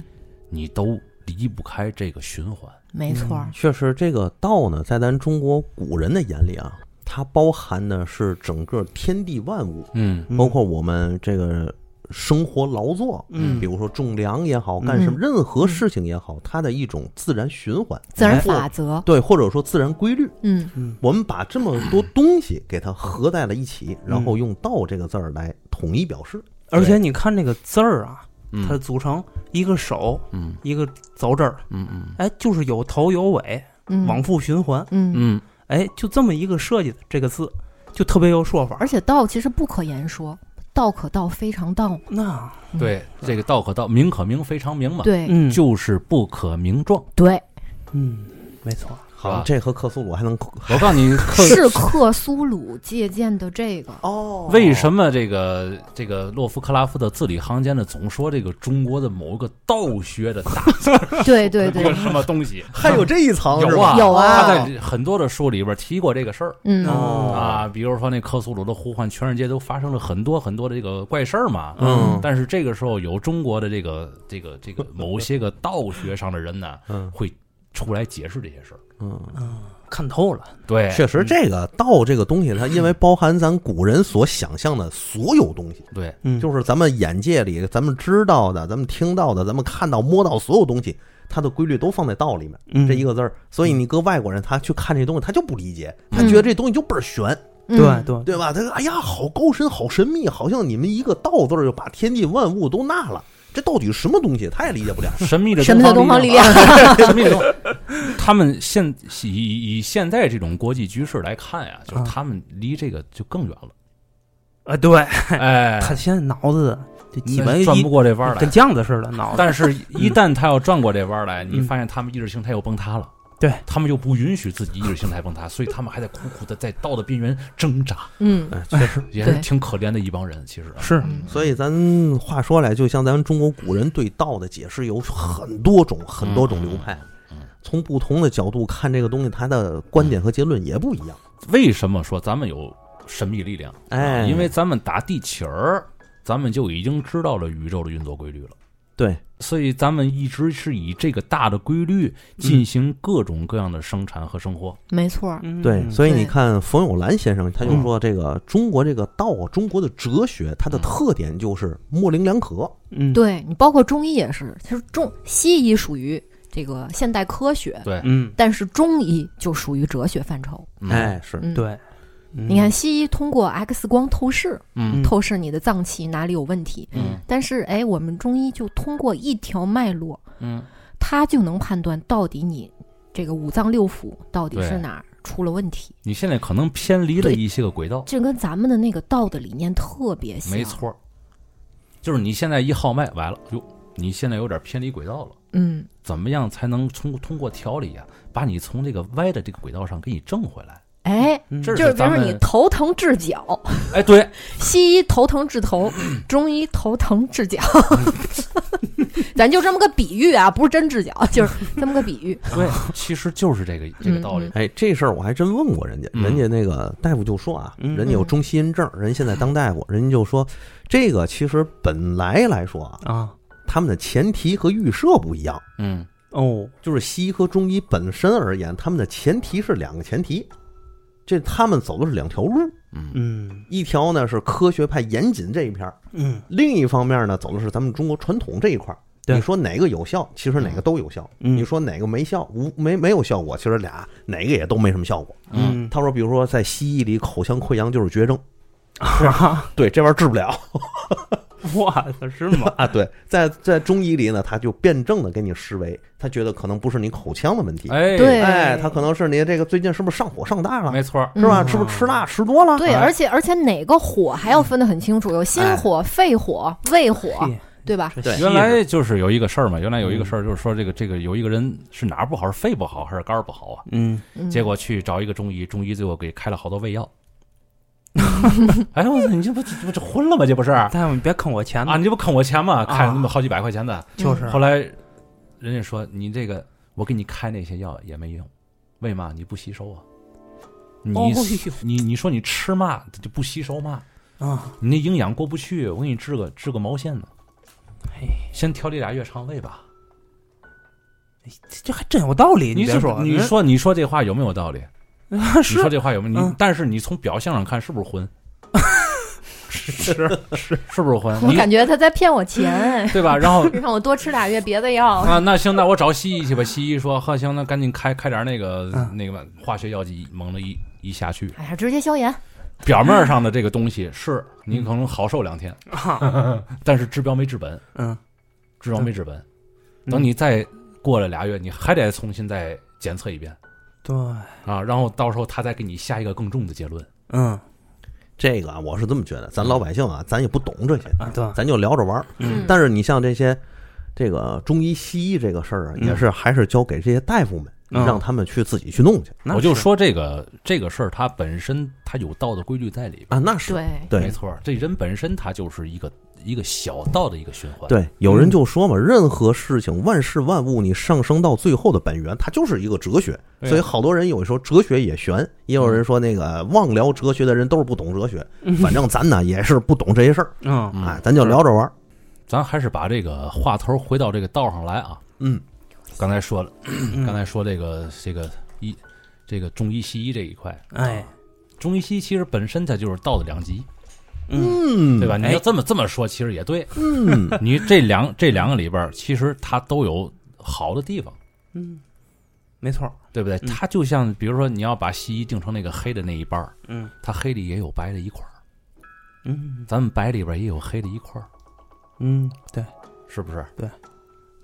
[SPEAKER 1] 你都离不开这个循环。
[SPEAKER 2] 没错
[SPEAKER 4] 嗯
[SPEAKER 2] 儿，
[SPEAKER 3] 确实，这个道呢，在咱中国古人的眼里啊，它包含的是整个天地万物，
[SPEAKER 1] 嗯
[SPEAKER 3] 包括我们这个生活劳作，
[SPEAKER 4] 嗯
[SPEAKER 3] 比如说种粮也好，干什么任何事情也好，它的一种自然循环，
[SPEAKER 2] 自然
[SPEAKER 4] 哎
[SPEAKER 2] 法则，
[SPEAKER 3] 对，或者说自然规律。
[SPEAKER 2] 嗯
[SPEAKER 3] 我们把这么多东西给它合在了一起，然
[SPEAKER 1] 嗯
[SPEAKER 3] 后用“道”这个字儿来统一表示。
[SPEAKER 4] 而且你看这个字儿啊，它的
[SPEAKER 1] 嗯
[SPEAKER 4] 组成一个手，
[SPEAKER 1] 嗯
[SPEAKER 4] 一个走这儿，
[SPEAKER 1] 嗯嗯
[SPEAKER 4] 哎，就是有头有尾，
[SPEAKER 2] 嗯，
[SPEAKER 4] 往复循环，
[SPEAKER 2] 嗯，
[SPEAKER 1] 嗯，
[SPEAKER 4] 哎，就这么一个设计的这个字，就特别有说法哎
[SPEAKER 2] 而。且道其实不可言说，道可道非常道，
[SPEAKER 4] 那
[SPEAKER 1] 对，这个道可道，名可名，非常名嘛。，
[SPEAKER 2] 嗯对
[SPEAKER 4] 嗯
[SPEAKER 1] 就是不可名状。
[SPEAKER 2] 对，
[SPEAKER 4] 嗯，没错，
[SPEAKER 1] 是
[SPEAKER 3] 好
[SPEAKER 1] 吧，
[SPEAKER 3] 这和克苏鲁还能
[SPEAKER 1] 我告诉 你，
[SPEAKER 2] 是克苏鲁借鉴的这 个，
[SPEAKER 3] 哦
[SPEAKER 1] 为什么这个这个洛夫克拉夫的字里行间呢，总说这个中国的某个道学的大
[SPEAKER 2] 对对对
[SPEAKER 1] 一，个什么东西？
[SPEAKER 3] 还有这一层？
[SPEAKER 1] 有
[SPEAKER 3] 是
[SPEAKER 1] 啊
[SPEAKER 3] 吧
[SPEAKER 2] 有啊
[SPEAKER 1] 他在很多的书里边提过这个事儿
[SPEAKER 2] 嗯
[SPEAKER 4] 哦
[SPEAKER 1] 啊，比如说那克苏鲁的呼唤，全世界都发生了很多很多的这个怪事儿嘛。
[SPEAKER 3] 嗯
[SPEAKER 1] 但是这个时候有中国的这个这个这 个某些个道学上的人呢，
[SPEAKER 3] 嗯
[SPEAKER 1] 会出来解释这些事儿。嗯
[SPEAKER 3] 嗯。
[SPEAKER 4] 看透了。
[SPEAKER 1] 对，
[SPEAKER 3] 确实，这个道这个东西，它因为包含咱古人所想象的所有东西，
[SPEAKER 1] 对，
[SPEAKER 4] 嗯
[SPEAKER 3] 就是咱们眼界里、咱们知道的、咱们听到的、咱们看到、摸到所有东西，它的规律都放在道里面。
[SPEAKER 4] 嗯
[SPEAKER 3] 这一个字儿，所以
[SPEAKER 1] 嗯
[SPEAKER 3] 你搁外国人，他去看这东西，他就不理解，他觉得这东西就倍儿悬，
[SPEAKER 2] 嗯
[SPEAKER 4] 对对，
[SPEAKER 3] 对吧？他说：“哎呀，好高深，好神秘，好像你们一个道字儿就把天地万物都纳了，这到底是什么东西？他也理解不了。
[SPEAKER 1] 神秘的
[SPEAKER 2] 神秘的东
[SPEAKER 1] 东
[SPEAKER 2] 方力
[SPEAKER 1] 力
[SPEAKER 2] 量，
[SPEAKER 1] 神秘的东西他们现以以现在这种国际局势来看呀，就是
[SPEAKER 4] 啊
[SPEAKER 1] 他们离这个就更远了。
[SPEAKER 4] 啊，对
[SPEAKER 1] 哎，
[SPEAKER 4] 他现在脑子这基本
[SPEAKER 1] 转
[SPEAKER 4] 一
[SPEAKER 1] 不过这弯儿来
[SPEAKER 4] 跟。酱子似的脑子。
[SPEAKER 1] 但是，一旦他要转过这弯儿来，你
[SPEAKER 4] 哦嗯
[SPEAKER 1] 发现他们意识形态又崩塌了。
[SPEAKER 4] 对
[SPEAKER 1] 他们又不允许自己意识形态崩塌，所以他们还在苦苦的在道德边缘挣扎，
[SPEAKER 2] 嗯，
[SPEAKER 3] 哎，确实。
[SPEAKER 1] 也是
[SPEAKER 2] 对
[SPEAKER 1] 挺可怜的一帮人。其实啊，
[SPEAKER 4] 是
[SPEAKER 2] 嗯
[SPEAKER 3] 所以咱话说来，就像咱中国古人对道的解释有很多种、很多种流派
[SPEAKER 1] 嗯嗯，
[SPEAKER 3] 从不同的角度看这个东西，它的观点和结论也不一样。
[SPEAKER 1] 为什么说咱们有神秘力量？
[SPEAKER 3] 哎，
[SPEAKER 1] 因为咱们打地球儿，咱们就已经知道了宇宙的运作规律了。
[SPEAKER 3] 对，
[SPEAKER 1] 所以咱们一直是以这个大的规律进行各种各样的生产和生活。
[SPEAKER 2] 没错儿，
[SPEAKER 4] 嗯
[SPEAKER 3] 对，
[SPEAKER 4] 嗯
[SPEAKER 3] 所以
[SPEAKER 2] 对
[SPEAKER 3] 你看冯友兰先生，他就说这个中国这个道，中国的哲学，它的
[SPEAKER 1] 嗯
[SPEAKER 3] 特点就是模棱两可。
[SPEAKER 4] 嗯
[SPEAKER 2] 对你包括中医也是，其实中西医属于这个现代科学，
[SPEAKER 1] 对，
[SPEAKER 4] 嗯
[SPEAKER 2] 但是中医就属于哲学范畴，
[SPEAKER 1] 嗯
[SPEAKER 3] 哎，是
[SPEAKER 2] 嗯，
[SPEAKER 4] 对，
[SPEAKER 2] 你看，西医通过 X 光透视
[SPEAKER 1] 嗯
[SPEAKER 2] 透视你的脏器哪里有问题，
[SPEAKER 1] 嗯
[SPEAKER 2] 但是哎，我们中医就通过一条脉络，
[SPEAKER 1] 嗯
[SPEAKER 2] 它就能判断到底你这个五脏六腑到底是
[SPEAKER 1] 对
[SPEAKER 2] 哪儿出了问题。
[SPEAKER 1] 你现在可能偏离了
[SPEAKER 2] 对
[SPEAKER 1] 一些个轨道，
[SPEAKER 2] 这跟咱们的那个道的理念特别像，
[SPEAKER 1] 没，错儿，就是你现在一号脉完了，哟，你现在有点偏离轨道了。
[SPEAKER 2] 嗯，
[SPEAKER 1] 怎么样才能通通过调理啊，把你从这个歪的这个轨道上给你正回来？
[SPEAKER 2] 哎。
[SPEAKER 4] 嗯
[SPEAKER 1] 这
[SPEAKER 2] 就是比如
[SPEAKER 1] 咱
[SPEAKER 2] 说
[SPEAKER 1] 们
[SPEAKER 2] 你头疼 治脚，
[SPEAKER 1] 哎，对，
[SPEAKER 2] 西医头疼治头，中医头疼 治脚，咱就这么个比喻啊，不是真治脚，就是这么个比 喻。
[SPEAKER 1] 对，其实就是这个这个道理
[SPEAKER 2] 嗯。
[SPEAKER 3] 哎，这事儿我还真问过人家，
[SPEAKER 1] 嗯
[SPEAKER 3] 人家那个大夫就说啊，
[SPEAKER 4] 嗯
[SPEAKER 3] 人家有
[SPEAKER 2] 嗯
[SPEAKER 3] 中西医证，人现在当大夫，人家就说这个其实本来来说啊，
[SPEAKER 4] 啊
[SPEAKER 3] 他们的前提和预设不一样，
[SPEAKER 1] 嗯
[SPEAKER 4] 哦，
[SPEAKER 3] 就是西医和中医本身而言，他们的前提是两个前提，这他们走的是两条路，
[SPEAKER 1] 嗯
[SPEAKER 4] 嗯
[SPEAKER 3] 一条呢是科学派严谨这一片儿，
[SPEAKER 4] 嗯
[SPEAKER 3] 另一方面呢走的是咱们中国传统这一块儿。
[SPEAKER 4] 对
[SPEAKER 3] 你说哪个有效？其实哪个都有效。
[SPEAKER 4] 嗯
[SPEAKER 3] 你说哪个没效？无没没有效果？其实俩哪个也都没什么效果。
[SPEAKER 1] 嗯，
[SPEAKER 3] 他说，比如说在西医里，口腔溃疡就是绝症，
[SPEAKER 4] 啊，
[SPEAKER 3] 对，这玩意儿治不了
[SPEAKER 4] 我操，是吗？
[SPEAKER 3] 啊。对，在在中医里呢，他就辩证的给你施为，他觉得可能不是你口腔的问题，
[SPEAKER 1] 哎，
[SPEAKER 2] 对
[SPEAKER 3] 哎，他可能是你这个最近是不是上火上大了，
[SPEAKER 1] 没错儿。
[SPEAKER 2] 嗯
[SPEAKER 3] 是吧？是不是吃辣吃多 了？
[SPEAKER 2] 对，
[SPEAKER 3] 哎
[SPEAKER 2] 而且而且哪个火还要分得很清楚，有心
[SPEAKER 1] 哎
[SPEAKER 2] 火、肺火、胃火，
[SPEAKER 4] 嘿
[SPEAKER 2] 对吧？
[SPEAKER 4] 这
[SPEAKER 3] 对
[SPEAKER 4] 细
[SPEAKER 1] 嗯原
[SPEAKER 4] 致
[SPEAKER 1] 来就是有一个事儿嘛，原来有一个事儿就是说这个这个有一个人是哪儿不好，是肺不好还是肝儿不好啊？
[SPEAKER 4] 嗯
[SPEAKER 2] 嗯
[SPEAKER 1] 结果去找一个中医，中医最后给开了好多胃药。哎呦，我操你这不这不这昏了吗？这不是啊？
[SPEAKER 4] 大夫，你别坑我钱
[SPEAKER 1] 你这不坑我钱吗？开
[SPEAKER 4] 啊
[SPEAKER 1] 那么好几百块钱的，
[SPEAKER 4] 就是啊
[SPEAKER 1] 后来人家说你这个我给你开那些药也没用，为嘛你不吸收啊？你、
[SPEAKER 4] 哦
[SPEAKER 1] 你你说你吃嘛它就不吸收嘛？
[SPEAKER 4] 啊，
[SPEAKER 1] 你那营养过不去，我给你治个治个毛线呢。
[SPEAKER 4] 哎，
[SPEAKER 1] 先调理俩月肠胃吧。
[SPEAKER 4] 这这还真有道理。
[SPEAKER 1] 你
[SPEAKER 4] 别
[SPEAKER 1] 是
[SPEAKER 4] 说，
[SPEAKER 1] 你说你说这话有没有道理？
[SPEAKER 4] 嗯
[SPEAKER 1] 你说
[SPEAKER 4] 是
[SPEAKER 1] 这话有没有？你、
[SPEAKER 4] 嗯
[SPEAKER 1] 但是你从表象上看是不是荤？是 是是是不是荤？
[SPEAKER 2] 我
[SPEAKER 1] 你
[SPEAKER 2] 感觉他在骗我钱，
[SPEAKER 1] 对吧？然后
[SPEAKER 2] 让我多吃俩月别的药。
[SPEAKER 1] 啊，那行，那我找西医去吧。西医说，呵，行，那赶紧开开点那个、
[SPEAKER 4] 嗯
[SPEAKER 1] 那个化学药剂，猛的一一下去，
[SPEAKER 2] 哎呀，直接消炎，
[SPEAKER 1] 表面上的这个东西是你可能好受两天，
[SPEAKER 4] 啊，
[SPEAKER 1] 但是治标没治本，
[SPEAKER 4] 嗯，
[SPEAKER 1] 治标没治本。等你再过了俩月，你还得重新再检测一遍
[SPEAKER 4] 对，
[SPEAKER 1] 啊，然后到时候他再给你下一个更重的结论。
[SPEAKER 4] 嗯
[SPEAKER 3] 这个啊，我是这么觉得，咱老百姓啊，咱也不懂这些，
[SPEAKER 4] 啊，对，
[SPEAKER 3] 咱就聊着玩儿。
[SPEAKER 2] 嗯
[SPEAKER 3] 但是你像这些这个中医西医这个事儿啊，
[SPEAKER 4] 嗯
[SPEAKER 3] 也是还是交给这些大夫们，
[SPEAKER 4] 嗯
[SPEAKER 3] 让他们去自己去弄去
[SPEAKER 4] 那
[SPEAKER 1] 我就是说这个这个事儿，它本身它有道的规律在里边。
[SPEAKER 3] 啊。那是
[SPEAKER 2] 嗯对，
[SPEAKER 1] 没
[SPEAKER 3] 对
[SPEAKER 1] 错儿，这人本身他就是一个一个小道的一个循环。，
[SPEAKER 3] 对，有人就说嘛，任何事情、万事万物，你上升到最后的本源，它就是一个哲学。
[SPEAKER 1] 对啊
[SPEAKER 3] 所以好多人有时候哲学也玄，也有人说那个妄聊哲学的人都是不懂哲学。反正咱呢也是不懂这些事儿，
[SPEAKER 4] 嗯
[SPEAKER 1] 嗯
[SPEAKER 3] 哎，咱就聊着玩儿。
[SPEAKER 1] 咱还是把这个话头回到这个道上来啊。
[SPEAKER 3] 嗯，
[SPEAKER 1] 刚才说了，
[SPEAKER 4] 嗯
[SPEAKER 1] 刚才说这个这个医，这个中医西医这一块，
[SPEAKER 4] 哎
[SPEAKER 1] 中医西医其实本身它就是道的两极，
[SPEAKER 4] 嗯
[SPEAKER 3] 嗯，
[SPEAKER 1] 对吧？你
[SPEAKER 4] 哎
[SPEAKER 1] 要这么这么说，其实也对。
[SPEAKER 3] 嗯，
[SPEAKER 1] 你这两这两个里边儿，其实它都有好的地方，
[SPEAKER 4] 嗯，没错儿，
[SPEAKER 1] 对不对？
[SPEAKER 4] 嗯
[SPEAKER 1] 它就像比如说，你要把西医定成那个黑的那一半儿，
[SPEAKER 4] 嗯
[SPEAKER 1] 它黑里也有白的一块儿，
[SPEAKER 4] 嗯
[SPEAKER 1] 咱们白里边儿也有黑的一块儿，
[SPEAKER 4] 嗯，对，
[SPEAKER 1] 是不是？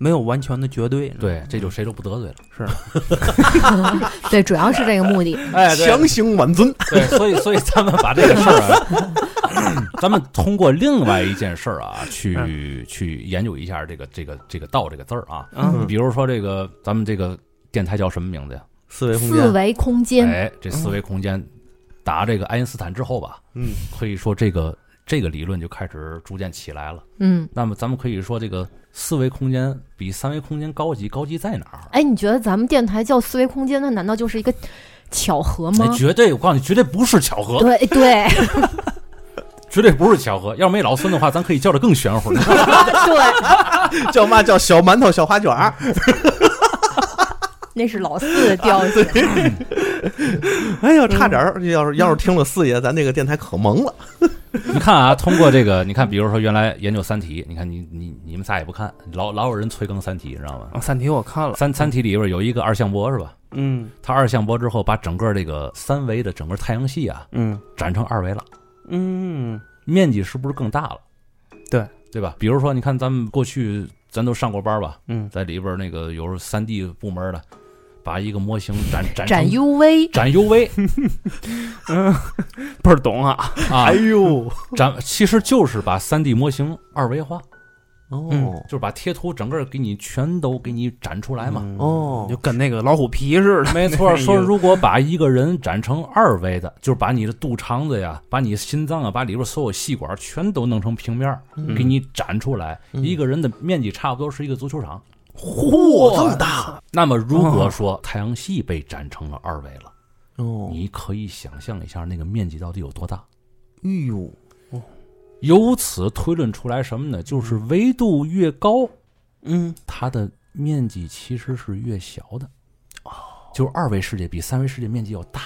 [SPEAKER 4] 没有完全的绝对，
[SPEAKER 1] 对，这就谁都不得罪了。
[SPEAKER 2] 对，主要是这个目的。
[SPEAKER 1] 哎
[SPEAKER 3] 强行挽尊。
[SPEAKER 1] 对，所以所以咱们把这个事儿、啊，咱们通过另外一件事儿啊，去去研究一下这个这个这个“道”这个字儿啊。
[SPEAKER 4] 嗯
[SPEAKER 3] 嗯
[SPEAKER 1] 比如说这个咱们这个电台叫什么名字呀？
[SPEAKER 3] 四维空
[SPEAKER 2] 四
[SPEAKER 3] 间，
[SPEAKER 2] 维空间，
[SPEAKER 1] 哎，这四维空间，打这个爱因斯坦之后吧，
[SPEAKER 3] 嗯，
[SPEAKER 1] 可以说这个这个理论就开始逐渐起来了。
[SPEAKER 2] 嗯，
[SPEAKER 1] 那么咱们可以说这个四维空间比三维空间高级，高级在哪儿？
[SPEAKER 2] 哎，你觉得咱们电台叫四维空间，那难道就是一个巧合
[SPEAKER 1] 哎
[SPEAKER 2] 吗？
[SPEAKER 1] 绝对，我告诉你，绝对不是巧合，
[SPEAKER 2] 对对
[SPEAKER 1] 绝对不是巧合。要没老孙的话，咱可以叫的更玄乎。
[SPEAKER 2] 对，
[SPEAKER 3] 叫嘛叫小馒头、小花卷儿。
[SPEAKER 2] 那是老四的
[SPEAKER 1] 啊
[SPEAKER 2] 调性。
[SPEAKER 3] 哎呀，差点儿！要是要是听了四爷，咱这个电台可萌了。
[SPEAKER 1] 你看啊，通过这个，你看，比如说原来研究《三体》，你看你你你们仨也不看，老老有人催更《三体》，你知道吗？
[SPEAKER 4] 啊，三体我看
[SPEAKER 1] 《
[SPEAKER 4] 了，
[SPEAKER 1] 三三体》里边有一个二向箔是吧？
[SPEAKER 4] 嗯
[SPEAKER 1] 它二向箔之后，把整个这个三维的整个太阳系啊，
[SPEAKER 4] 嗯
[SPEAKER 1] 展成二维了，
[SPEAKER 4] 嗯
[SPEAKER 1] 面积是不是更大了？
[SPEAKER 4] 对
[SPEAKER 1] 对吧？比如说，你看咱们过去咱都上过班吧，
[SPEAKER 4] 嗯，
[SPEAKER 1] 在里边那个有三 D 部门的，把一个模型展展
[SPEAKER 2] 展
[SPEAKER 1] 成
[SPEAKER 2] UV，
[SPEAKER 1] 展 UV
[SPEAKER 4] 倍儿懂啊，
[SPEAKER 1] 啊，
[SPEAKER 3] 呦，
[SPEAKER 1] 展其实就是把三 D 模型二维化，
[SPEAKER 3] 哦
[SPEAKER 4] 嗯
[SPEAKER 1] 就是把贴图整个给你全都给你展出来嘛。
[SPEAKER 4] 嗯
[SPEAKER 3] 哦
[SPEAKER 4] 就跟那个老虎皮似的，
[SPEAKER 1] 没
[SPEAKER 4] 那
[SPEAKER 1] 错，
[SPEAKER 4] 意思
[SPEAKER 1] 说如果把一个人展成二维的，就是把你的肚肠子呀，把你心脏啊，把里边所有细管全都弄成平面儿，
[SPEAKER 3] 嗯
[SPEAKER 1] 给你展出来，
[SPEAKER 3] 嗯
[SPEAKER 1] 一个人的面积差不多是一个足球场。
[SPEAKER 3] 嚯，这么大
[SPEAKER 1] 那么如果说太阳系被展成了二维了，
[SPEAKER 3] 哦，
[SPEAKER 1] 你可以想象一下那个面积到底有多大。
[SPEAKER 3] 哎呦，
[SPEAKER 1] 由此推论出来什么呢？就是
[SPEAKER 2] 嗯
[SPEAKER 1] 维度越高，
[SPEAKER 4] 嗯
[SPEAKER 1] 它的面积其实是越小的。哦，就是二维世界比三维世界面积要大。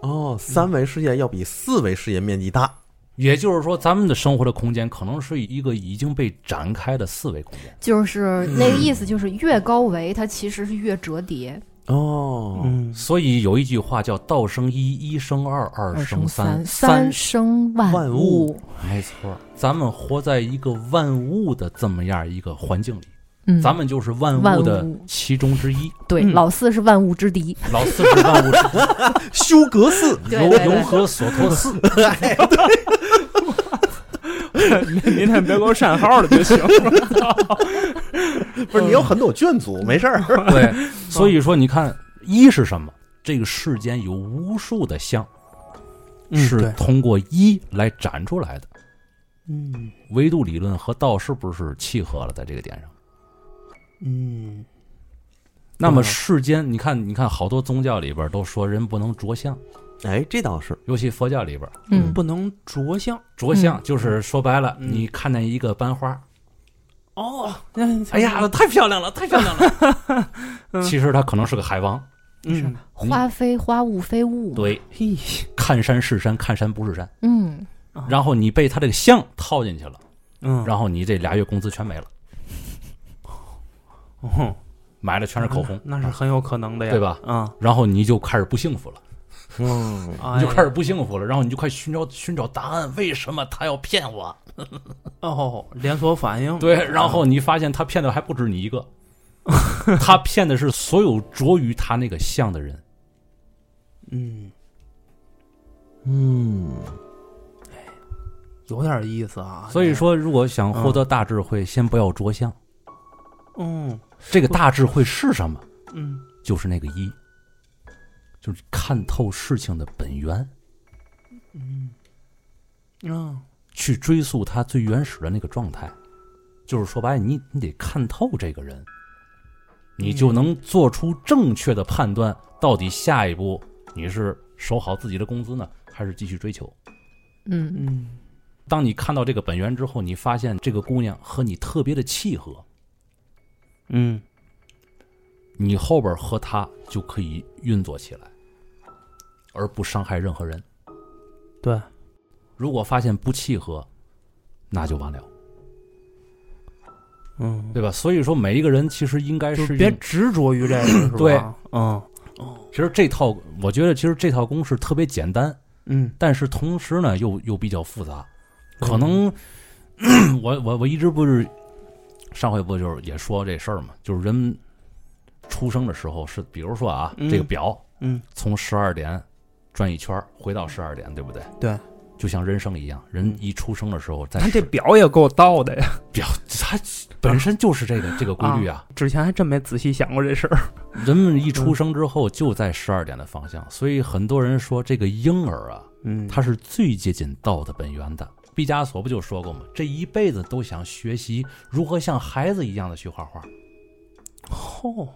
[SPEAKER 3] 哦，三维世界要比四维世界面积大，
[SPEAKER 1] 也就是说，咱们的生活的空间可能是一个已经被展开的四维空
[SPEAKER 2] 嗯
[SPEAKER 1] 间。
[SPEAKER 2] 就是那个意思，就是越高维它其实是越折叠，
[SPEAKER 3] 哦
[SPEAKER 4] 嗯
[SPEAKER 1] 所以有一句话叫“道生一，一生二，二
[SPEAKER 2] 二
[SPEAKER 1] 生
[SPEAKER 2] 生
[SPEAKER 1] 三，
[SPEAKER 2] 三生
[SPEAKER 3] 万
[SPEAKER 2] 万
[SPEAKER 3] 物，
[SPEAKER 1] 没错，咱们活在一个万物的这么样一个环境里，
[SPEAKER 2] 嗯，
[SPEAKER 1] 咱们就是万
[SPEAKER 2] 万
[SPEAKER 1] 物
[SPEAKER 2] 物
[SPEAKER 1] 的其中之一。
[SPEAKER 2] 对
[SPEAKER 4] 嗯
[SPEAKER 2] 老四是万物之敌，
[SPEAKER 1] 老四是万物之
[SPEAKER 3] 修格寺，
[SPEAKER 1] 由
[SPEAKER 2] 对对对
[SPEAKER 1] 由何所托 寺？
[SPEAKER 4] 哎您您看别给我删号了就行。
[SPEAKER 3] 不是你有很多眷族，没事儿，
[SPEAKER 1] 对，所以说你看，一是什么？这个世间有无数的相是
[SPEAKER 4] 嗯对，
[SPEAKER 1] 通过一来展出来的。
[SPEAKER 4] 嗯
[SPEAKER 1] 维度理论和道是不是契合了？在这个点上，
[SPEAKER 4] 嗯
[SPEAKER 1] 那么世间，你看，你看，好多宗教里边都说人不能着相，
[SPEAKER 3] 哎，这倒是，
[SPEAKER 1] 尤其佛教里边，
[SPEAKER 2] 嗯，
[SPEAKER 4] 不能着相
[SPEAKER 1] 着相就是说白了，
[SPEAKER 4] 嗯
[SPEAKER 1] 你看见一个班花，
[SPEAKER 4] 哦。
[SPEAKER 1] 哎呀，太漂亮了，太漂亮了。 其实他可能是个海王，
[SPEAKER 2] 是
[SPEAKER 4] 嗯，
[SPEAKER 2] 花非花，雾非雾，，
[SPEAKER 1] 对，
[SPEAKER 4] 嘿，
[SPEAKER 1] 看山是山，看山不是山。
[SPEAKER 2] 嗯，
[SPEAKER 4] 哦
[SPEAKER 1] 然后你被他这个相套进去了，
[SPEAKER 4] 嗯，
[SPEAKER 1] 然后你这俩月工资全没了，
[SPEAKER 4] 后
[SPEAKER 1] 买的全是口红，
[SPEAKER 4] 哦那是很有可能的呀，
[SPEAKER 1] 对吧？
[SPEAKER 4] 啊，
[SPEAKER 1] 然后你就开始不幸福了，
[SPEAKER 3] 嗯，
[SPEAKER 4] 哎
[SPEAKER 1] 你就开始不幸福了，然后你就快寻找寻找答案，为什么他要骗我？
[SPEAKER 4] 嗯哦，连锁反应，
[SPEAKER 1] 对，然后你发现他骗的还不止你一 个，他骗的是所有着于他那个相的人。
[SPEAKER 4] 嗯，
[SPEAKER 3] 嗯，
[SPEAKER 4] 有点意思啊。
[SPEAKER 1] 所以，说，如果想获得大智慧，先不要着相。
[SPEAKER 4] 嗯
[SPEAKER 1] 这个大智慧是什么？
[SPEAKER 4] 嗯
[SPEAKER 1] 就是那个一，就是看透事情的本源，
[SPEAKER 4] 嗯
[SPEAKER 1] 去追溯他最原始的那个状态。就是说白了，你你得看透这个人，你就能做出正确的判断，到底下一步你是守好自己的工资呢，还是继续追求？
[SPEAKER 2] 嗯，
[SPEAKER 4] 嗯
[SPEAKER 1] 当你看到这个本源之后，你发现这个姑娘和你特别的契合，
[SPEAKER 4] 嗯，
[SPEAKER 1] 你后边和她就可以运作起来，而不伤害任何人。
[SPEAKER 4] 对，
[SPEAKER 1] 如果发现不契合，那就完了，
[SPEAKER 4] 嗯，
[SPEAKER 1] 对吧？所以说，每一个人其实应该
[SPEAKER 4] 就是别
[SPEAKER 1] 用
[SPEAKER 4] 执着于这个，是吧
[SPEAKER 1] 对，
[SPEAKER 4] 嗯
[SPEAKER 1] 其实这套，我觉得其实这套公式特别简单，
[SPEAKER 4] 嗯
[SPEAKER 1] 但是同时呢，又又比较复杂。可能、 我我我一直不是上回不就是也说这事儿嘛，就是人出生的时候是，比如说啊，
[SPEAKER 4] 嗯
[SPEAKER 1] 这个表
[SPEAKER 4] 嗯，
[SPEAKER 1] 从十二点转一圈儿回到十二点，对不对？
[SPEAKER 4] 对，
[SPEAKER 1] 就像人生一样，人一出生的时候在
[SPEAKER 4] 咱这表也够倒的呀。
[SPEAKER 1] 表，它本身就是这个这个规律啊。
[SPEAKER 4] 之前还真没仔细想过这事儿。
[SPEAKER 1] 人们一出生之后就在十二点的方向，所以很多人说这个婴儿啊，
[SPEAKER 4] 嗯
[SPEAKER 1] 他是最接近道的本源的。毕加索不就说过吗？这一辈子都想学习如何像孩子一样的去画画。
[SPEAKER 4] 哦，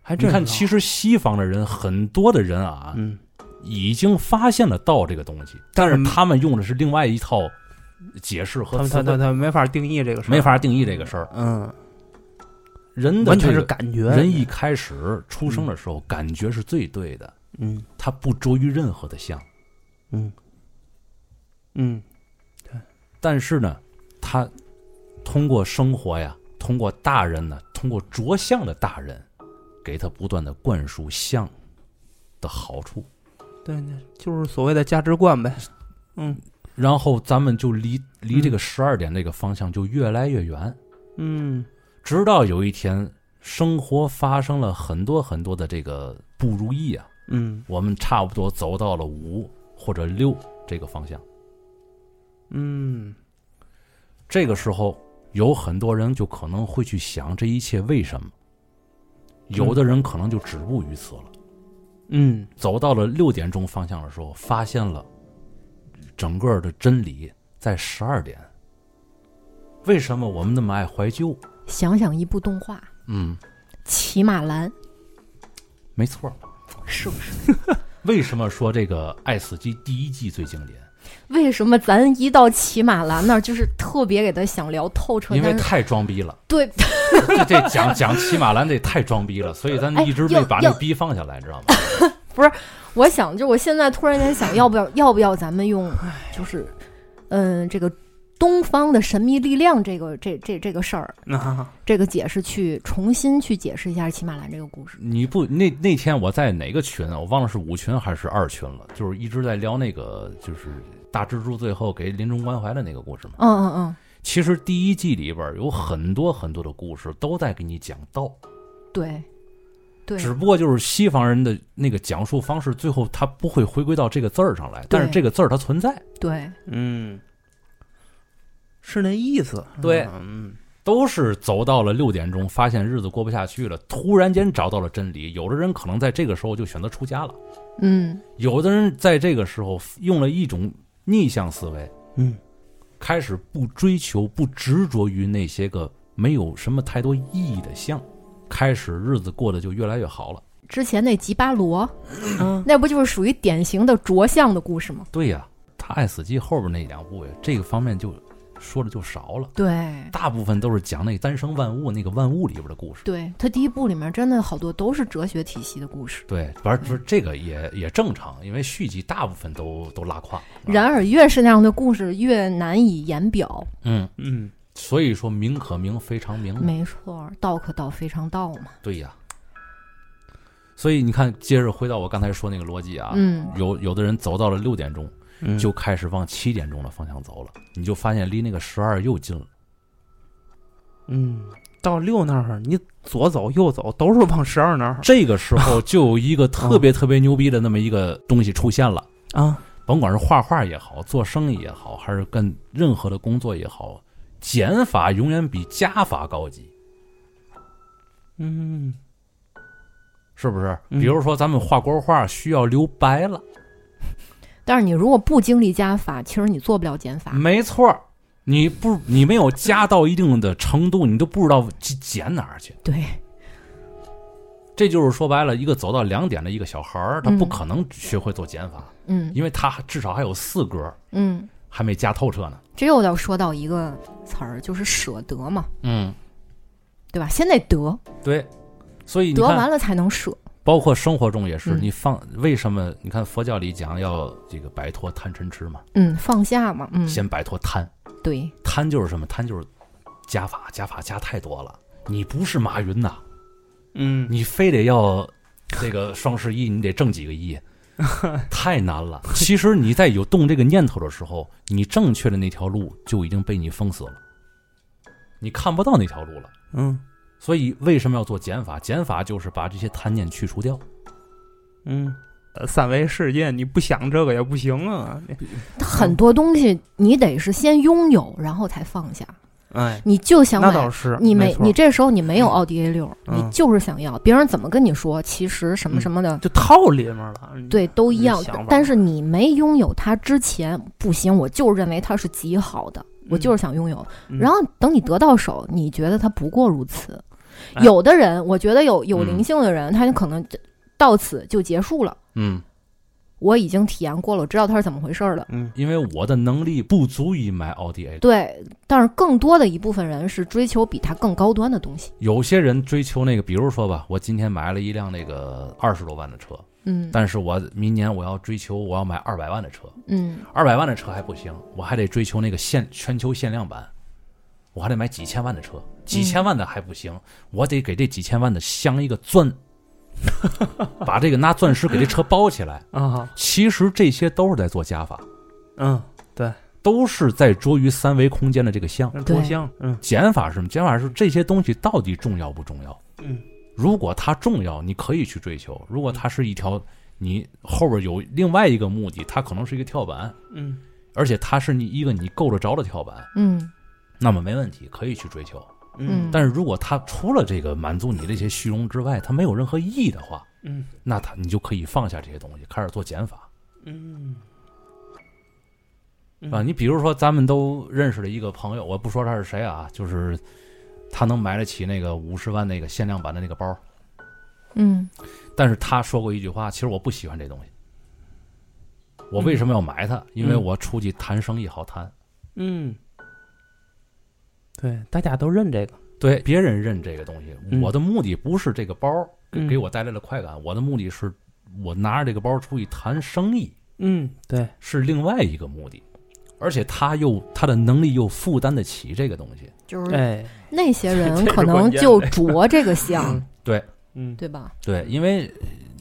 [SPEAKER 4] 还
[SPEAKER 1] 你
[SPEAKER 4] 真
[SPEAKER 1] 看，
[SPEAKER 4] 是啊
[SPEAKER 1] 其实西方的人很多的人啊，
[SPEAKER 4] 嗯，
[SPEAKER 1] 已经发现了道这个东西，但是
[SPEAKER 4] 嗯
[SPEAKER 1] 他们用的是另外一套解释
[SPEAKER 4] 他
[SPEAKER 1] 和
[SPEAKER 4] 们
[SPEAKER 1] 词
[SPEAKER 4] 他他
[SPEAKER 1] 汇，
[SPEAKER 4] 他没法定义这个事儿，
[SPEAKER 1] 没法定义这个事儿。
[SPEAKER 4] 嗯，
[SPEAKER 1] 人的
[SPEAKER 4] 完全
[SPEAKER 1] 这
[SPEAKER 4] 是
[SPEAKER 1] 个
[SPEAKER 4] 感觉，
[SPEAKER 1] 人一开始出生的时候，感觉是最对的，
[SPEAKER 4] 嗯
[SPEAKER 1] 他不着于任何的相。
[SPEAKER 4] 嗯嗯，
[SPEAKER 1] 但是呢，他通过生活呀，通过大人呢，通过着相的大人，给他不断的灌输相的好处，
[SPEAKER 4] 对，就是所谓的价值观呗。嗯
[SPEAKER 1] 然后咱们就离离这个十二点这个方向就越来越远，
[SPEAKER 4] 嗯
[SPEAKER 1] 直到有一天，生活发生了很多很多的这个不如意啊，
[SPEAKER 4] 嗯
[SPEAKER 1] 我们差不多走到了五或者六这个方向。
[SPEAKER 4] 嗯
[SPEAKER 1] 这个时候，有很多人就可能会去想这一切为什么，有的人可能就止步于此了。
[SPEAKER 4] 嗯
[SPEAKER 1] 走到了六点钟方向的时候，发现了整个的真理在十二点。为什么我们那么爱怀旧？
[SPEAKER 2] 想想一部动画《
[SPEAKER 1] 嗯，
[SPEAKER 2] 骑马兰》，
[SPEAKER 1] 没错。
[SPEAKER 2] 是不是？
[SPEAKER 1] 为什么说这个《爱死机》第一季最经典？
[SPEAKER 2] 为什么咱一到骑马兰那儿，就是特别给他想聊透彻？
[SPEAKER 1] 因为
[SPEAKER 2] 但是
[SPEAKER 1] 太装逼了。
[SPEAKER 2] 对，
[SPEAKER 1] 这这讲讲骑马兰这太装逼了，所以咱
[SPEAKER 2] 哎
[SPEAKER 1] 一直
[SPEAKER 2] 要
[SPEAKER 1] 没把那
[SPEAKER 2] 要
[SPEAKER 1] 逼放下来，知道吗？
[SPEAKER 2] 我想，就我现在突然间想，要不要，要不要咱们用，就是，嗯，这个东方的神秘力量这个这这这个事儿，
[SPEAKER 4] 那、 啊、
[SPEAKER 2] 这个解释去重新去解释一下骑马兰这个故事。
[SPEAKER 1] 你不那那天我在哪个群啊？我忘了是五群还是二群了，就是一直在聊那个就是大蜘蛛最后给临终关怀的那个故事嘛。
[SPEAKER 2] 嗯嗯嗯，
[SPEAKER 1] 其实第一季里边有很多很多的故事都在给你讲道，
[SPEAKER 2] 对，对，
[SPEAKER 1] 只不过就是西方人的那个讲述方式，最后他不会回归到这个字儿上来，但是这个字儿它存在，
[SPEAKER 2] 对，
[SPEAKER 4] 嗯，是那意思。
[SPEAKER 1] 对
[SPEAKER 4] 嗯
[SPEAKER 1] 都是走到了六点钟，发现日子过不下去了，突然间找到了真理。有的人可能在这个时候就选择出家了，
[SPEAKER 2] 嗯，
[SPEAKER 1] 有的人在这个时候用了一种逆向思维，
[SPEAKER 4] 嗯
[SPEAKER 1] 开始不追求、不执着于那些个没有什么太多意义的像，开始日子过得就越来越好了。
[SPEAKER 2] 之前那吉巴罗，
[SPEAKER 4] 嗯
[SPEAKER 2] 那不就是属于典型的着相的故事吗？
[SPEAKER 1] 对呀、他爱死机后边那两部这个方面就说的就少了，
[SPEAKER 2] 对，
[SPEAKER 1] 大部分都是讲那单生万物那个万物里边的故事。
[SPEAKER 2] 对，他第一部里面真的好多都是哲学体系的故事。
[SPEAKER 1] 对，反正这个也也正常，因为续集大部分都都拉胯。
[SPEAKER 2] 然，而，越是那样的故事，越难以言表。
[SPEAKER 1] 嗯，
[SPEAKER 4] 嗯
[SPEAKER 1] 所以说名可名非常名嘛。
[SPEAKER 2] 没错，道可道非常道嘛。
[SPEAKER 1] 对呀、所以你看，接着回到我刚才说那个逻辑啊，
[SPEAKER 2] 嗯，
[SPEAKER 1] 有有的人走到了六点钟，
[SPEAKER 4] 嗯，
[SPEAKER 1] 就开始往七点钟的方向走了，你就发现离那个十二又近了。
[SPEAKER 4] 嗯，到六那儿你左走右走都是往十二那儿
[SPEAKER 1] 这个时候就有一个特别特别牛逼的那么一个东西出 现了，
[SPEAKER 4] 啊。
[SPEAKER 1] 甭管是画画也好，做生意也好，还是干任何的工作也好，减法永远比加法高级，
[SPEAKER 4] 嗯
[SPEAKER 1] 是不是？
[SPEAKER 4] 嗯
[SPEAKER 1] 比如说咱们画国画需要留白了，
[SPEAKER 2] 但是你如果不经历加法，其实你做不了减法。
[SPEAKER 1] 没错儿，你不你没有加到一定的程度，你都不知道减减哪儿去。
[SPEAKER 2] 对，
[SPEAKER 1] 这就是说白了，一个走到两点的一个小孩儿，他
[SPEAKER 2] 嗯
[SPEAKER 1] 不可能学会做减法，
[SPEAKER 2] 嗯
[SPEAKER 1] 因为他至少还有四格
[SPEAKER 2] 嗯，
[SPEAKER 1] 还没加透彻呢。
[SPEAKER 2] 这又要说到一个词儿，就是舍得嘛，
[SPEAKER 1] 嗯，
[SPEAKER 2] 对吧？先得得，
[SPEAKER 1] 对，所以你
[SPEAKER 2] 得
[SPEAKER 1] 看，
[SPEAKER 2] 完了才能舍。
[SPEAKER 1] 包括生活中也是，
[SPEAKER 2] 嗯
[SPEAKER 1] 你放为什么？你看佛教里讲要这个摆脱贪嗔痴嘛，
[SPEAKER 2] 嗯，放下嘛。嗯，
[SPEAKER 1] 先摆脱贪，
[SPEAKER 2] 对，
[SPEAKER 1] 贪就是什么？贪就是加法，加法加太多了。你不是马云呐，
[SPEAKER 4] 嗯，
[SPEAKER 1] 你非得要这个双十一，你得挣几个亿，太难了。其实你在有动这个念头的时候，你正确的那条路就已经被你封死了，你看不到那条路了。
[SPEAKER 4] 嗯
[SPEAKER 1] 所以为什么要做减法？减法就是把这些贪念去除掉。
[SPEAKER 4] 嗯，呃三维世界你不想这个也不行啊。你
[SPEAKER 2] 很多东西你得是先拥有，然后才放下。
[SPEAKER 4] 哎，
[SPEAKER 2] 你就想
[SPEAKER 4] 那
[SPEAKER 2] 买
[SPEAKER 4] 倒是，
[SPEAKER 2] 你
[SPEAKER 4] 没
[SPEAKER 2] 没，
[SPEAKER 4] 错
[SPEAKER 2] 你这时候你没有奥迪 A 六、
[SPEAKER 4] 嗯
[SPEAKER 2] 你就是想要，别人怎么跟你说，其实什么什么的，
[SPEAKER 4] 就套里面了。
[SPEAKER 2] 对，都一样
[SPEAKER 4] 你的想法。
[SPEAKER 2] 但是你没拥有它之前，不行，我就认为它是极好的，我
[SPEAKER 4] 嗯
[SPEAKER 2] 就是想拥有。
[SPEAKER 4] 嗯
[SPEAKER 2] 然后等你得到手，你觉得它不过如此。
[SPEAKER 4] 哎
[SPEAKER 2] 有的人，我觉得有有
[SPEAKER 1] 嗯
[SPEAKER 2] 灵性的人，他就可能就到此就结束了。
[SPEAKER 1] 嗯，
[SPEAKER 2] 我已经体验过了，我知道它是怎么回事儿了。
[SPEAKER 4] 嗯
[SPEAKER 1] 因为我的能力不足以买奥迪 A。
[SPEAKER 2] 对，但是更多的一部分人是追求比它更高端的东西。
[SPEAKER 1] 有些人追求那个，比如说吧，我今天买了一辆那个二十多万的车，
[SPEAKER 2] 嗯
[SPEAKER 1] 但是我明年我要追求，我要买二百万的车，
[SPEAKER 2] 嗯
[SPEAKER 1] 二百万的车还不行，我还得追求那个限全球限量版，我还得买几千万的车，几千万的还不行，我得给这几千万的镶一个钻， 把这个拿钻石给这车包起来。
[SPEAKER 4] 啊，
[SPEAKER 1] 其实这些都是在做加法，
[SPEAKER 4] 嗯，
[SPEAKER 1] 都是在捉鱼三维空间的这个像。
[SPEAKER 4] 多
[SPEAKER 2] 对
[SPEAKER 4] 香，嗯
[SPEAKER 1] 减法是什么？减法是这些东西到底重要不重要？
[SPEAKER 4] 嗯，
[SPEAKER 1] 如果它重要，你可以去追求；如果它是一条你后边有另外一个目的，它可能是一个跳板，
[SPEAKER 4] 嗯
[SPEAKER 1] 而且它是你一个你够得着的跳板，
[SPEAKER 2] 嗯
[SPEAKER 1] 那么没问题，可以去追求。
[SPEAKER 4] 嗯
[SPEAKER 1] 但是如果它除了这个满足你这些虚荣之外，它没有任何意义的话，
[SPEAKER 4] 嗯
[SPEAKER 1] 那它你就可以放下这些东西，开始做减法
[SPEAKER 4] 嗯嗯
[SPEAKER 1] 啊。你比如说，咱们都认识了一个朋友，我不说他是谁啊，就是他能买得起那个五十万那个限量版的那个包。
[SPEAKER 2] 嗯
[SPEAKER 1] 但是他说过一句话，其实我不喜欢这东西。我为什么要买它？因为我出去谈生意好谈。
[SPEAKER 4] 嗯，对，大家都认这个，
[SPEAKER 1] 对，别人认这个东西，
[SPEAKER 4] 嗯
[SPEAKER 1] 我的目的不是这个包给
[SPEAKER 4] 嗯
[SPEAKER 1] 给我带来了快感，我的目的是我拿着这个包出去谈生意，
[SPEAKER 4] 嗯，对，
[SPEAKER 1] 是另外一个目的。而且他又他的能力又负担得起这个东西，
[SPEAKER 2] 就是
[SPEAKER 4] 哎，
[SPEAKER 2] 那些人
[SPEAKER 4] 这是
[SPEAKER 2] 可能
[SPEAKER 4] 关键
[SPEAKER 2] 就着这个像，
[SPEAKER 4] 嗯，
[SPEAKER 2] 对吧？
[SPEAKER 1] 对，因为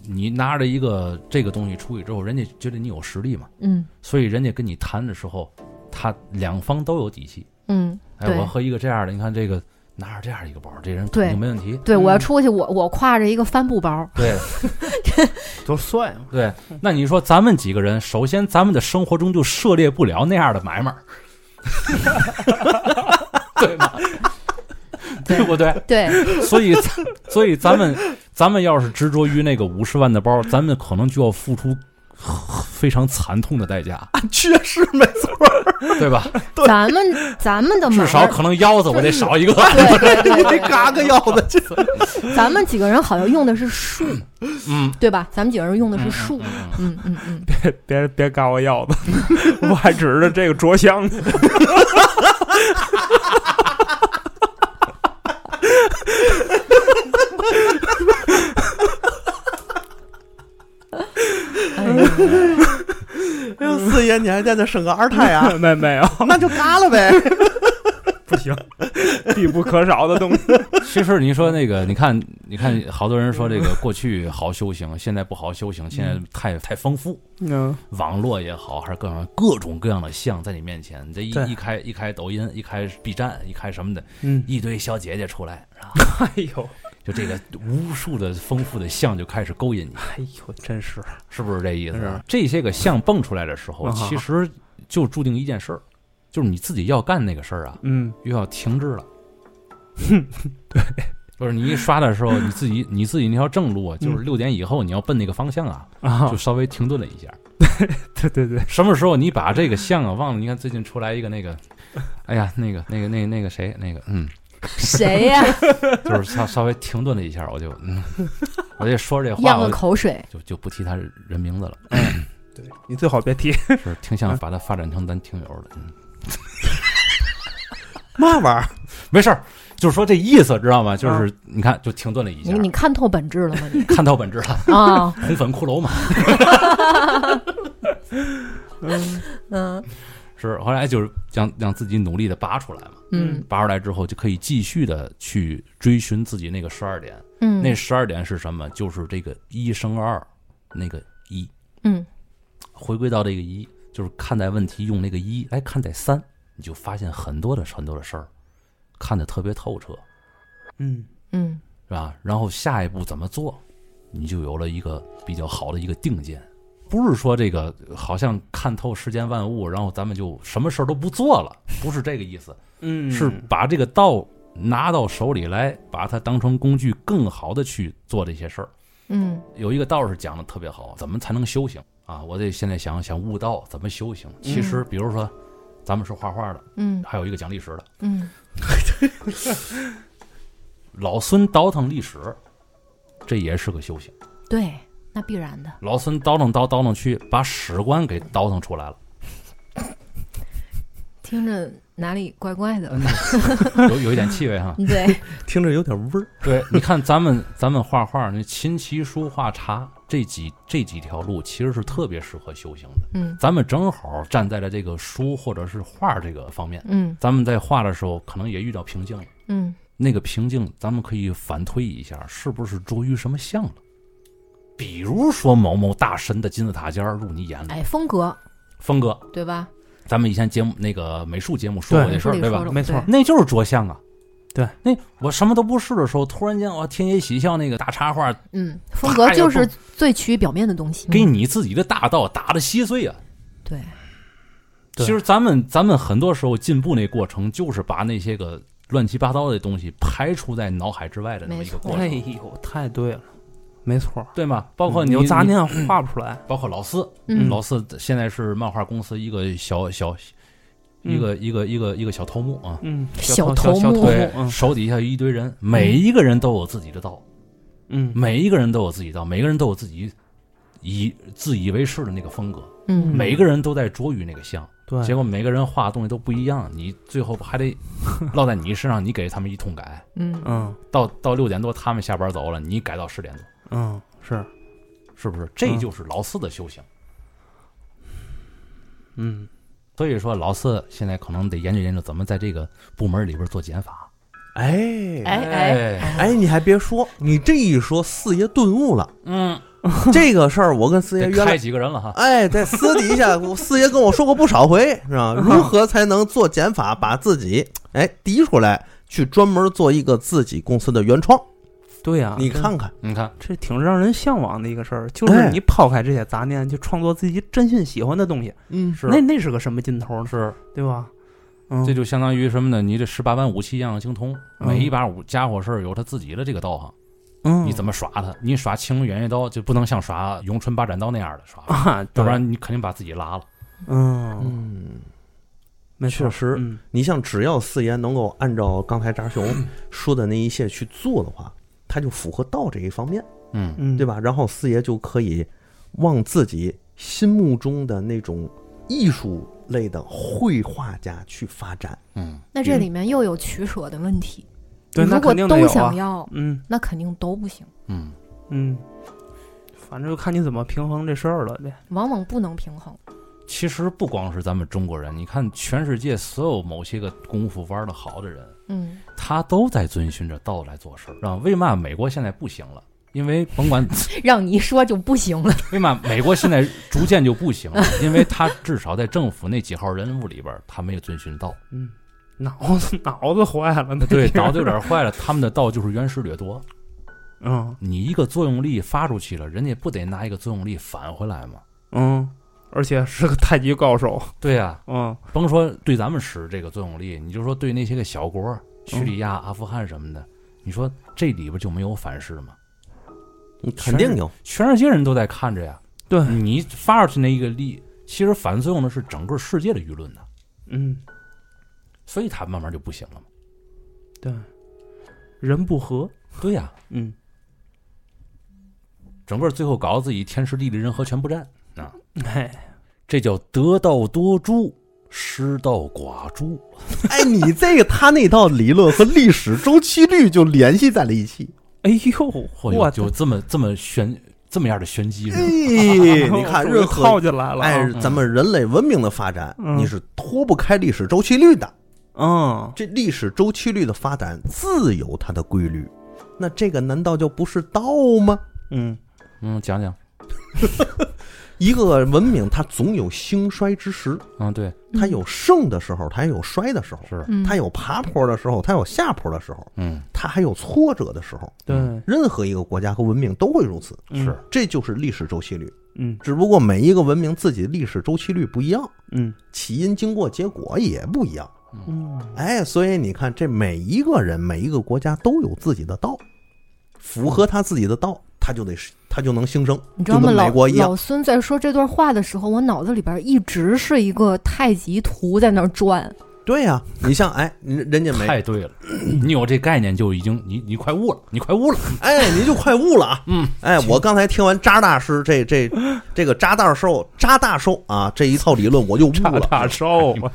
[SPEAKER 1] 你拿着一个这个东西出去之后，人家觉得你有实力嘛，
[SPEAKER 2] 嗯
[SPEAKER 1] 所以人家跟你谈的时候，他两方都有底气。
[SPEAKER 2] 嗯，
[SPEAKER 1] 哎，
[SPEAKER 2] 对
[SPEAKER 1] 我和一个这样的，你看这个拿着这样一个包，这人肯
[SPEAKER 2] 对
[SPEAKER 1] 定没问题。
[SPEAKER 2] 对我要
[SPEAKER 4] 嗯
[SPEAKER 2] 出去，我我挎着一个帆布包，
[SPEAKER 1] 对
[SPEAKER 5] 多帅嘛！
[SPEAKER 1] 对，那你说咱们几个人，首先咱们的生活中就涉猎不了那样的买卖儿， 对吗？对不对？
[SPEAKER 2] 对，
[SPEAKER 1] 所以咱，所以咱们咱们要是执着于那个五十万的包，咱们可能就要付出非常惨痛的代价，
[SPEAKER 5] 确实 没错，
[SPEAKER 1] 对 吧？
[SPEAKER 2] 咱们 咱们呃的买
[SPEAKER 1] 至少可能腰子我得少一个。
[SPEAKER 2] 对对
[SPEAKER 3] 哎
[SPEAKER 2] 对
[SPEAKER 5] 你
[SPEAKER 2] 对
[SPEAKER 5] 得嘎个腰子，这
[SPEAKER 2] 咱们几个人好像用的是数，
[SPEAKER 1] 嗯，
[SPEAKER 2] 对吧？咱们几个人用的是数，
[SPEAKER 1] 嗯嗯
[SPEAKER 2] 嗯嗯嗯，
[SPEAKER 5] 别别嘎我 腰子，我还指着这个着想呢。
[SPEAKER 2] 哎呀，
[SPEAKER 3] 哎四爷，你还在那生个二胎啊？
[SPEAKER 5] 没没有，
[SPEAKER 3] 那就嘎了呗。
[SPEAKER 5] 不行，必不可少的东 西。
[SPEAKER 1] 其实你说那个，你看，你看，好多人说这个过去好修行，现在不好修行，现在太太丰富，
[SPEAKER 5] 嗯，
[SPEAKER 1] 网络也好，还是各种各种各样的像在你面前，你这一
[SPEAKER 4] 对
[SPEAKER 1] 一开一开抖音，一开 B 站，一开什么的，
[SPEAKER 4] 嗯，
[SPEAKER 1] 一堆小姐姐出来，是吧？
[SPEAKER 4] 哎呦，
[SPEAKER 1] 就这个无数的丰富的像就开始勾引你，
[SPEAKER 4] 哎呦，真是，
[SPEAKER 1] 是不是这意思
[SPEAKER 4] 是
[SPEAKER 1] 啊？这些个像蹦出来的时候，
[SPEAKER 4] 嗯
[SPEAKER 1] 其实就注定一件事儿，就是你自己要干那个事儿啊，
[SPEAKER 4] 嗯
[SPEAKER 1] 又要停 滞了。对，就是你一刷的时候，你自己你自己那条正路啊，就是六点以后你要奔那个方向啊，
[SPEAKER 4] 啊
[SPEAKER 1] 就，稍微停顿了一下。
[SPEAKER 4] 对对对，
[SPEAKER 1] 什么时候你把这个像啊忘了？你看最近出来一个那个， 哎呀，那个那个那个那个谁，那个嗯，
[SPEAKER 2] 谁呀？
[SPEAKER 1] 就是稍稍微停顿了一下，我就嗯，我这说这话
[SPEAKER 2] 咽
[SPEAKER 1] 我
[SPEAKER 2] 了口水，
[SPEAKER 1] 就就不提他人名字了，
[SPEAKER 5] 对你最好别 提。
[SPEAKER 1] 是挺想把他发展成咱听友的。嗯
[SPEAKER 3] 嘛玩意儿？
[SPEAKER 1] 没事儿，就是说这意思知道吗？就是你看就停顿了一
[SPEAKER 2] 你
[SPEAKER 1] 下，
[SPEAKER 2] 嗯你看透本质了吗？你
[SPEAKER 1] 看到本质了，
[SPEAKER 2] 啊，
[SPEAKER 1] 红粉骷髅嘛。
[SPEAKER 2] 嗯
[SPEAKER 1] 是后来就是让让自己努力的拔出来嘛，
[SPEAKER 2] 嗯
[SPEAKER 1] 拔出来之后就可以继续的去追寻自己那个十二点。
[SPEAKER 2] 嗯，
[SPEAKER 1] 那十二点是什么？就是这个一生二，那个一，
[SPEAKER 2] 嗯
[SPEAKER 1] 回归到这个一，就是看待问题用那个一来看待三，你就发现很多的很多的事儿，看得特别透彻，
[SPEAKER 4] 嗯
[SPEAKER 2] 嗯
[SPEAKER 1] 是吧？然后下一步怎么做，你就有了一个比较好的一个定见。不是说这个好像看透世间万物，然后咱们就什么事儿都不做了，不是这个意思。
[SPEAKER 4] 嗯，
[SPEAKER 1] 是把这个道拿到手里来，把它当成工具，更好的去做这些事儿。
[SPEAKER 2] 嗯
[SPEAKER 1] 有一个道士讲的特别好，怎么才能修行啊？我得现在想想悟道怎么修行。其实，比如说，咱们是画画的，
[SPEAKER 2] 嗯
[SPEAKER 1] 还有一个讲历史的，
[SPEAKER 2] 嗯
[SPEAKER 1] 老孙倒腾历史，这也是个修行。
[SPEAKER 2] 对，那必然的，
[SPEAKER 1] 老孙倒腾倒倒腾去，把史官给倒腾出来了。
[SPEAKER 2] 听着哪里怪怪的，
[SPEAKER 1] 有有一点气味哈。
[SPEAKER 2] 对，
[SPEAKER 4] 哎
[SPEAKER 3] 听着有点味儿。
[SPEAKER 1] 对，你看咱们咱们画画，那琴棋书画茶，这几这几条路其实是特别适合修行的。
[SPEAKER 2] 嗯
[SPEAKER 1] 咱们正好站在了这个书或者是画这个方面，
[SPEAKER 2] 嗯
[SPEAKER 1] 咱们在画的时候可能也遇到瓶颈了。
[SPEAKER 2] 嗯
[SPEAKER 1] 那个瓶颈，咱们可以反推一下，是不是着于什么相了？比如说某某大神的金字塔尖儿入你眼里，
[SPEAKER 2] 哎，风格
[SPEAKER 1] 峰哥，
[SPEAKER 2] 对吧？
[SPEAKER 1] 咱们以前节目那个美术节目说过
[SPEAKER 4] 对
[SPEAKER 1] 这事儿，
[SPEAKER 2] 书里
[SPEAKER 1] 对
[SPEAKER 2] 说
[SPEAKER 1] 吧？
[SPEAKER 2] 了
[SPEAKER 4] 没错
[SPEAKER 1] 那就是着相啊。
[SPEAKER 4] 对，
[SPEAKER 1] 那我什么都不是的时候，突然间我天野喜孝那个大插画，
[SPEAKER 2] 嗯，风格
[SPEAKER 1] 哎呀
[SPEAKER 2] 就是
[SPEAKER 1] 不
[SPEAKER 2] 最趋于表面的东西。
[SPEAKER 1] 给你自己的大道打得稀碎啊！
[SPEAKER 2] 对，
[SPEAKER 1] 其
[SPEAKER 4] 对
[SPEAKER 1] 实咱们咱们很多时候进步那过程，就是把那些个乱七八糟的东西排除在脑海之外的那么一个
[SPEAKER 2] 没错
[SPEAKER 1] 过
[SPEAKER 4] 哎
[SPEAKER 1] 程，
[SPEAKER 4] 呦，太对了，没错儿。
[SPEAKER 1] 对吗？包嗯括你
[SPEAKER 4] 嗯有杂，
[SPEAKER 1] 你
[SPEAKER 4] 念画不出来，
[SPEAKER 1] 包括老四，
[SPEAKER 2] 嗯
[SPEAKER 1] 老四现在是漫画公司一个小小一个一个一个一个小头目啊，
[SPEAKER 4] 嗯，
[SPEAKER 2] 嗯小
[SPEAKER 4] 头
[SPEAKER 2] 头
[SPEAKER 4] 小
[SPEAKER 2] 目
[SPEAKER 4] 目
[SPEAKER 1] 对，
[SPEAKER 4] 嗯
[SPEAKER 1] 手底下一堆人，每一个人都有自己的道，
[SPEAKER 4] 嗯，
[SPEAKER 1] 每一个人都有自己的道，每个人都有自己以自以为是的那个风格，
[SPEAKER 2] 嗯，
[SPEAKER 1] 每个人都在捉鱼那个像，
[SPEAKER 4] 对，
[SPEAKER 1] 结果每个人画的东西都不一样，你最后还得落在你身上，你给他们一通改，
[SPEAKER 2] 嗯
[SPEAKER 4] 嗯
[SPEAKER 1] 到到六点多他们下班走了，你改到十点多，
[SPEAKER 4] 嗯是，
[SPEAKER 1] 是不是？这
[SPEAKER 4] 嗯
[SPEAKER 1] 就是老四的修行。
[SPEAKER 4] 嗯
[SPEAKER 1] 所以说，老四现在可能得研究研究怎么在这个部门里边做减法。
[SPEAKER 3] 哎
[SPEAKER 2] 哎哎，
[SPEAKER 3] 哎，你还别说，你这一说，四爷顿悟了。
[SPEAKER 1] 嗯，
[SPEAKER 3] 这个事儿，我跟四爷
[SPEAKER 1] 得
[SPEAKER 3] 原
[SPEAKER 1] 开
[SPEAKER 3] 来，
[SPEAKER 1] 几个人了哈。
[SPEAKER 3] 哎，在私底下，我四爷跟我说过不少 回，是吧？如何才能做减法，把自己哎提出来，去专门做一个自己公司的原创？
[SPEAKER 4] 对呀，
[SPEAKER 3] 你
[SPEAKER 4] 这
[SPEAKER 3] 看看，
[SPEAKER 1] 嗯你看，
[SPEAKER 4] 这挺让人向往的一个事儿，就
[SPEAKER 3] 哎
[SPEAKER 4] 是你抛开这些杂念，就创作自己真心喜欢的东西，
[SPEAKER 3] 嗯，
[SPEAKER 1] 是
[SPEAKER 4] 那那是个什么劲头呢？
[SPEAKER 1] 是，
[SPEAKER 4] 对吧？嗯，
[SPEAKER 1] 这就相当于什么呢？你这十八般武器样样精通，
[SPEAKER 4] 嗯
[SPEAKER 1] 每一把武家伙事儿有他自己的这个道行。
[SPEAKER 4] 嗯，
[SPEAKER 1] 你怎么耍他？你耍青龙偃月刀就不能像耍咏春八斩刀那样的耍，
[SPEAKER 4] 啊？
[SPEAKER 1] 要
[SPEAKER 4] 对
[SPEAKER 1] 不，然你肯定把自己拉了。
[SPEAKER 4] 嗯，
[SPEAKER 3] 嗯，
[SPEAKER 4] 没
[SPEAKER 3] 确
[SPEAKER 4] 错
[SPEAKER 3] 实
[SPEAKER 4] 嗯
[SPEAKER 3] 你像只要四爷能够按照刚才扎熊说的那一切去做的话，他就符合道这一方面，
[SPEAKER 1] 嗯，
[SPEAKER 4] 嗯，
[SPEAKER 3] 对？吧？然后四爷就可以往自己心目中的那种艺术类的绘画家去发展。
[SPEAKER 1] 嗯，
[SPEAKER 2] 那这里面又有取舍的问题。
[SPEAKER 4] 对，
[SPEAKER 2] 如
[SPEAKER 4] 那
[SPEAKER 2] 果
[SPEAKER 4] 肯定得
[SPEAKER 2] 都
[SPEAKER 4] 有
[SPEAKER 2] 想
[SPEAKER 4] 啊。
[SPEAKER 2] 要，
[SPEAKER 4] 嗯
[SPEAKER 2] 那肯定都不行，
[SPEAKER 1] 嗯，
[SPEAKER 4] 嗯，反正就看你怎么平衡这事儿了呗。
[SPEAKER 2] 往往不能平衡。
[SPEAKER 1] 其实不光是咱们中国人，你看全世界所有某些个功夫玩的好的人，
[SPEAKER 2] 嗯，
[SPEAKER 1] 他都在遵循着道来做事儿。啊，为嘛美国现在不行了？因为甭管
[SPEAKER 2] 让你一说就不行了。
[SPEAKER 1] 为嘛美国现在逐渐就不 行了？因为他至少在政府那几号人物里边儿，他没有遵循道。
[SPEAKER 4] 嗯，脑子 脑子坏了，那
[SPEAKER 1] 对，
[SPEAKER 4] 是
[SPEAKER 1] 脑子有点坏了，他们的道就是原始掠夺。
[SPEAKER 4] 嗯
[SPEAKER 1] 你一个作用力发出去了，人家不得拿一个作用力返回来吗？
[SPEAKER 4] 嗯，而且是个太极高手。
[SPEAKER 1] 对啊呀、
[SPEAKER 4] 嗯
[SPEAKER 1] 甭说对咱们使这个作用力，你就说对那些个小国，叙利亚、阿富汗什么的，你说这里边就没有反噬吗？
[SPEAKER 4] 嗯
[SPEAKER 3] 肯定有，
[SPEAKER 1] 全世界人都在看着呀。
[SPEAKER 4] 对
[SPEAKER 1] 你发出去那一个力，其实反作用的是整个世界的舆论呢、
[SPEAKER 4] 嗯，
[SPEAKER 1] 所以它慢慢就不行了嘛。
[SPEAKER 4] 对，人不和。
[SPEAKER 1] 对呀、
[SPEAKER 4] 嗯，
[SPEAKER 1] 整个最后搞得自己天时地利人和全不占，
[SPEAKER 4] 哎，
[SPEAKER 1] 这叫得道多助，失道寡助。
[SPEAKER 3] 哎，你这个他那套理论和历史周期率就联系在了一起。
[SPEAKER 4] 哎呦，
[SPEAKER 1] 嚯，
[SPEAKER 4] 我
[SPEAKER 1] 有有这么这么玄这么样的玄机是
[SPEAKER 3] 哎
[SPEAKER 1] 吧？，
[SPEAKER 3] 你看任
[SPEAKER 4] 套
[SPEAKER 3] 何
[SPEAKER 4] 进来了啊。
[SPEAKER 3] 哎，咱们人类文明的发展，
[SPEAKER 4] 嗯
[SPEAKER 3] 你是脱不开历史周期率的。
[SPEAKER 4] 嗯，
[SPEAKER 3] 这历史周期率的发展自有它的规律，那这个难道就不是道吗？
[SPEAKER 4] 嗯
[SPEAKER 1] 嗯，讲讲，
[SPEAKER 3] 一个文明它总有兴衰之时，
[SPEAKER 1] 嗯，对，
[SPEAKER 3] 它有盛的时候，它也有衰的时候，
[SPEAKER 1] 是，
[SPEAKER 2] 嗯，
[SPEAKER 3] 它有爬坡的时候，它有下坡的时候，
[SPEAKER 1] 嗯，
[SPEAKER 3] 它还有挫折的时候。
[SPEAKER 4] 对，
[SPEAKER 3] 任何一个国家和文明都会如此，
[SPEAKER 4] 嗯
[SPEAKER 1] 是，
[SPEAKER 3] 这就是历史周期率。
[SPEAKER 4] 嗯
[SPEAKER 3] 只不过每一个文明自己的历史周期率不一样，
[SPEAKER 4] 嗯
[SPEAKER 3] 起因、经过、结果也不一样。
[SPEAKER 4] 嗯，
[SPEAKER 3] 哎，所以你看，这每一个人、每一个国家都有自己的道，符合他自己的道，他就得是他就能兴盛，
[SPEAKER 2] 你知
[SPEAKER 3] 就
[SPEAKER 2] 道吗？
[SPEAKER 3] 跟
[SPEAKER 2] 老
[SPEAKER 3] 美国一样
[SPEAKER 2] 老。孙在说这段话的时候，我脑子里边一直是一个太极图在那儿转。
[SPEAKER 3] 对呀、你像哎，人人家美，
[SPEAKER 1] 太对了，你有这概念就已经，你你快悟了，你快悟了，
[SPEAKER 3] 哎，你就快悟了啊！嗯，哎，我刚才听完扎大师这这这个扎大寿扎大寿啊这一套理论，我就悟
[SPEAKER 4] 大
[SPEAKER 3] 了。
[SPEAKER 4] 大烧， 啊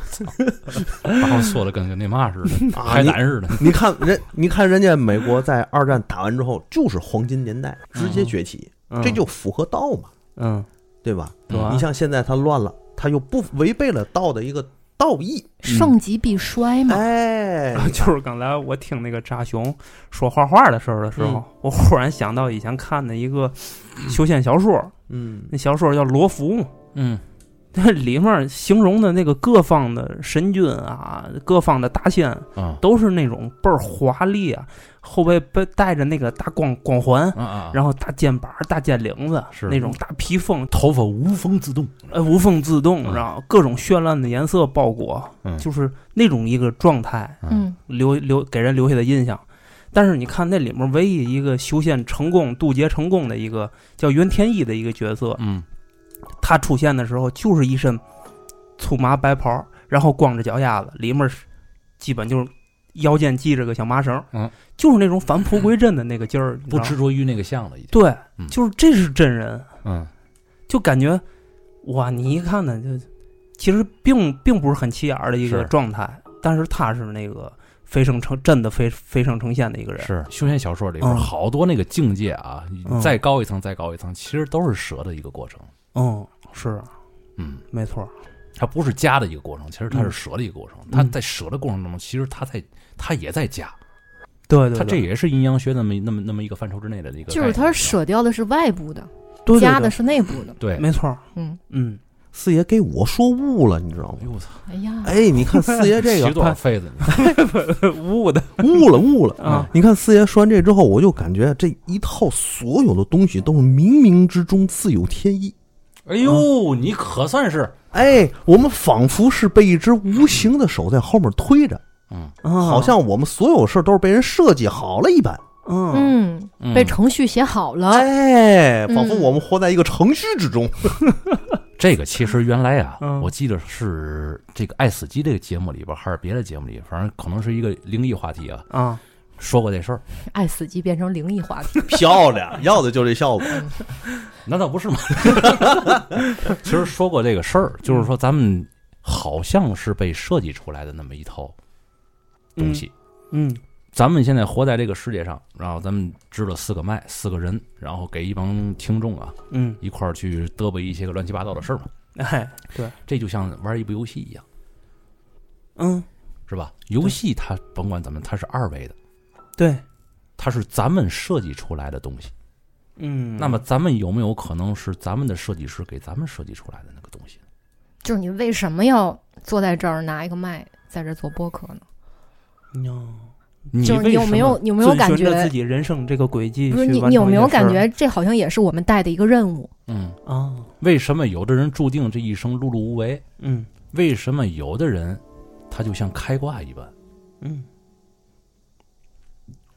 [SPEAKER 1] 把我说的跟个那嘛 似的，
[SPEAKER 3] 啊
[SPEAKER 1] 海南似的，
[SPEAKER 3] 你看人，你看人家美国在二战打完之后，就是黄金年代，直接崛起。
[SPEAKER 4] 嗯
[SPEAKER 3] 这就符合道嘛，
[SPEAKER 4] 嗯，
[SPEAKER 3] 对吧？
[SPEAKER 4] 对吧
[SPEAKER 3] 你像现在他乱了，他又不违背了道的一个道义，
[SPEAKER 4] 嗯
[SPEAKER 2] 盛极必衰嘛。
[SPEAKER 3] 哎，
[SPEAKER 4] 就是刚才我听那个扎熊说画画的事儿的时候，
[SPEAKER 3] 嗯
[SPEAKER 4] 我忽然想到以前看的一个修仙小说，
[SPEAKER 3] 嗯
[SPEAKER 4] 那小说叫《罗浮》，
[SPEAKER 1] 嗯
[SPEAKER 4] 那里面形容的那个各方的神君啊，各方的大仙
[SPEAKER 1] 啊
[SPEAKER 4] 都是那种倍儿华丽啊，后背背带着那个大光光环。
[SPEAKER 1] 啊啊，
[SPEAKER 4] 然后大肩膀、大肩领子，
[SPEAKER 1] 是嗯
[SPEAKER 4] 那种大披风，
[SPEAKER 1] 头发无风自动，
[SPEAKER 4] 呃，无缝自动，
[SPEAKER 1] 嗯
[SPEAKER 4] 然后各种绚烂的颜色包裹，
[SPEAKER 1] 嗯
[SPEAKER 4] 就是那种一个状态，
[SPEAKER 2] 嗯，
[SPEAKER 4] 留留给人留下的印象。但是你看那里面唯一一个修仙成功、渡劫成功的一个叫袁天一的一个角色，
[SPEAKER 1] 嗯
[SPEAKER 4] 他出现的时候就是一身粗麻白袍，然后光着脚丫子，里面是基本就是腰间系着个小麻绳，
[SPEAKER 1] 嗯，
[SPEAKER 4] 就是那种返璞归真的那个劲儿，你知
[SPEAKER 1] 不
[SPEAKER 4] 道吗
[SPEAKER 1] 执着于那个像了，已经，
[SPEAKER 4] 对
[SPEAKER 1] 嗯，
[SPEAKER 4] 就是这是真人，
[SPEAKER 1] 嗯
[SPEAKER 4] 就感觉哇，你一看呢，就其实并并不是很起眼儿的一个
[SPEAKER 1] 是
[SPEAKER 4] 状态，但是他是那个飞升成真的飞飞升成仙的一个人，
[SPEAKER 1] 是修仙小说里边
[SPEAKER 4] 嗯
[SPEAKER 1] 好多那个境界啊，
[SPEAKER 4] 嗯
[SPEAKER 1] 再高一层再高一层，其实都是蛇的一个过程，
[SPEAKER 4] 嗯，是
[SPEAKER 1] 嗯，
[SPEAKER 4] 没错儿，
[SPEAKER 1] 它不是加的一个过程，其实它是
[SPEAKER 4] 嗯
[SPEAKER 1] 蛇的一个过程，
[SPEAKER 4] 嗯
[SPEAKER 1] 它在蛇的过程中，其实它在它也在加，
[SPEAKER 4] 对对，
[SPEAKER 1] 它这
[SPEAKER 4] 对
[SPEAKER 1] 也是阴阳学那么一那么那么一个范畴之内的一个概念，
[SPEAKER 2] 就是它舍掉的是外部的，
[SPEAKER 4] 对对
[SPEAKER 2] 加的
[SPEAKER 4] 对
[SPEAKER 2] 是内部的。
[SPEAKER 1] 对，
[SPEAKER 4] 没错儿，
[SPEAKER 2] 嗯，
[SPEAKER 4] 嗯，
[SPEAKER 3] 四爷给我说悟了，你知道
[SPEAKER 1] 哎呦
[SPEAKER 3] 吗？
[SPEAKER 1] 我操，
[SPEAKER 2] 哎呀，
[SPEAKER 3] 哎，你看四爷 这
[SPEAKER 1] 洗
[SPEAKER 3] 个
[SPEAKER 1] 多少痱子你看
[SPEAKER 4] 呜的
[SPEAKER 3] 悟了悟了。
[SPEAKER 4] 啊，
[SPEAKER 3] 你看四爷说完这之后，我就感觉这一套所有的东西都是冥冥之中自有天意。
[SPEAKER 1] 哎呦，你可算是
[SPEAKER 3] 哎，我们仿佛是被一只无形的手在后面推着，
[SPEAKER 1] 嗯
[SPEAKER 4] 好
[SPEAKER 3] 好像我们所有事儿都是被人设计好了一般。
[SPEAKER 4] 嗯
[SPEAKER 2] 嗯，
[SPEAKER 1] 嗯
[SPEAKER 2] 被程序写好了，
[SPEAKER 3] 哎，仿佛
[SPEAKER 2] 嗯
[SPEAKER 3] 我们活在一个程序之 中。
[SPEAKER 1] 这个其实原来啊，
[SPEAKER 4] 嗯
[SPEAKER 1] 我记得是这个《爱死机》这个节目里边，还是别的节目里，反正可能是一个灵异话题啊，
[SPEAKER 4] 啊，
[SPEAKER 1] 说过这事儿，
[SPEAKER 2] 爱死机变成灵异话题。
[SPEAKER 3] 漂亮，要的就这效 果。
[SPEAKER 1] 难道不是吗？其实说过这个事儿，就是说咱们好像是被设计出来的那么一套东西。
[SPEAKER 4] 嗯
[SPEAKER 1] 咱们现在活在这个世界上，然后咱们支了四个麦，四个人，然后给一帮听众啊
[SPEAKER 4] 嗯，
[SPEAKER 1] 一块儿去嘚啵一些个乱七八糟的事儿嘛，
[SPEAKER 4] 哎，对，
[SPEAKER 1] 这就像玩一部游戏一样，
[SPEAKER 4] 嗯
[SPEAKER 1] 是吧？游戏它甭管怎么，它是二维的，
[SPEAKER 4] 对，
[SPEAKER 1] 它是咱们设计出来的东西。
[SPEAKER 4] 嗯，
[SPEAKER 1] 那么咱们有没有可能是咱们的设计师给咱们设计出来的那个东西？
[SPEAKER 2] 就是你为什么要坐在这儿拿一个麦在这儿做播客呢？
[SPEAKER 4] 嗯
[SPEAKER 1] 你
[SPEAKER 2] 就是你
[SPEAKER 1] 为
[SPEAKER 2] 有
[SPEAKER 1] 什
[SPEAKER 2] 没
[SPEAKER 1] 么
[SPEAKER 2] 有你有没有
[SPEAKER 4] 遵
[SPEAKER 2] 感
[SPEAKER 4] 循着
[SPEAKER 2] 觉
[SPEAKER 4] 自？己人生这个轨迹去
[SPEAKER 2] 不是
[SPEAKER 4] 完
[SPEAKER 2] 你
[SPEAKER 4] 成一些事儿？
[SPEAKER 2] 你有没有感觉这好像也是我们带的一个任 务？
[SPEAKER 1] 嗯，
[SPEAKER 4] 啊？
[SPEAKER 1] 为什么有的人注定这一生碌碌无为？
[SPEAKER 4] 嗯
[SPEAKER 1] 为什么有的人他就像开挂一般？
[SPEAKER 4] 嗯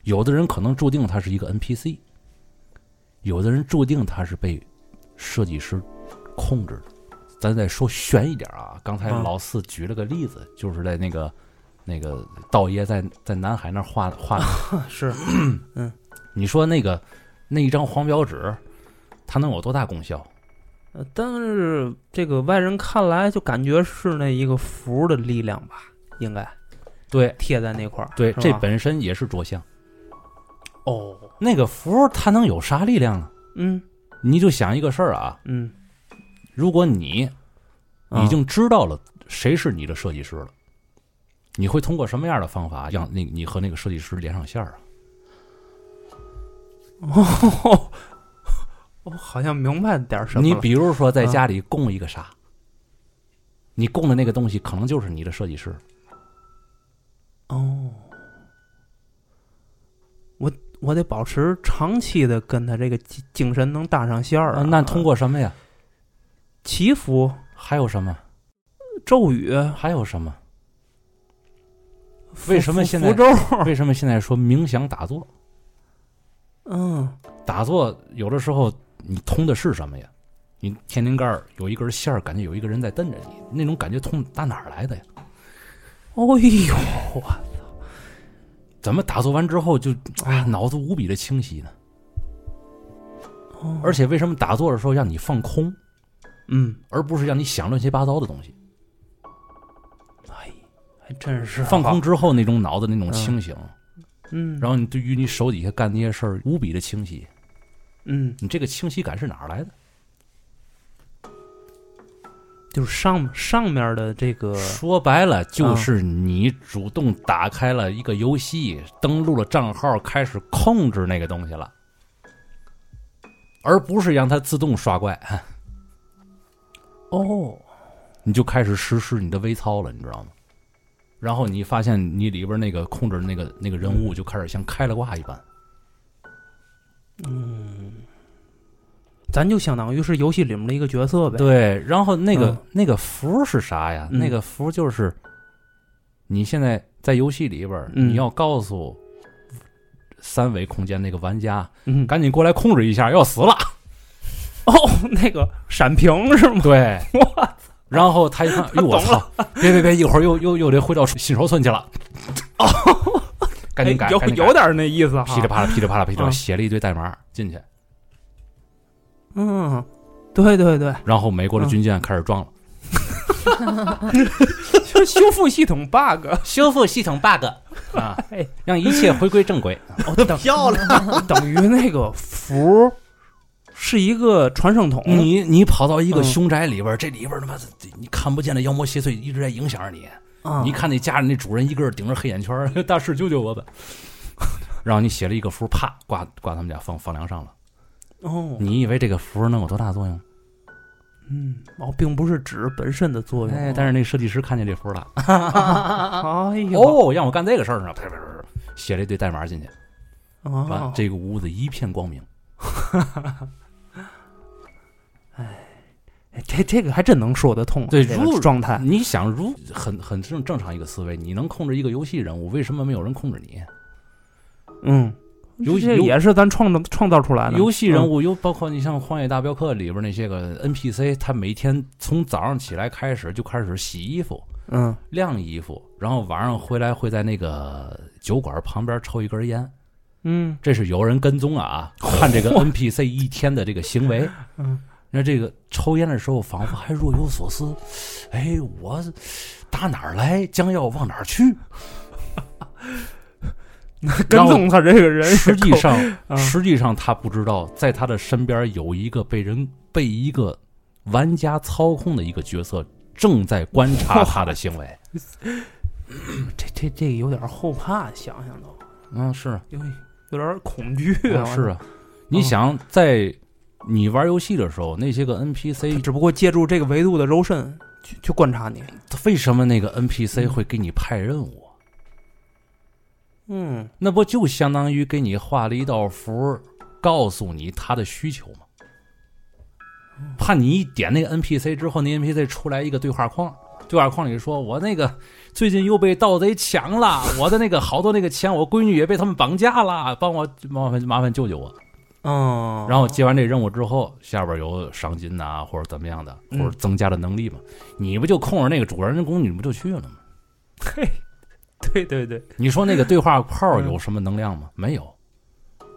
[SPEAKER 1] 有的人可能注定他是一个 NPC，有的人注定他是被设计师控制的。咱再说悬一点啊，刚才
[SPEAKER 4] 嗯
[SPEAKER 1] 老四举了个例子，就是在那个那个道爷在在南海那儿画画的
[SPEAKER 4] 啊是
[SPEAKER 1] 你说那个那一张黄标纸，它能有多大功效？
[SPEAKER 4] 呃，但是这个外人看来就感觉是那一个符的力量吧，应该
[SPEAKER 1] 对
[SPEAKER 4] 贴在那块儿。
[SPEAKER 1] 对，
[SPEAKER 4] 是吧
[SPEAKER 1] 这本身也是着相。
[SPEAKER 4] 哦，
[SPEAKER 1] 那个符它能有啥力量呢？
[SPEAKER 4] 嗯
[SPEAKER 1] 你就想一个事儿啊，
[SPEAKER 4] 嗯，
[SPEAKER 1] 如果你
[SPEAKER 4] 啊
[SPEAKER 1] 已经知道了谁是你的设计师了，你会通过什么样的方法让那你和那个设计师连上线儿啊？
[SPEAKER 4] 哦， 我好像明白点儿什么啊
[SPEAKER 1] 你
[SPEAKER 4] 了
[SPEAKER 1] 比如说在家里供一个啥，你供的那个东西可能就是你的设计师。
[SPEAKER 4] 哦，我我得保持长期的跟他这个精精神能搭上线儿啊、
[SPEAKER 1] 呃那通过什么呀？
[SPEAKER 4] 祈福、
[SPEAKER 1] 还有什么？
[SPEAKER 4] 咒语、
[SPEAKER 1] 还有什么？
[SPEAKER 4] 符
[SPEAKER 1] 为什么
[SPEAKER 4] 符
[SPEAKER 1] 现在
[SPEAKER 4] 符咒？
[SPEAKER 1] 为什么现在说冥想打坐？
[SPEAKER 4] 嗯
[SPEAKER 1] 打坐有的时候你通的是什么呀？你天灵盖儿有一根线儿，感觉有一个人在瞪着你，那种感觉通打哪儿来的呀？
[SPEAKER 4] 哦呦，
[SPEAKER 1] 怎么打坐完之后就哎
[SPEAKER 4] 嗯
[SPEAKER 1] 脑子无比的清晰呢？
[SPEAKER 4] 哦
[SPEAKER 1] 而且为什么打坐的时候让你放空，
[SPEAKER 4] 嗯，
[SPEAKER 1] 而不是让你想乱七八糟的东西？
[SPEAKER 4] 哎，还真是
[SPEAKER 1] 放空
[SPEAKER 4] 哈，
[SPEAKER 1] 之后那种脑子那种清醒，
[SPEAKER 4] 嗯，
[SPEAKER 1] 然后你对于你手底下干那些事儿无比的清晰。
[SPEAKER 4] 嗯，
[SPEAKER 1] 你这个清晰感是哪儿来的？
[SPEAKER 4] 就是上上面的这个，嗯
[SPEAKER 1] 说白了，就是你主动打开了一个游戏，登录了账号，开始控制那个东西了，而不是让它自动刷怪，
[SPEAKER 4] 哦，
[SPEAKER 1] 你就开始实施你的微操了，你知道吗？然后你发现你里边那个控制那个那个人物就开始像开了挂一般，
[SPEAKER 4] 咱就相当于是游戏里面的一个角色呗。，
[SPEAKER 1] 对，然后那个、
[SPEAKER 4] 嗯
[SPEAKER 1] 那个符是啥呀？
[SPEAKER 4] 嗯
[SPEAKER 1] 那个符就是你现在在游戏里边儿，
[SPEAKER 4] 嗯
[SPEAKER 1] 你要告诉三维空间那个玩家，
[SPEAKER 4] 嗯，
[SPEAKER 1] 赶紧过来控制一下，要死了。
[SPEAKER 4] 哦，那个闪屏是吗？
[SPEAKER 1] 对，
[SPEAKER 4] 我
[SPEAKER 1] 然后他一看，哎呦我
[SPEAKER 4] 懂
[SPEAKER 1] 操！别别别，一会儿又又又得回到新手村去 了。赶紧改，
[SPEAKER 4] 哎有
[SPEAKER 1] 赶紧改
[SPEAKER 4] 有点那意思哈。
[SPEAKER 1] 噼里啪啦噼里啪啦噼里啪啦
[SPEAKER 4] 嗯
[SPEAKER 1] 写了一堆代码进去，
[SPEAKER 4] 嗯，对对对，
[SPEAKER 1] 然后美国的军舰开始撞了，
[SPEAKER 4] 就 修复系统 bug。
[SPEAKER 1] 修复系统 bug 啊，让一切回归正轨。
[SPEAKER 4] 哦，等
[SPEAKER 3] 漂亮，
[SPEAKER 4] 等于那个符是一个传声筒。
[SPEAKER 1] 你你跑到一个
[SPEAKER 4] 嗯
[SPEAKER 1] 凶宅里边儿，这里边儿他妈的你看不见的妖魔邪祟一直在影响着你。
[SPEAKER 4] 啊，
[SPEAKER 1] 你看那家里那主人一个人顶着黑眼圈儿，大师救救我吧！ 然后你写了一个符，啪挂挂他们家房房梁上了。
[SPEAKER 4] 哦，
[SPEAKER 1] 你以为这个符能有多大作用？
[SPEAKER 4] 嗯，哦，并不是纸本身的作用。啊哦
[SPEAKER 1] 哎，但是那设计师看见这符了，
[SPEAKER 4] 哎呦，
[SPEAKER 1] 哦，让我干这个事儿呢，啪啪啪啪啪，写了一堆代码进去，完、
[SPEAKER 4] 啊，
[SPEAKER 1] 这个屋子一片光明。
[SPEAKER 4] 这这个还真能说得通。
[SPEAKER 1] 对
[SPEAKER 4] 这
[SPEAKER 1] 如
[SPEAKER 4] 个状态，
[SPEAKER 1] 你想如很很正正常一个思维，你能控制一个游戏人物，为什么没有人控制你？
[SPEAKER 4] 嗯，
[SPEAKER 1] 游戏
[SPEAKER 4] 这也是咱创造创造出来的
[SPEAKER 1] 游戏人
[SPEAKER 4] 嗯
[SPEAKER 1] 物，有包括你像《荒野大镖客》里边那些个 NPC，他每天从早上起来开始就开始洗衣服、
[SPEAKER 4] 嗯
[SPEAKER 1] 晾衣服，然后晚上回来会在那个酒馆旁边抽一根烟。
[SPEAKER 4] 嗯
[SPEAKER 1] 这是有人跟踪啊，看这个 NPC 一天的这个行为。
[SPEAKER 4] 嗯，
[SPEAKER 1] 那这个抽烟的时候仿佛还若有所思，哎，我打哪儿来，将要往哪儿去？
[SPEAKER 4] 跟踪他这个人是
[SPEAKER 1] 实际
[SPEAKER 4] 够
[SPEAKER 1] 上，
[SPEAKER 4] 啊
[SPEAKER 1] 实际上他不知道，在他的身边有一个被人被一个玩家操控的一个角色正在观察他的行为。
[SPEAKER 4] 这这这有点后怕，想想都
[SPEAKER 1] 嗯，是啊，
[SPEAKER 4] 有有点恐惧
[SPEAKER 1] 啊是啊。你想，在你玩游戏的时候，那些个 NPC
[SPEAKER 4] 啊只不过借助这个维度的肉身去去观察你。
[SPEAKER 1] 为什么那个 NPC 会给你派任务？
[SPEAKER 4] 嗯
[SPEAKER 1] 那不就相当于给你画了一道符，告诉你他的需求吗？怕你一点那个 NPC 之后，那 NPC 出来一个对话框，对话框里说：“我那个最近又被盗贼抢了，我的那个好多那个钱，我闺女也被他们绑架了，帮我麻烦麻烦救救我。”
[SPEAKER 4] 嗯，
[SPEAKER 1] 然后接完这任务之后，下边有赏金呐、或者怎么样的，或
[SPEAKER 4] 嗯
[SPEAKER 1] 者增加的能力嘛，你不就控制那个主人公，你不就去了吗？
[SPEAKER 4] 嘿，对对对，
[SPEAKER 1] 你说那个对话框
[SPEAKER 4] 嗯
[SPEAKER 1] 有什么能量吗？没有，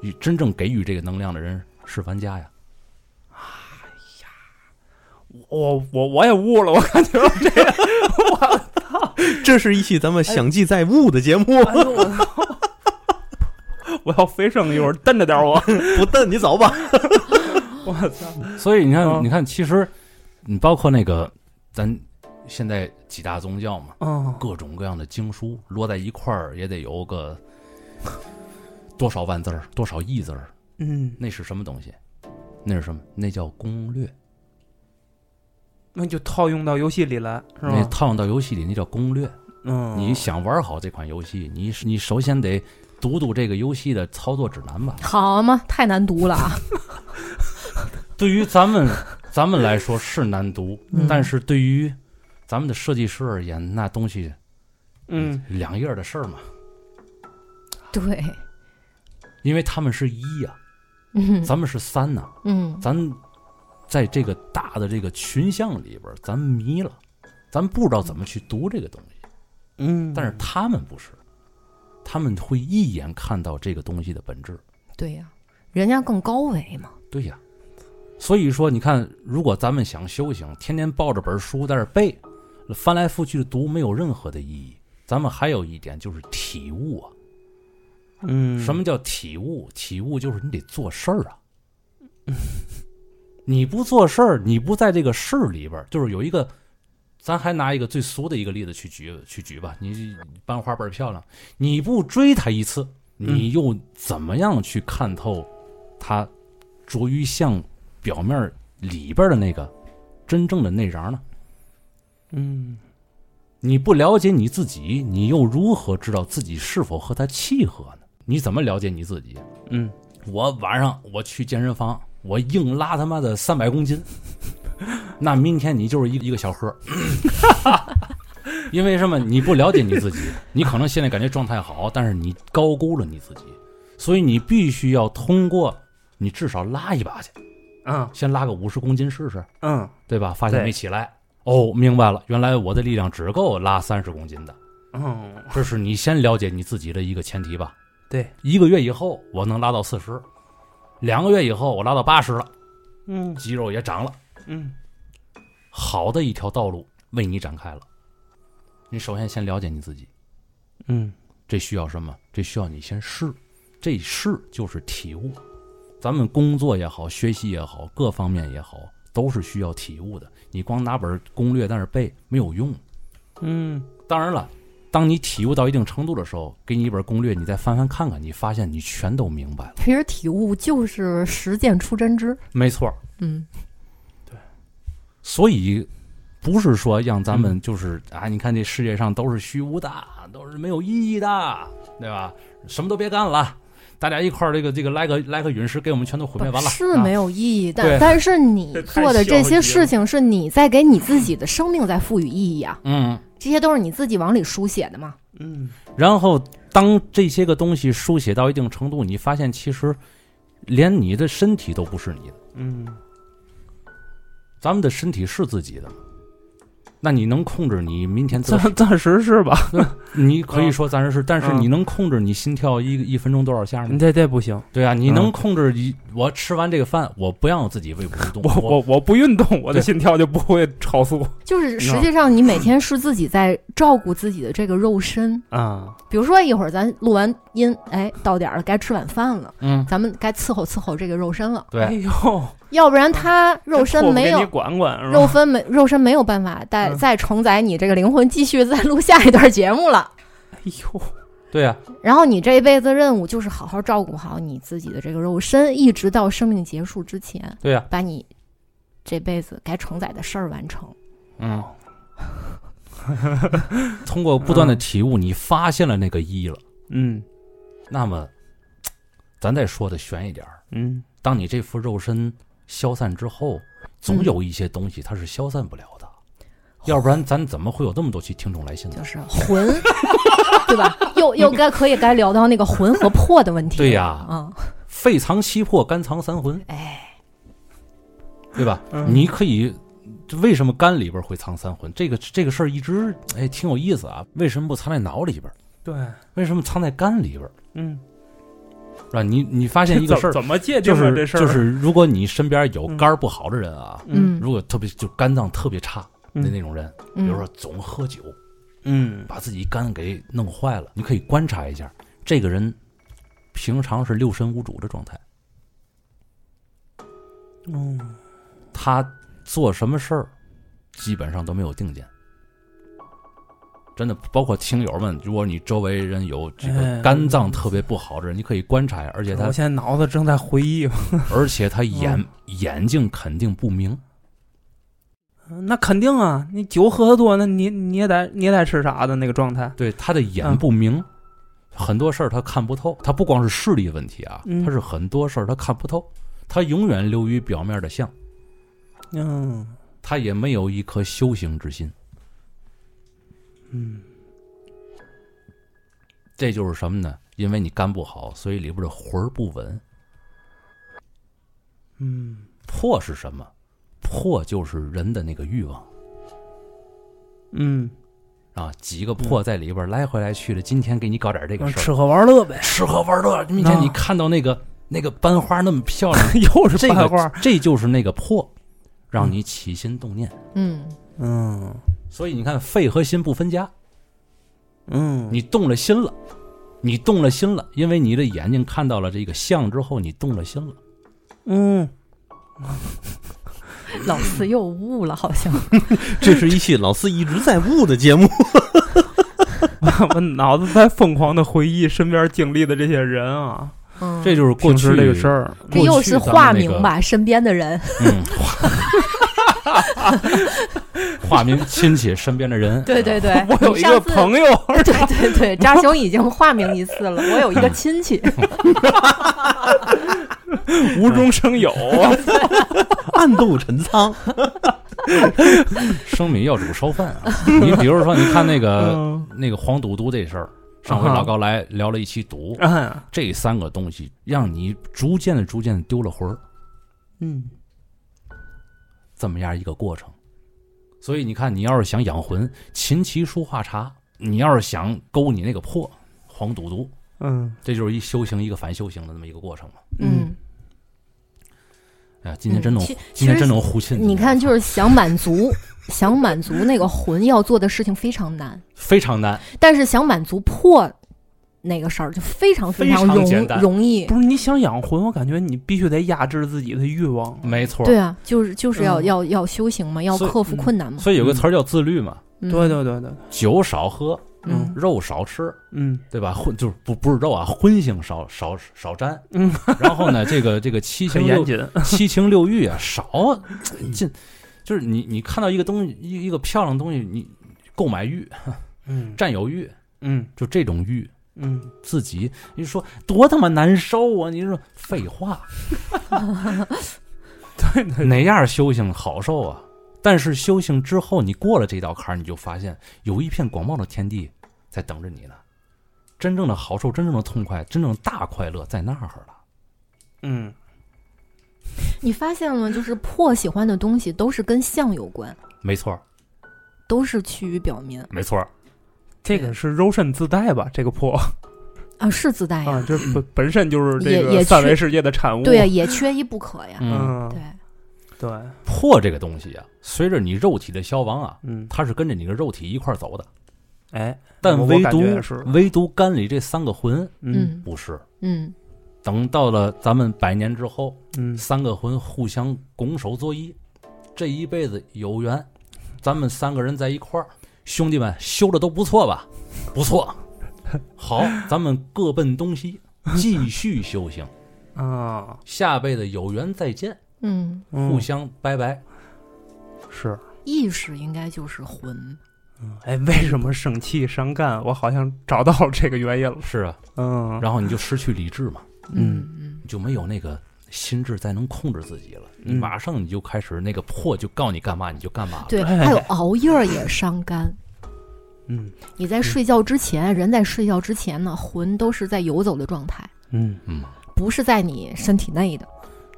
[SPEAKER 1] 与真正给予这个能量的人是玩家呀。
[SPEAKER 4] 我我我也悟了，我感觉这
[SPEAKER 3] 这是一期咱们想记在悟的节 目，
[SPEAKER 4] 哎我要飞升一会儿，瞪着点我，
[SPEAKER 3] 不瞪你走吧。
[SPEAKER 4] 我操，
[SPEAKER 1] 所以你看，
[SPEAKER 4] 嗯
[SPEAKER 1] 你看，其实你包括那个咱现在几大宗教嘛，
[SPEAKER 4] 嗯
[SPEAKER 1] 各种各样的经书摞在一块儿，也得有个 多少万字儿，多少亿字儿，
[SPEAKER 4] 嗯，
[SPEAKER 1] 那是什么东西？那是什么？那叫攻略。
[SPEAKER 4] 那就套用到游戏里来是
[SPEAKER 1] 那
[SPEAKER 4] 吧？
[SPEAKER 1] 套用到游戏里，那叫攻略。
[SPEAKER 4] 嗯，
[SPEAKER 1] 你想玩好这款游戏，你你首先得读读这个游戏的操作指南吧。
[SPEAKER 2] 好嘛，太难读了 啊！
[SPEAKER 1] 对于咱们 咱们来说是难读，
[SPEAKER 2] 嗯
[SPEAKER 1] 但是对于咱们的设计师而言，那东西
[SPEAKER 4] 嗯
[SPEAKER 1] 两页的事儿嘛，
[SPEAKER 2] 对，
[SPEAKER 1] 因为他们是一呀、
[SPEAKER 2] 嗯
[SPEAKER 1] 咱们是三呐、
[SPEAKER 2] 嗯
[SPEAKER 1] 咱在这个大的这个群像里边儿，咱迷了，咱不知道怎么去读这个东西，
[SPEAKER 4] 嗯，
[SPEAKER 1] 但是他们不是。他们会一眼看到这个东西的本质，
[SPEAKER 2] 对呀、人家更高维嘛。
[SPEAKER 1] 对呀。所以说，你看，如果咱们想修行，天天抱着本书在这儿背，翻来覆去的读，没有任何的意义。咱们还有一点就是体悟啊，
[SPEAKER 4] 嗯
[SPEAKER 1] 什么叫体悟？体悟就是你得做事儿啊，你不做事儿，你不在这个事儿里边儿，就是有一个，咱还拿一个最俗的一个例子去举去举吧。你班花倍儿漂亮，你不追她一次，你又怎么样去看透她着于像表面儿里边儿的那个真正的内瓤呢？
[SPEAKER 4] 嗯
[SPEAKER 1] 你不了解你自己，你又如何知道自己是否和他契合呢？你怎么了解你自己？
[SPEAKER 4] 嗯，
[SPEAKER 1] 我晚上我去健身房，我硬拉他妈的三百公斤， 那明天你就是一一个小喝， 因为什么？你不了解你自己，你可能现在感觉状态好，但是你高估了你自己，所以你必须要通过你至少拉一把去，
[SPEAKER 4] 啊
[SPEAKER 1] 先拉个五十公斤试试，
[SPEAKER 4] 嗯
[SPEAKER 1] 对吧？发现
[SPEAKER 4] 对
[SPEAKER 1] 没起来，哦，明白了，原来我的力量只够拉三十公斤的。
[SPEAKER 4] 嗯，
[SPEAKER 1] 这是你先了解你自己的一个前提吧。
[SPEAKER 4] 对，
[SPEAKER 1] 一个月以后我能拉到四十，两个月以后我拉到八十了，
[SPEAKER 4] 嗯
[SPEAKER 1] 肌肉也长了，
[SPEAKER 4] 嗯
[SPEAKER 1] 好的一条道路为你展开了。你首先先了解你自己，
[SPEAKER 4] 嗯
[SPEAKER 1] 这需要什么？这需要你先试，这试就是体悟。咱们工作也好，学习也好，各方面也好，都是需要体悟的。你光拿本攻略在那儿背没有用。
[SPEAKER 4] 嗯
[SPEAKER 1] 当然了，当你体悟到一定程度的时候，给你一本攻略，你再翻翻看看，你发现你全都明白了。
[SPEAKER 2] 其实体悟就是实践出真知。
[SPEAKER 1] 没错，
[SPEAKER 2] 嗯，
[SPEAKER 1] 所以不是说让咱
[SPEAKER 2] 嗯
[SPEAKER 1] 们就是、啊，你看这世界上都是虚无的，都是没有意义的，对吧？什么都别干了，大家一块儿这个这个来个来个陨石给我们全都毁灭完了，啊
[SPEAKER 2] 是没有意义，
[SPEAKER 1] 对
[SPEAKER 2] 但但是你
[SPEAKER 5] 这太
[SPEAKER 2] 做的这
[SPEAKER 5] 消极
[SPEAKER 2] 些
[SPEAKER 5] 了
[SPEAKER 2] 事情是你在给你自己的生命在赋予意义啊，
[SPEAKER 1] 嗯。
[SPEAKER 2] 这些都是你自己往里书写的嘛。
[SPEAKER 4] 嗯
[SPEAKER 1] 然后当这些个东西书写到一定程度，你发现其实连你的身体都不是你的，
[SPEAKER 4] 嗯
[SPEAKER 1] 咱们的身体是自己的。那你能控制你明天自
[SPEAKER 4] 暂暂时是吧？
[SPEAKER 1] 你可以说暂时是，但是
[SPEAKER 4] 嗯
[SPEAKER 1] 你能控制你心跳一一分钟多少下吗？
[SPEAKER 4] 这这不 行，
[SPEAKER 1] 对啊，你
[SPEAKER 4] 嗯
[SPEAKER 1] 能控制一我吃完这个饭，我不让自己胃部蠕 动，
[SPEAKER 5] 我我我不运动，我的
[SPEAKER 1] 对
[SPEAKER 5] 心跳就不会超速。
[SPEAKER 1] 嗯
[SPEAKER 2] 就是实际上你每天是自己在照顾自己的这个肉身。
[SPEAKER 4] 啊，
[SPEAKER 2] 比如说一会儿咱录完音，哎，到点儿了该吃晚饭了，
[SPEAKER 1] 嗯，
[SPEAKER 2] 咱们该伺候伺候这个肉身了，
[SPEAKER 4] 哎
[SPEAKER 1] 对，
[SPEAKER 4] 呦，
[SPEAKER 2] 要不然它肉
[SPEAKER 5] 这
[SPEAKER 2] 身
[SPEAKER 5] 裤子
[SPEAKER 2] 没
[SPEAKER 5] 给
[SPEAKER 2] 有
[SPEAKER 5] 你管管是
[SPEAKER 2] 肉
[SPEAKER 5] 吧？
[SPEAKER 2] 身没肉身没有办法再
[SPEAKER 4] 嗯
[SPEAKER 2] 再承载你这个灵魂，继续再录下一段节目了。
[SPEAKER 4] 哎呦，
[SPEAKER 1] 对啊，
[SPEAKER 2] 然后你这一辈子任务就是好好照顾好你自己的这个肉身，一直到生命结束之前，
[SPEAKER 1] 对啊，
[SPEAKER 2] 把你这辈子该承载的事儿完成。
[SPEAKER 1] 嗯。通过不断的体悟，你发现了那个一了。
[SPEAKER 4] 嗯
[SPEAKER 1] 那么，咱再说的悬一点儿，
[SPEAKER 4] 嗯
[SPEAKER 1] 当你这副肉身消散之后，总有一些东西它是消散不了的，
[SPEAKER 4] 嗯
[SPEAKER 1] 要不然咱怎么会有那么多期听众来信呢
[SPEAKER 2] 就？是魂，对吧？又又该可以该聊到那个魂和魄的问题了。
[SPEAKER 1] 对呀
[SPEAKER 2] 嗯，
[SPEAKER 1] 肺藏七魄，肝藏三魂，
[SPEAKER 2] 哎，
[SPEAKER 1] 对吧？
[SPEAKER 4] 嗯
[SPEAKER 1] 你可以，这为什么肝里边会藏三魂？这个这个事儿一直哎挺有意思啊，为什么不藏在脑里边？
[SPEAKER 4] 对，
[SPEAKER 1] 为什么藏在肝里边？
[SPEAKER 4] 嗯
[SPEAKER 1] 是吧？啊你你发 现一个事儿，
[SPEAKER 5] 怎么界定
[SPEAKER 1] 就
[SPEAKER 5] 啊？
[SPEAKER 1] 是
[SPEAKER 5] 这事儿
[SPEAKER 1] 就是，如果你身边有
[SPEAKER 4] 嗯
[SPEAKER 1] 肝儿不好的人啊，
[SPEAKER 2] 嗯
[SPEAKER 1] 如果特别就肝脏特别差的
[SPEAKER 4] 嗯
[SPEAKER 1] 那种人，比
[SPEAKER 2] 嗯，
[SPEAKER 1] 如说总喝酒，
[SPEAKER 4] 嗯
[SPEAKER 1] 把自己肝给弄坏了，你可以观察一下，这个人平常是六神无主的状态，
[SPEAKER 4] 嗯
[SPEAKER 1] 他做什么事儿基本上都没有定见。真的，包括听友们，如果你周围人有这个
[SPEAKER 4] 哎
[SPEAKER 1] 肝脏特别不好的人，你可以观察一下，而且他
[SPEAKER 4] 我现在脑子正在回忆，
[SPEAKER 1] 而且他眼眼睛肯定不明，
[SPEAKER 4] 那肯定啊，你酒喝得多，那你你也得你也得吃啥的那个状态，
[SPEAKER 1] 对他的眼
[SPEAKER 4] 嗯
[SPEAKER 1] 不明，很多事儿他看不透。他不光是视力问题啊，
[SPEAKER 4] 嗯
[SPEAKER 1] 他是很多事儿他看不透，他永远流于表面的相，
[SPEAKER 4] 嗯
[SPEAKER 1] 他也没有一颗修行之心。
[SPEAKER 4] 嗯
[SPEAKER 1] 这就是什么呢？因为你肝不好，所以里边的魂儿不稳。
[SPEAKER 4] 嗯
[SPEAKER 1] 魄是什么？魄就是人的那个欲望
[SPEAKER 4] 嗯，
[SPEAKER 1] 啊，几个魄在里边儿来回来去的。今天给你搞点这个
[SPEAKER 4] 嗯
[SPEAKER 1] 事儿，
[SPEAKER 4] 吃喝玩乐呗，
[SPEAKER 1] 吃喝玩乐。明天
[SPEAKER 4] 啊
[SPEAKER 1] 你看到那个那个班花那么漂亮，
[SPEAKER 4] 又
[SPEAKER 1] 这
[SPEAKER 4] 是八卦
[SPEAKER 1] 个，这就是那个魄，让你起心动念。
[SPEAKER 2] 嗯，
[SPEAKER 4] 嗯
[SPEAKER 1] 所以你看，肺和心不分家，
[SPEAKER 4] 嗯，
[SPEAKER 1] 你动了心了，你动了心了，因为你的眼睛看到了这个相之后，你动了心了。
[SPEAKER 4] 嗯
[SPEAKER 2] 老四又悟了，好像
[SPEAKER 3] 这是一期老四一直在悟的节目。
[SPEAKER 4] 我脑子在疯狂的回忆身边经历的这些人啊，
[SPEAKER 2] 嗯，
[SPEAKER 1] 这就是过
[SPEAKER 4] 平
[SPEAKER 1] 去
[SPEAKER 4] 时这个事儿，
[SPEAKER 2] 这又是化名
[SPEAKER 1] 吧？
[SPEAKER 2] 吧，身边的人，
[SPEAKER 1] 嗯，化化名亲戚身边的人，啊
[SPEAKER 2] 对对对，
[SPEAKER 4] 我有一
[SPEAKER 2] 你
[SPEAKER 4] 个
[SPEAKER 2] 上次
[SPEAKER 4] 朋友，
[SPEAKER 2] 对对对，扎熊已经化名一次了。我有一个亲戚，
[SPEAKER 1] 嗯
[SPEAKER 4] 无中生 有，
[SPEAKER 3] 暗度陈仓，
[SPEAKER 1] 生米要煮烧饭 啊。你比如说，你看那个
[SPEAKER 4] 嗯，
[SPEAKER 1] 那个黄赌毒这事儿，上回
[SPEAKER 4] 啊哈
[SPEAKER 1] 老高来聊了一期毒，
[SPEAKER 4] 哎
[SPEAKER 1] 这三个东西让你逐渐的、逐渐的丢了魂儿，
[SPEAKER 4] 嗯，
[SPEAKER 1] 这么样一个过程。所以你看，你要是想养魂，琴棋书画茶；你要是想勾你那个魄，黄赌毒，
[SPEAKER 4] 嗯，
[SPEAKER 1] 这就是一修行一个反修行的那么一个过程嘛。
[SPEAKER 4] 嗯，
[SPEAKER 1] 哎呀，今天真能
[SPEAKER 2] 嗯其，
[SPEAKER 1] 今天真能胡沁。
[SPEAKER 2] 你看，就是想满足，想满足那个魂要做的事情非常难，
[SPEAKER 1] 非常难，
[SPEAKER 2] 但是想满足破那个事儿就非常
[SPEAKER 1] 非
[SPEAKER 2] 常
[SPEAKER 1] 常
[SPEAKER 2] 容
[SPEAKER 1] 简单
[SPEAKER 2] 容易。
[SPEAKER 4] 不是你想养魂，我感觉你必须得压制自己的欲望，
[SPEAKER 1] 没错。
[SPEAKER 2] 对啊，就是就是要
[SPEAKER 4] 嗯
[SPEAKER 2] 要要修行嘛，要
[SPEAKER 1] 所以
[SPEAKER 2] 克服困难嘛。
[SPEAKER 1] 所以有个词儿叫自律嘛，
[SPEAKER 2] 嗯
[SPEAKER 4] 对，对对对，
[SPEAKER 1] 酒少喝，
[SPEAKER 2] 嗯
[SPEAKER 1] 肉少吃，
[SPEAKER 4] 嗯
[SPEAKER 1] 对吧？荤就是不不是肉啊，荤腥少少少沾。
[SPEAKER 4] 嗯，
[SPEAKER 1] 然后呢，这个这个七
[SPEAKER 4] 很
[SPEAKER 1] 情
[SPEAKER 4] 严
[SPEAKER 1] 六
[SPEAKER 4] 谨，
[SPEAKER 1] 七情六欲啊，少 进，就是你你看到一个东西，一一个漂亮的东西，你购买欲、
[SPEAKER 4] 嗯
[SPEAKER 1] 占有欲，
[SPEAKER 4] 嗯
[SPEAKER 1] 就这种欲。
[SPEAKER 4] 嗯，
[SPEAKER 1] 自己，你说多他妈难受啊！你说废 话，
[SPEAKER 4] 对对
[SPEAKER 1] 哪样修行好受啊？但是修行之后，你过了这道坎儿，你就发现有一片广袤的天地在等着你呢。真正的好受，真正的痛快，真正的大快乐在那儿了。
[SPEAKER 4] 嗯
[SPEAKER 2] 你发现了吗？就是破喜欢的东西都是跟相有关，
[SPEAKER 1] 没错儿，
[SPEAKER 2] 都是趋于表面
[SPEAKER 1] 没错儿。
[SPEAKER 4] 这个是柔身自带吧？这个破
[SPEAKER 2] 啊，是自带呀，
[SPEAKER 4] 啊，这本本身就是这
[SPEAKER 2] 也也
[SPEAKER 4] 个
[SPEAKER 2] 是
[SPEAKER 4] 三维世界的产物。
[SPEAKER 2] 对呀，啊也缺一不可呀。
[SPEAKER 1] 嗯，
[SPEAKER 4] 嗯，
[SPEAKER 2] 对，
[SPEAKER 4] 对，
[SPEAKER 1] 破这个东西啊，随着你肉体的消亡啊，
[SPEAKER 4] 嗯，
[SPEAKER 1] 它是跟着你的肉体一块儿走的。
[SPEAKER 4] 哎，
[SPEAKER 1] 但
[SPEAKER 4] 我
[SPEAKER 1] 唯
[SPEAKER 4] 感
[SPEAKER 1] 独
[SPEAKER 4] 觉也是
[SPEAKER 1] 唯独肝里这三个魂
[SPEAKER 4] 嗯
[SPEAKER 2] 嗯
[SPEAKER 1] 不是。
[SPEAKER 2] 嗯
[SPEAKER 1] 等到了咱们百年之后，
[SPEAKER 4] 嗯
[SPEAKER 1] 三个魂互相拱手作揖，这一辈子有缘，咱们三个人在一块儿，兄弟们修的都不错吧？不错，好，咱们各奔东西，继续修行，
[SPEAKER 4] 啊，
[SPEAKER 1] 下辈子有缘再见，
[SPEAKER 2] 嗯，
[SPEAKER 4] 嗯
[SPEAKER 1] 互相拜拜。
[SPEAKER 4] 是。
[SPEAKER 2] 意识应该就是魂。
[SPEAKER 4] 哎，为什么生气伤肝？我好像找到了这个原因了。
[SPEAKER 1] 是啊，
[SPEAKER 4] 嗯，
[SPEAKER 1] 然后你就失去理智嘛，
[SPEAKER 4] 嗯
[SPEAKER 2] 嗯，
[SPEAKER 1] 你就没有那个心智再能控制自己了，你
[SPEAKER 4] 嗯
[SPEAKER 1] 马上你就开始那个破就告你干嘛你就干嘛了。
[SPEAKER 2] 对，
[SPEAKER 4] 哎
[SPEAKER 2] 还有熬夜儿也伤肝。
[SPEAKER 4] 嗯
[SPEAKER 2] 你在睡觉之前，人在睡觉之前呢，魂都是在游走的状态，
[SPEAKER 4] 嗯，
[SPEAKER 1] 嗯，
[SPEAKER 2] 不是在你身体内的。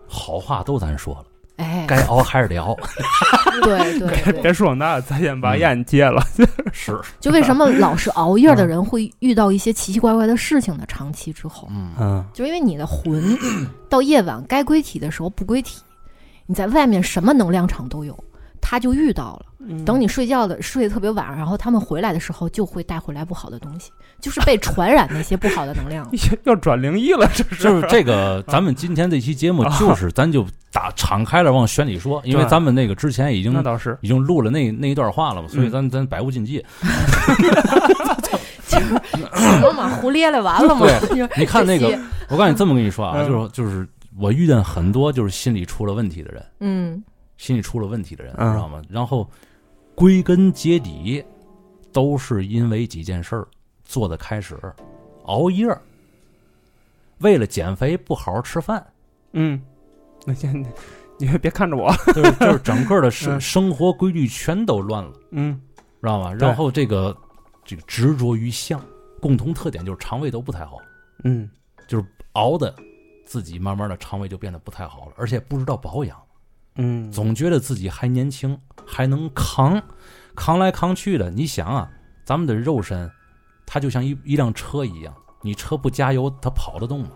[SPEAKER 1] 好话都咱说了，
[SPEAKER 2] 哎，
[SPEAKER 1] 该熬还是得熬。
[SPEAKER 2] 对对对，
[SPEAKER 4] 别说那，咱先把眼戒了。
[SPEAKER 1] 是，
[SPEAKER 2] 就为什么老是熬夜的人会遇到一些奇奇怪怪的事情呢？长期之后，
[SPEAKER 1] 嗯，
[SPEAKER 4] 嗯，。
[SPEAKER 2] 就是因为你 的魂到夜晚该归体的时候不归体，你在外面什么能量场都有，他就遇到了。
[SPEAKER 1] 嗯
[SPEAKER 2] 等你睡觉的睡得特别晚，然后他们回来的时候就会带回来不好的东西，就是被传染那些不好的能量
[SPEAKER 4] 要要转灵异了，这是
[SPEAKER 1] 就是这个，咱们今天这期 节目就是，咱就打敞开了往悬里说，因为咱们那个之前已
[SPEAKER 4] 那
[SPEAKER 1] 经
[SPEAKER 4] 倒是
[SPEAKER 1] 已经录了那那一段话了嘛，所以
[SPEAKER 4] 嗯
[SPEAKER 1] 咱咱百无禁忌。
[SPEAKER 2] 什 么嘛，胡咧咧完了嘛？
[SPEAKER 1] 你看那
[SPEAKER 2] 这
[SPEAKER 1] 个
[SPEAKER 2] 些，
[SPEAKER 1] 我告诉你这么跟你说啊，
[SPEAKER 4] 嗯
[SPEAKER 1] 就是就是我遇见很多就是心理出了问题的人，
[SPEAKER 2] 嗯
[SPEAKER 1] 心理出了问题的人，
[SPEAKER 4] 嗯
[SPEAKER 1] 知道吗？然后归根结底都是因为几件事儿做的开始，熬夜，为了减肥不好好吃饭，
[SPEAKER 4] 嗯，那先你别看着我，
[SPEAKER 1] 就是就是整个的生
[SPEAKER 4] 嗯
[SPEAKER 1] 生活规律全都乱了。
[SPEAKER 4] 嗯
[SPEAKER 1] 知道吗？
[SPEAKER 4] 对
[SPEAKER 1] 然后这个这个执着于相，共同特点就是肠胃都不太好，
[SPEAKER 4] 嗯
[SPEAKER 1] 熬的自己慢慢的肠胃就变得不太好了，而且不知道保养，
[SPEAKER 4] 嗯，
[SPEAKER 1] 总觉得自己还年轻，还能扛，扛来扛去的。你想啊，咱们的肉身，它就像一一辆车一样，你车不加油，它跑得动吗？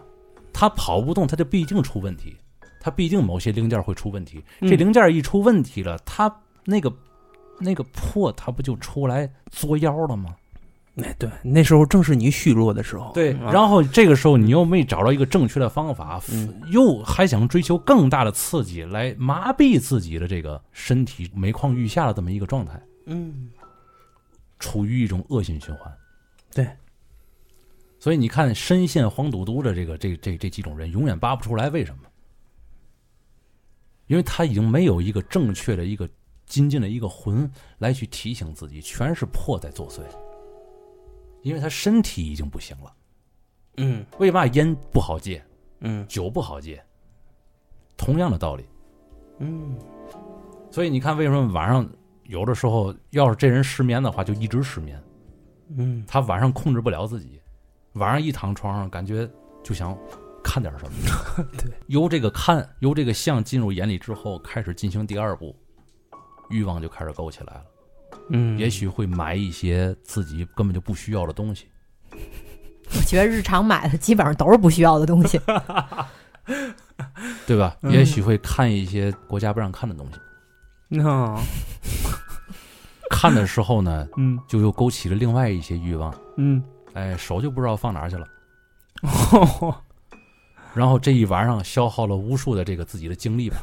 [SPEAKER 1] 它跑不动，它就必定出问题，它必定某些零件会出问题。
[SPEAKER 4] 嗯
[SPEAKER 1] 这零件一出问题了，它那个那个破，它不就出来作妖了吗？
[SPEAKER 4] 哎，对，那时候正是你虚弱的时候。
[SPEAKER 1] 对，
[SPEAKER 4] 啊
[SPEAKER 1] 然后这个时候你又没找到一个正确的方法，
[SPEAKER 4] 嗯
[SPEAKER 1] 又还想追求更大的刺激来麻痹自己的这个身体每况愈下的这么一个状态，
[SPEAKER 4] 嗯，
[SPEAKER 1] 处于一种恶性循环。
[SPEAKER 4] 对，
[SPEAKER 1] 所以你看深陷黄赌毒的这个这这这几种人，永远扒不出来，为什么？因为他已经没有一个正确的一个精进的一个魂来去提醒自己，全是魄在作祟，因为他身体已经不行了。
[SPEAKER 4] 嗯
[SPEAKER 1] 为嘛烟不好戒，
[SPEAKER 4] 嗯
[SPEAKER 1] 酒不好戒？同样的道理，
[SPEAKER 4] 嗯
[SPEAKER 1] 所以你看，为什么晚上有的时候，要是这人失眠的话，就一直失眠，
[SPEAKER 4] 嗯，
[SPEAKER 1] 他晚上控制不了自己，晚上一躺床上，感觉就想看点什么。
[SPEAKER 4] 对，
[SPEAKER 1] 由这个看，由这个像进入眼里之后，开始进行第二步，欲望就开始勾起来了。
[SPEAKER 4] 嗯，
[SPEAKER 1] 也许会买一些自己根本就不需要的东西，
[SPEAKER 2] 我觉得日常买的基本上都是不需要的东 西。
[SPEAKER 1] 对吧？
[SPEAKER 4] 嗯
[SPEAKER 1] 也许会看一些国家不让看的东西。
[SPEAKER 4] 那
[SPEAKER 1] 看的时候呢，
[SPEAKER 4] 嗯
[SPEAKER 1] 就又勾起了另外一些欲望，
[SPEAKER 4] 嗯，
[SPEAKER 1] 哎，手就不知道放哪儿去了。然后这一晚上消耗了无数的这个自己的精力吧，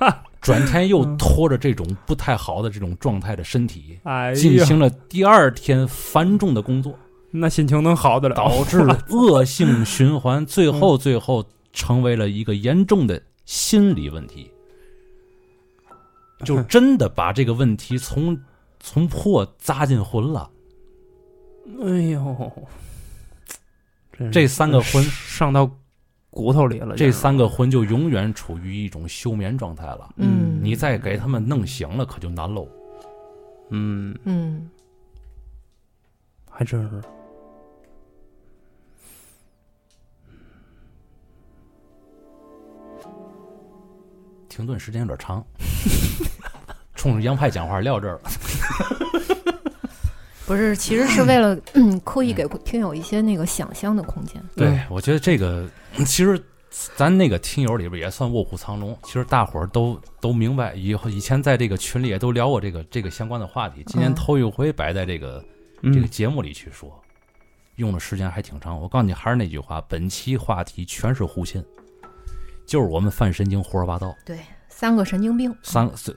[SPEAKER 1] 转天又拖着这种不太好的这种状态的身体，
[SPEAKER 5] 哎
[SPEAKER 1] 进
[SPEAKER 5] 呀，
[SPEAKER 1] 行了第二天繁重的工作，
[SPEAKER 5] 那心情能好得了？
[SPEAKER 1] 导致了恶性循环，最
[SPEAKER 5] 嗯
[SPEAKER 1] 后最后成为了一个严重的心理问题， 就真的把这个问题从从破扎进魂了。
[SPEAKER 4] 哎呦，真是
[SPEAKER 5] 嗯
[SPEAKER 1] 这三个魂
[SPEAKER 4] 上到骨头里了，
[SPEAKER 1] 这
[SPEAKER 4] 就是
[SPEAKER 1] 三个魂就永远处于一种休眠状态了。
[SPEAKER 2] 嗯
[SPEAKER 1] 你再给他们弄醒了，可就难喽。
[SPEAKER 4] 嗯，
[SPEAKER 2] 嗯，
[SPEAKER 4] 还真是。
[SPEAKER 1] 停顿时间有点长， 冲着杨派讲话撂这儿了。
[SPEAKER 2] 不是，其实是为了嗯刻意给听友一些那个想象的空间。
[SPEAKER 1] 对
[SPEAKER 4] 嗯，
[SPEAKER 1] 哎我觉得这个其实咱那个听友里边也算卧虎藏龙。其实大伙儿都都明白，以后以前在这个群里也都聊过这个这个相关的话题。今天
[SPEAKER 2] 嗯
[SPEAKER 1] 头一回摆在这个、这个
[SPEAKER 4] 嗯，
[SPEAKER 1] 节目里去说，用的时间还挺长。我告诉你，还是那句话，本期话题全是互信，就是我们犯神经胡说八道。
[SPEAKER 2] 对，三个神经病
[SPEAKER 1] 三个四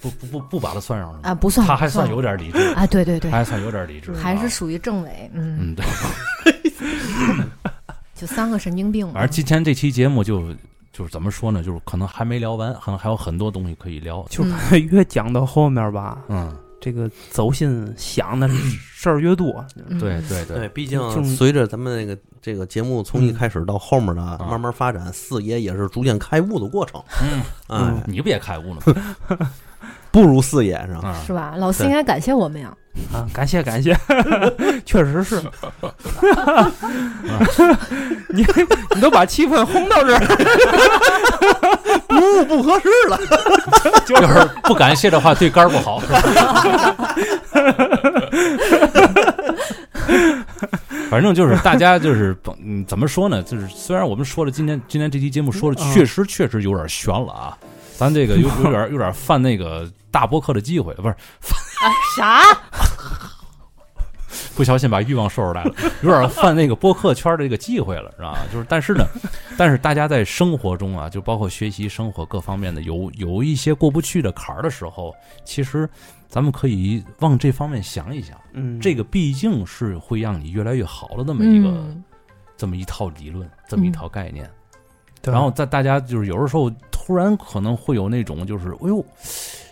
[SPEAKER 1] 不不不不把他算上了，
[SPEAKER 2] 啊，不算
[SPEAKER 1] 他还算
[SPEAKER 2] 不
[SPEAKER 1] 有点理智，
[SPEAKER 2] 啊，对对对
[SPEAKER 1] 他，还算有点理智，
[SPEAKER 2] 还是
[SPEAKER 1] 啊
[SPEAKER 2] 属于政委，
[SPEAKER 1] 嗯
[SPEAKER 2] 嗯，
[SPEAKER 1] 对。
[SPEAKER 2] 就三个神经病嘛。
[SPEAKER 1] 反正今天这期节目就就是怎么说呢，就是可能还没聊完，可能还有很多东西可以聊。
[SPEAKER 4] 就
[SPEAKER 2] 嗯
[SPEAKER 4] 越讲到后面吧，
[SPEAKER 1] 嗯，
[SPEAKER 4] 这个走心 想的事儿越多。
[SPEAKER 2] 嗯
[SPEAKER 1] 对对对，
[SPEAKER 3] 对，毕
[SPEAKER 4] 就
[SPEAKER 3] 竟
[SPEAKER 4] 是
[SPEAKER 3] 随着咱们那个这个节目从一
[SPEAKER 4] 嗯
[SPEAKER 3] 开始到后面的慢慢发展，四爷也是逐渐开悟的过程。
[SPEAKER 1] 嗯，
[SPEAKER 3] 哎，
[SPEAKER 1] 你不也开悟了
[SPEAKER 3] 不如四爷是吧？
[SPEAKER 1] 吗？啊
[SPEAKER 2] 是，吧？老师
[SPEAKER 3] 对
[SPEAKER 2] 应该感谢我们呀。
[SPEAKER 4] 啊，感谢感谢， 确 实是。 你你都把气氛烘到这儿，
[SPEAKER 3] 不悟不合适了。
[SPEAKER 1] 就是不感谢的话，对肝儿不好。是 吧反正就是大家就是嗯，怎么说呢？就是虽然我们说了今天今天这期节目说的
[SPEAKER 4] 嗯
[SPEAKER 1] 确实确实有点悬了啊，咱这个有有点有点犯那个大播客的机会，不是
[SPEAKER 2] 啊啥？
[SPEAKER 1] 不小心把欲望说出来了， 有点犯那个播客圈的这个忌讳了，是吧？就是，但是呢， 但是大家在生活中啊，就包括学习、生活各方面的，有有一些过不去的坎儿的时候，其实咱们可以往这方面想一想，
[SPEAKER 4] 嗯，
[SPEAKER 1] 这个毕竟是会让你越来越好的那么一个、
[SPEAKER 2] 嗯
[SPEAKER 1] 这么一套理论，这么一套概念。
[SPEAKER 4] 对
[SPEAKER 1] 然后在大家就是有的时候突然可能会有那种就是哎呦，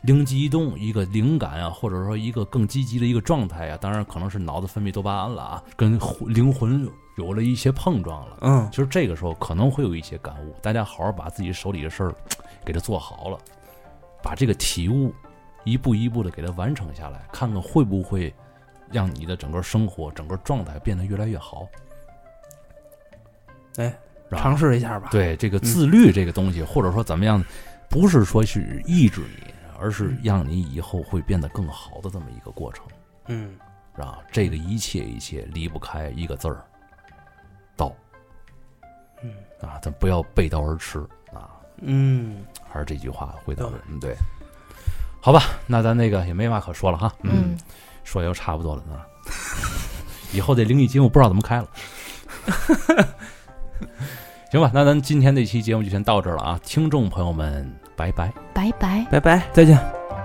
[SPEAKER 1] 灵机一动，一个灵感啊，或者说一个更积极的一个状态啊，当然可能是脑子分泌多巴胺了啊，跟魂灵魂有了一些碰撞了。
[SPEAKER 4] 嗯，
[SPEAKER 1] 就是这个时候可能会有一些感悟，大家好好把自己手里的事儿给它做好了，把这个体悟一步一步的给它完成下来，看看会不会让你的整个生活、整个状态变得越来越好。
[SPEAKER 4] 哎，
[SPEAKER 1] 然后
[SPEAKER 4] 尝试一下吧。
[SPEAKER 1] 对这个自律这个东西，或者说怎么样，不是说去抑制你，而是让你以后会变得更好的这么一个过程，
[SPEAKER 4] 嗯，
[SPEAKER 1] 是吧？这个一切一切离不开一个字儿，道。
[SPEAKER 4] 嗯
[SPEAKER 1] 啊，咱不要背道而驰啊，
[SPEAKER 4] 嗯
[SPEAKER 1] 还是这句话回答
[SPEAKER 4] 对
[SPEAKER 1] 嗯对。好吧，那咱那个也没嘛可说了哈，
[SPEAKER 2] 嗯，
[SPEAKER 1] 说也就差不多了啊。以后这灵异节目不知道怎么开了。 行吧，那咱今天这期节目就先到这儿了啊，听众朋友们，拜拜。
[SPEAKER 2] 拜拜。
[SPEAKER 4] 拜拜，再见。
[SPEAKER 1] 啊。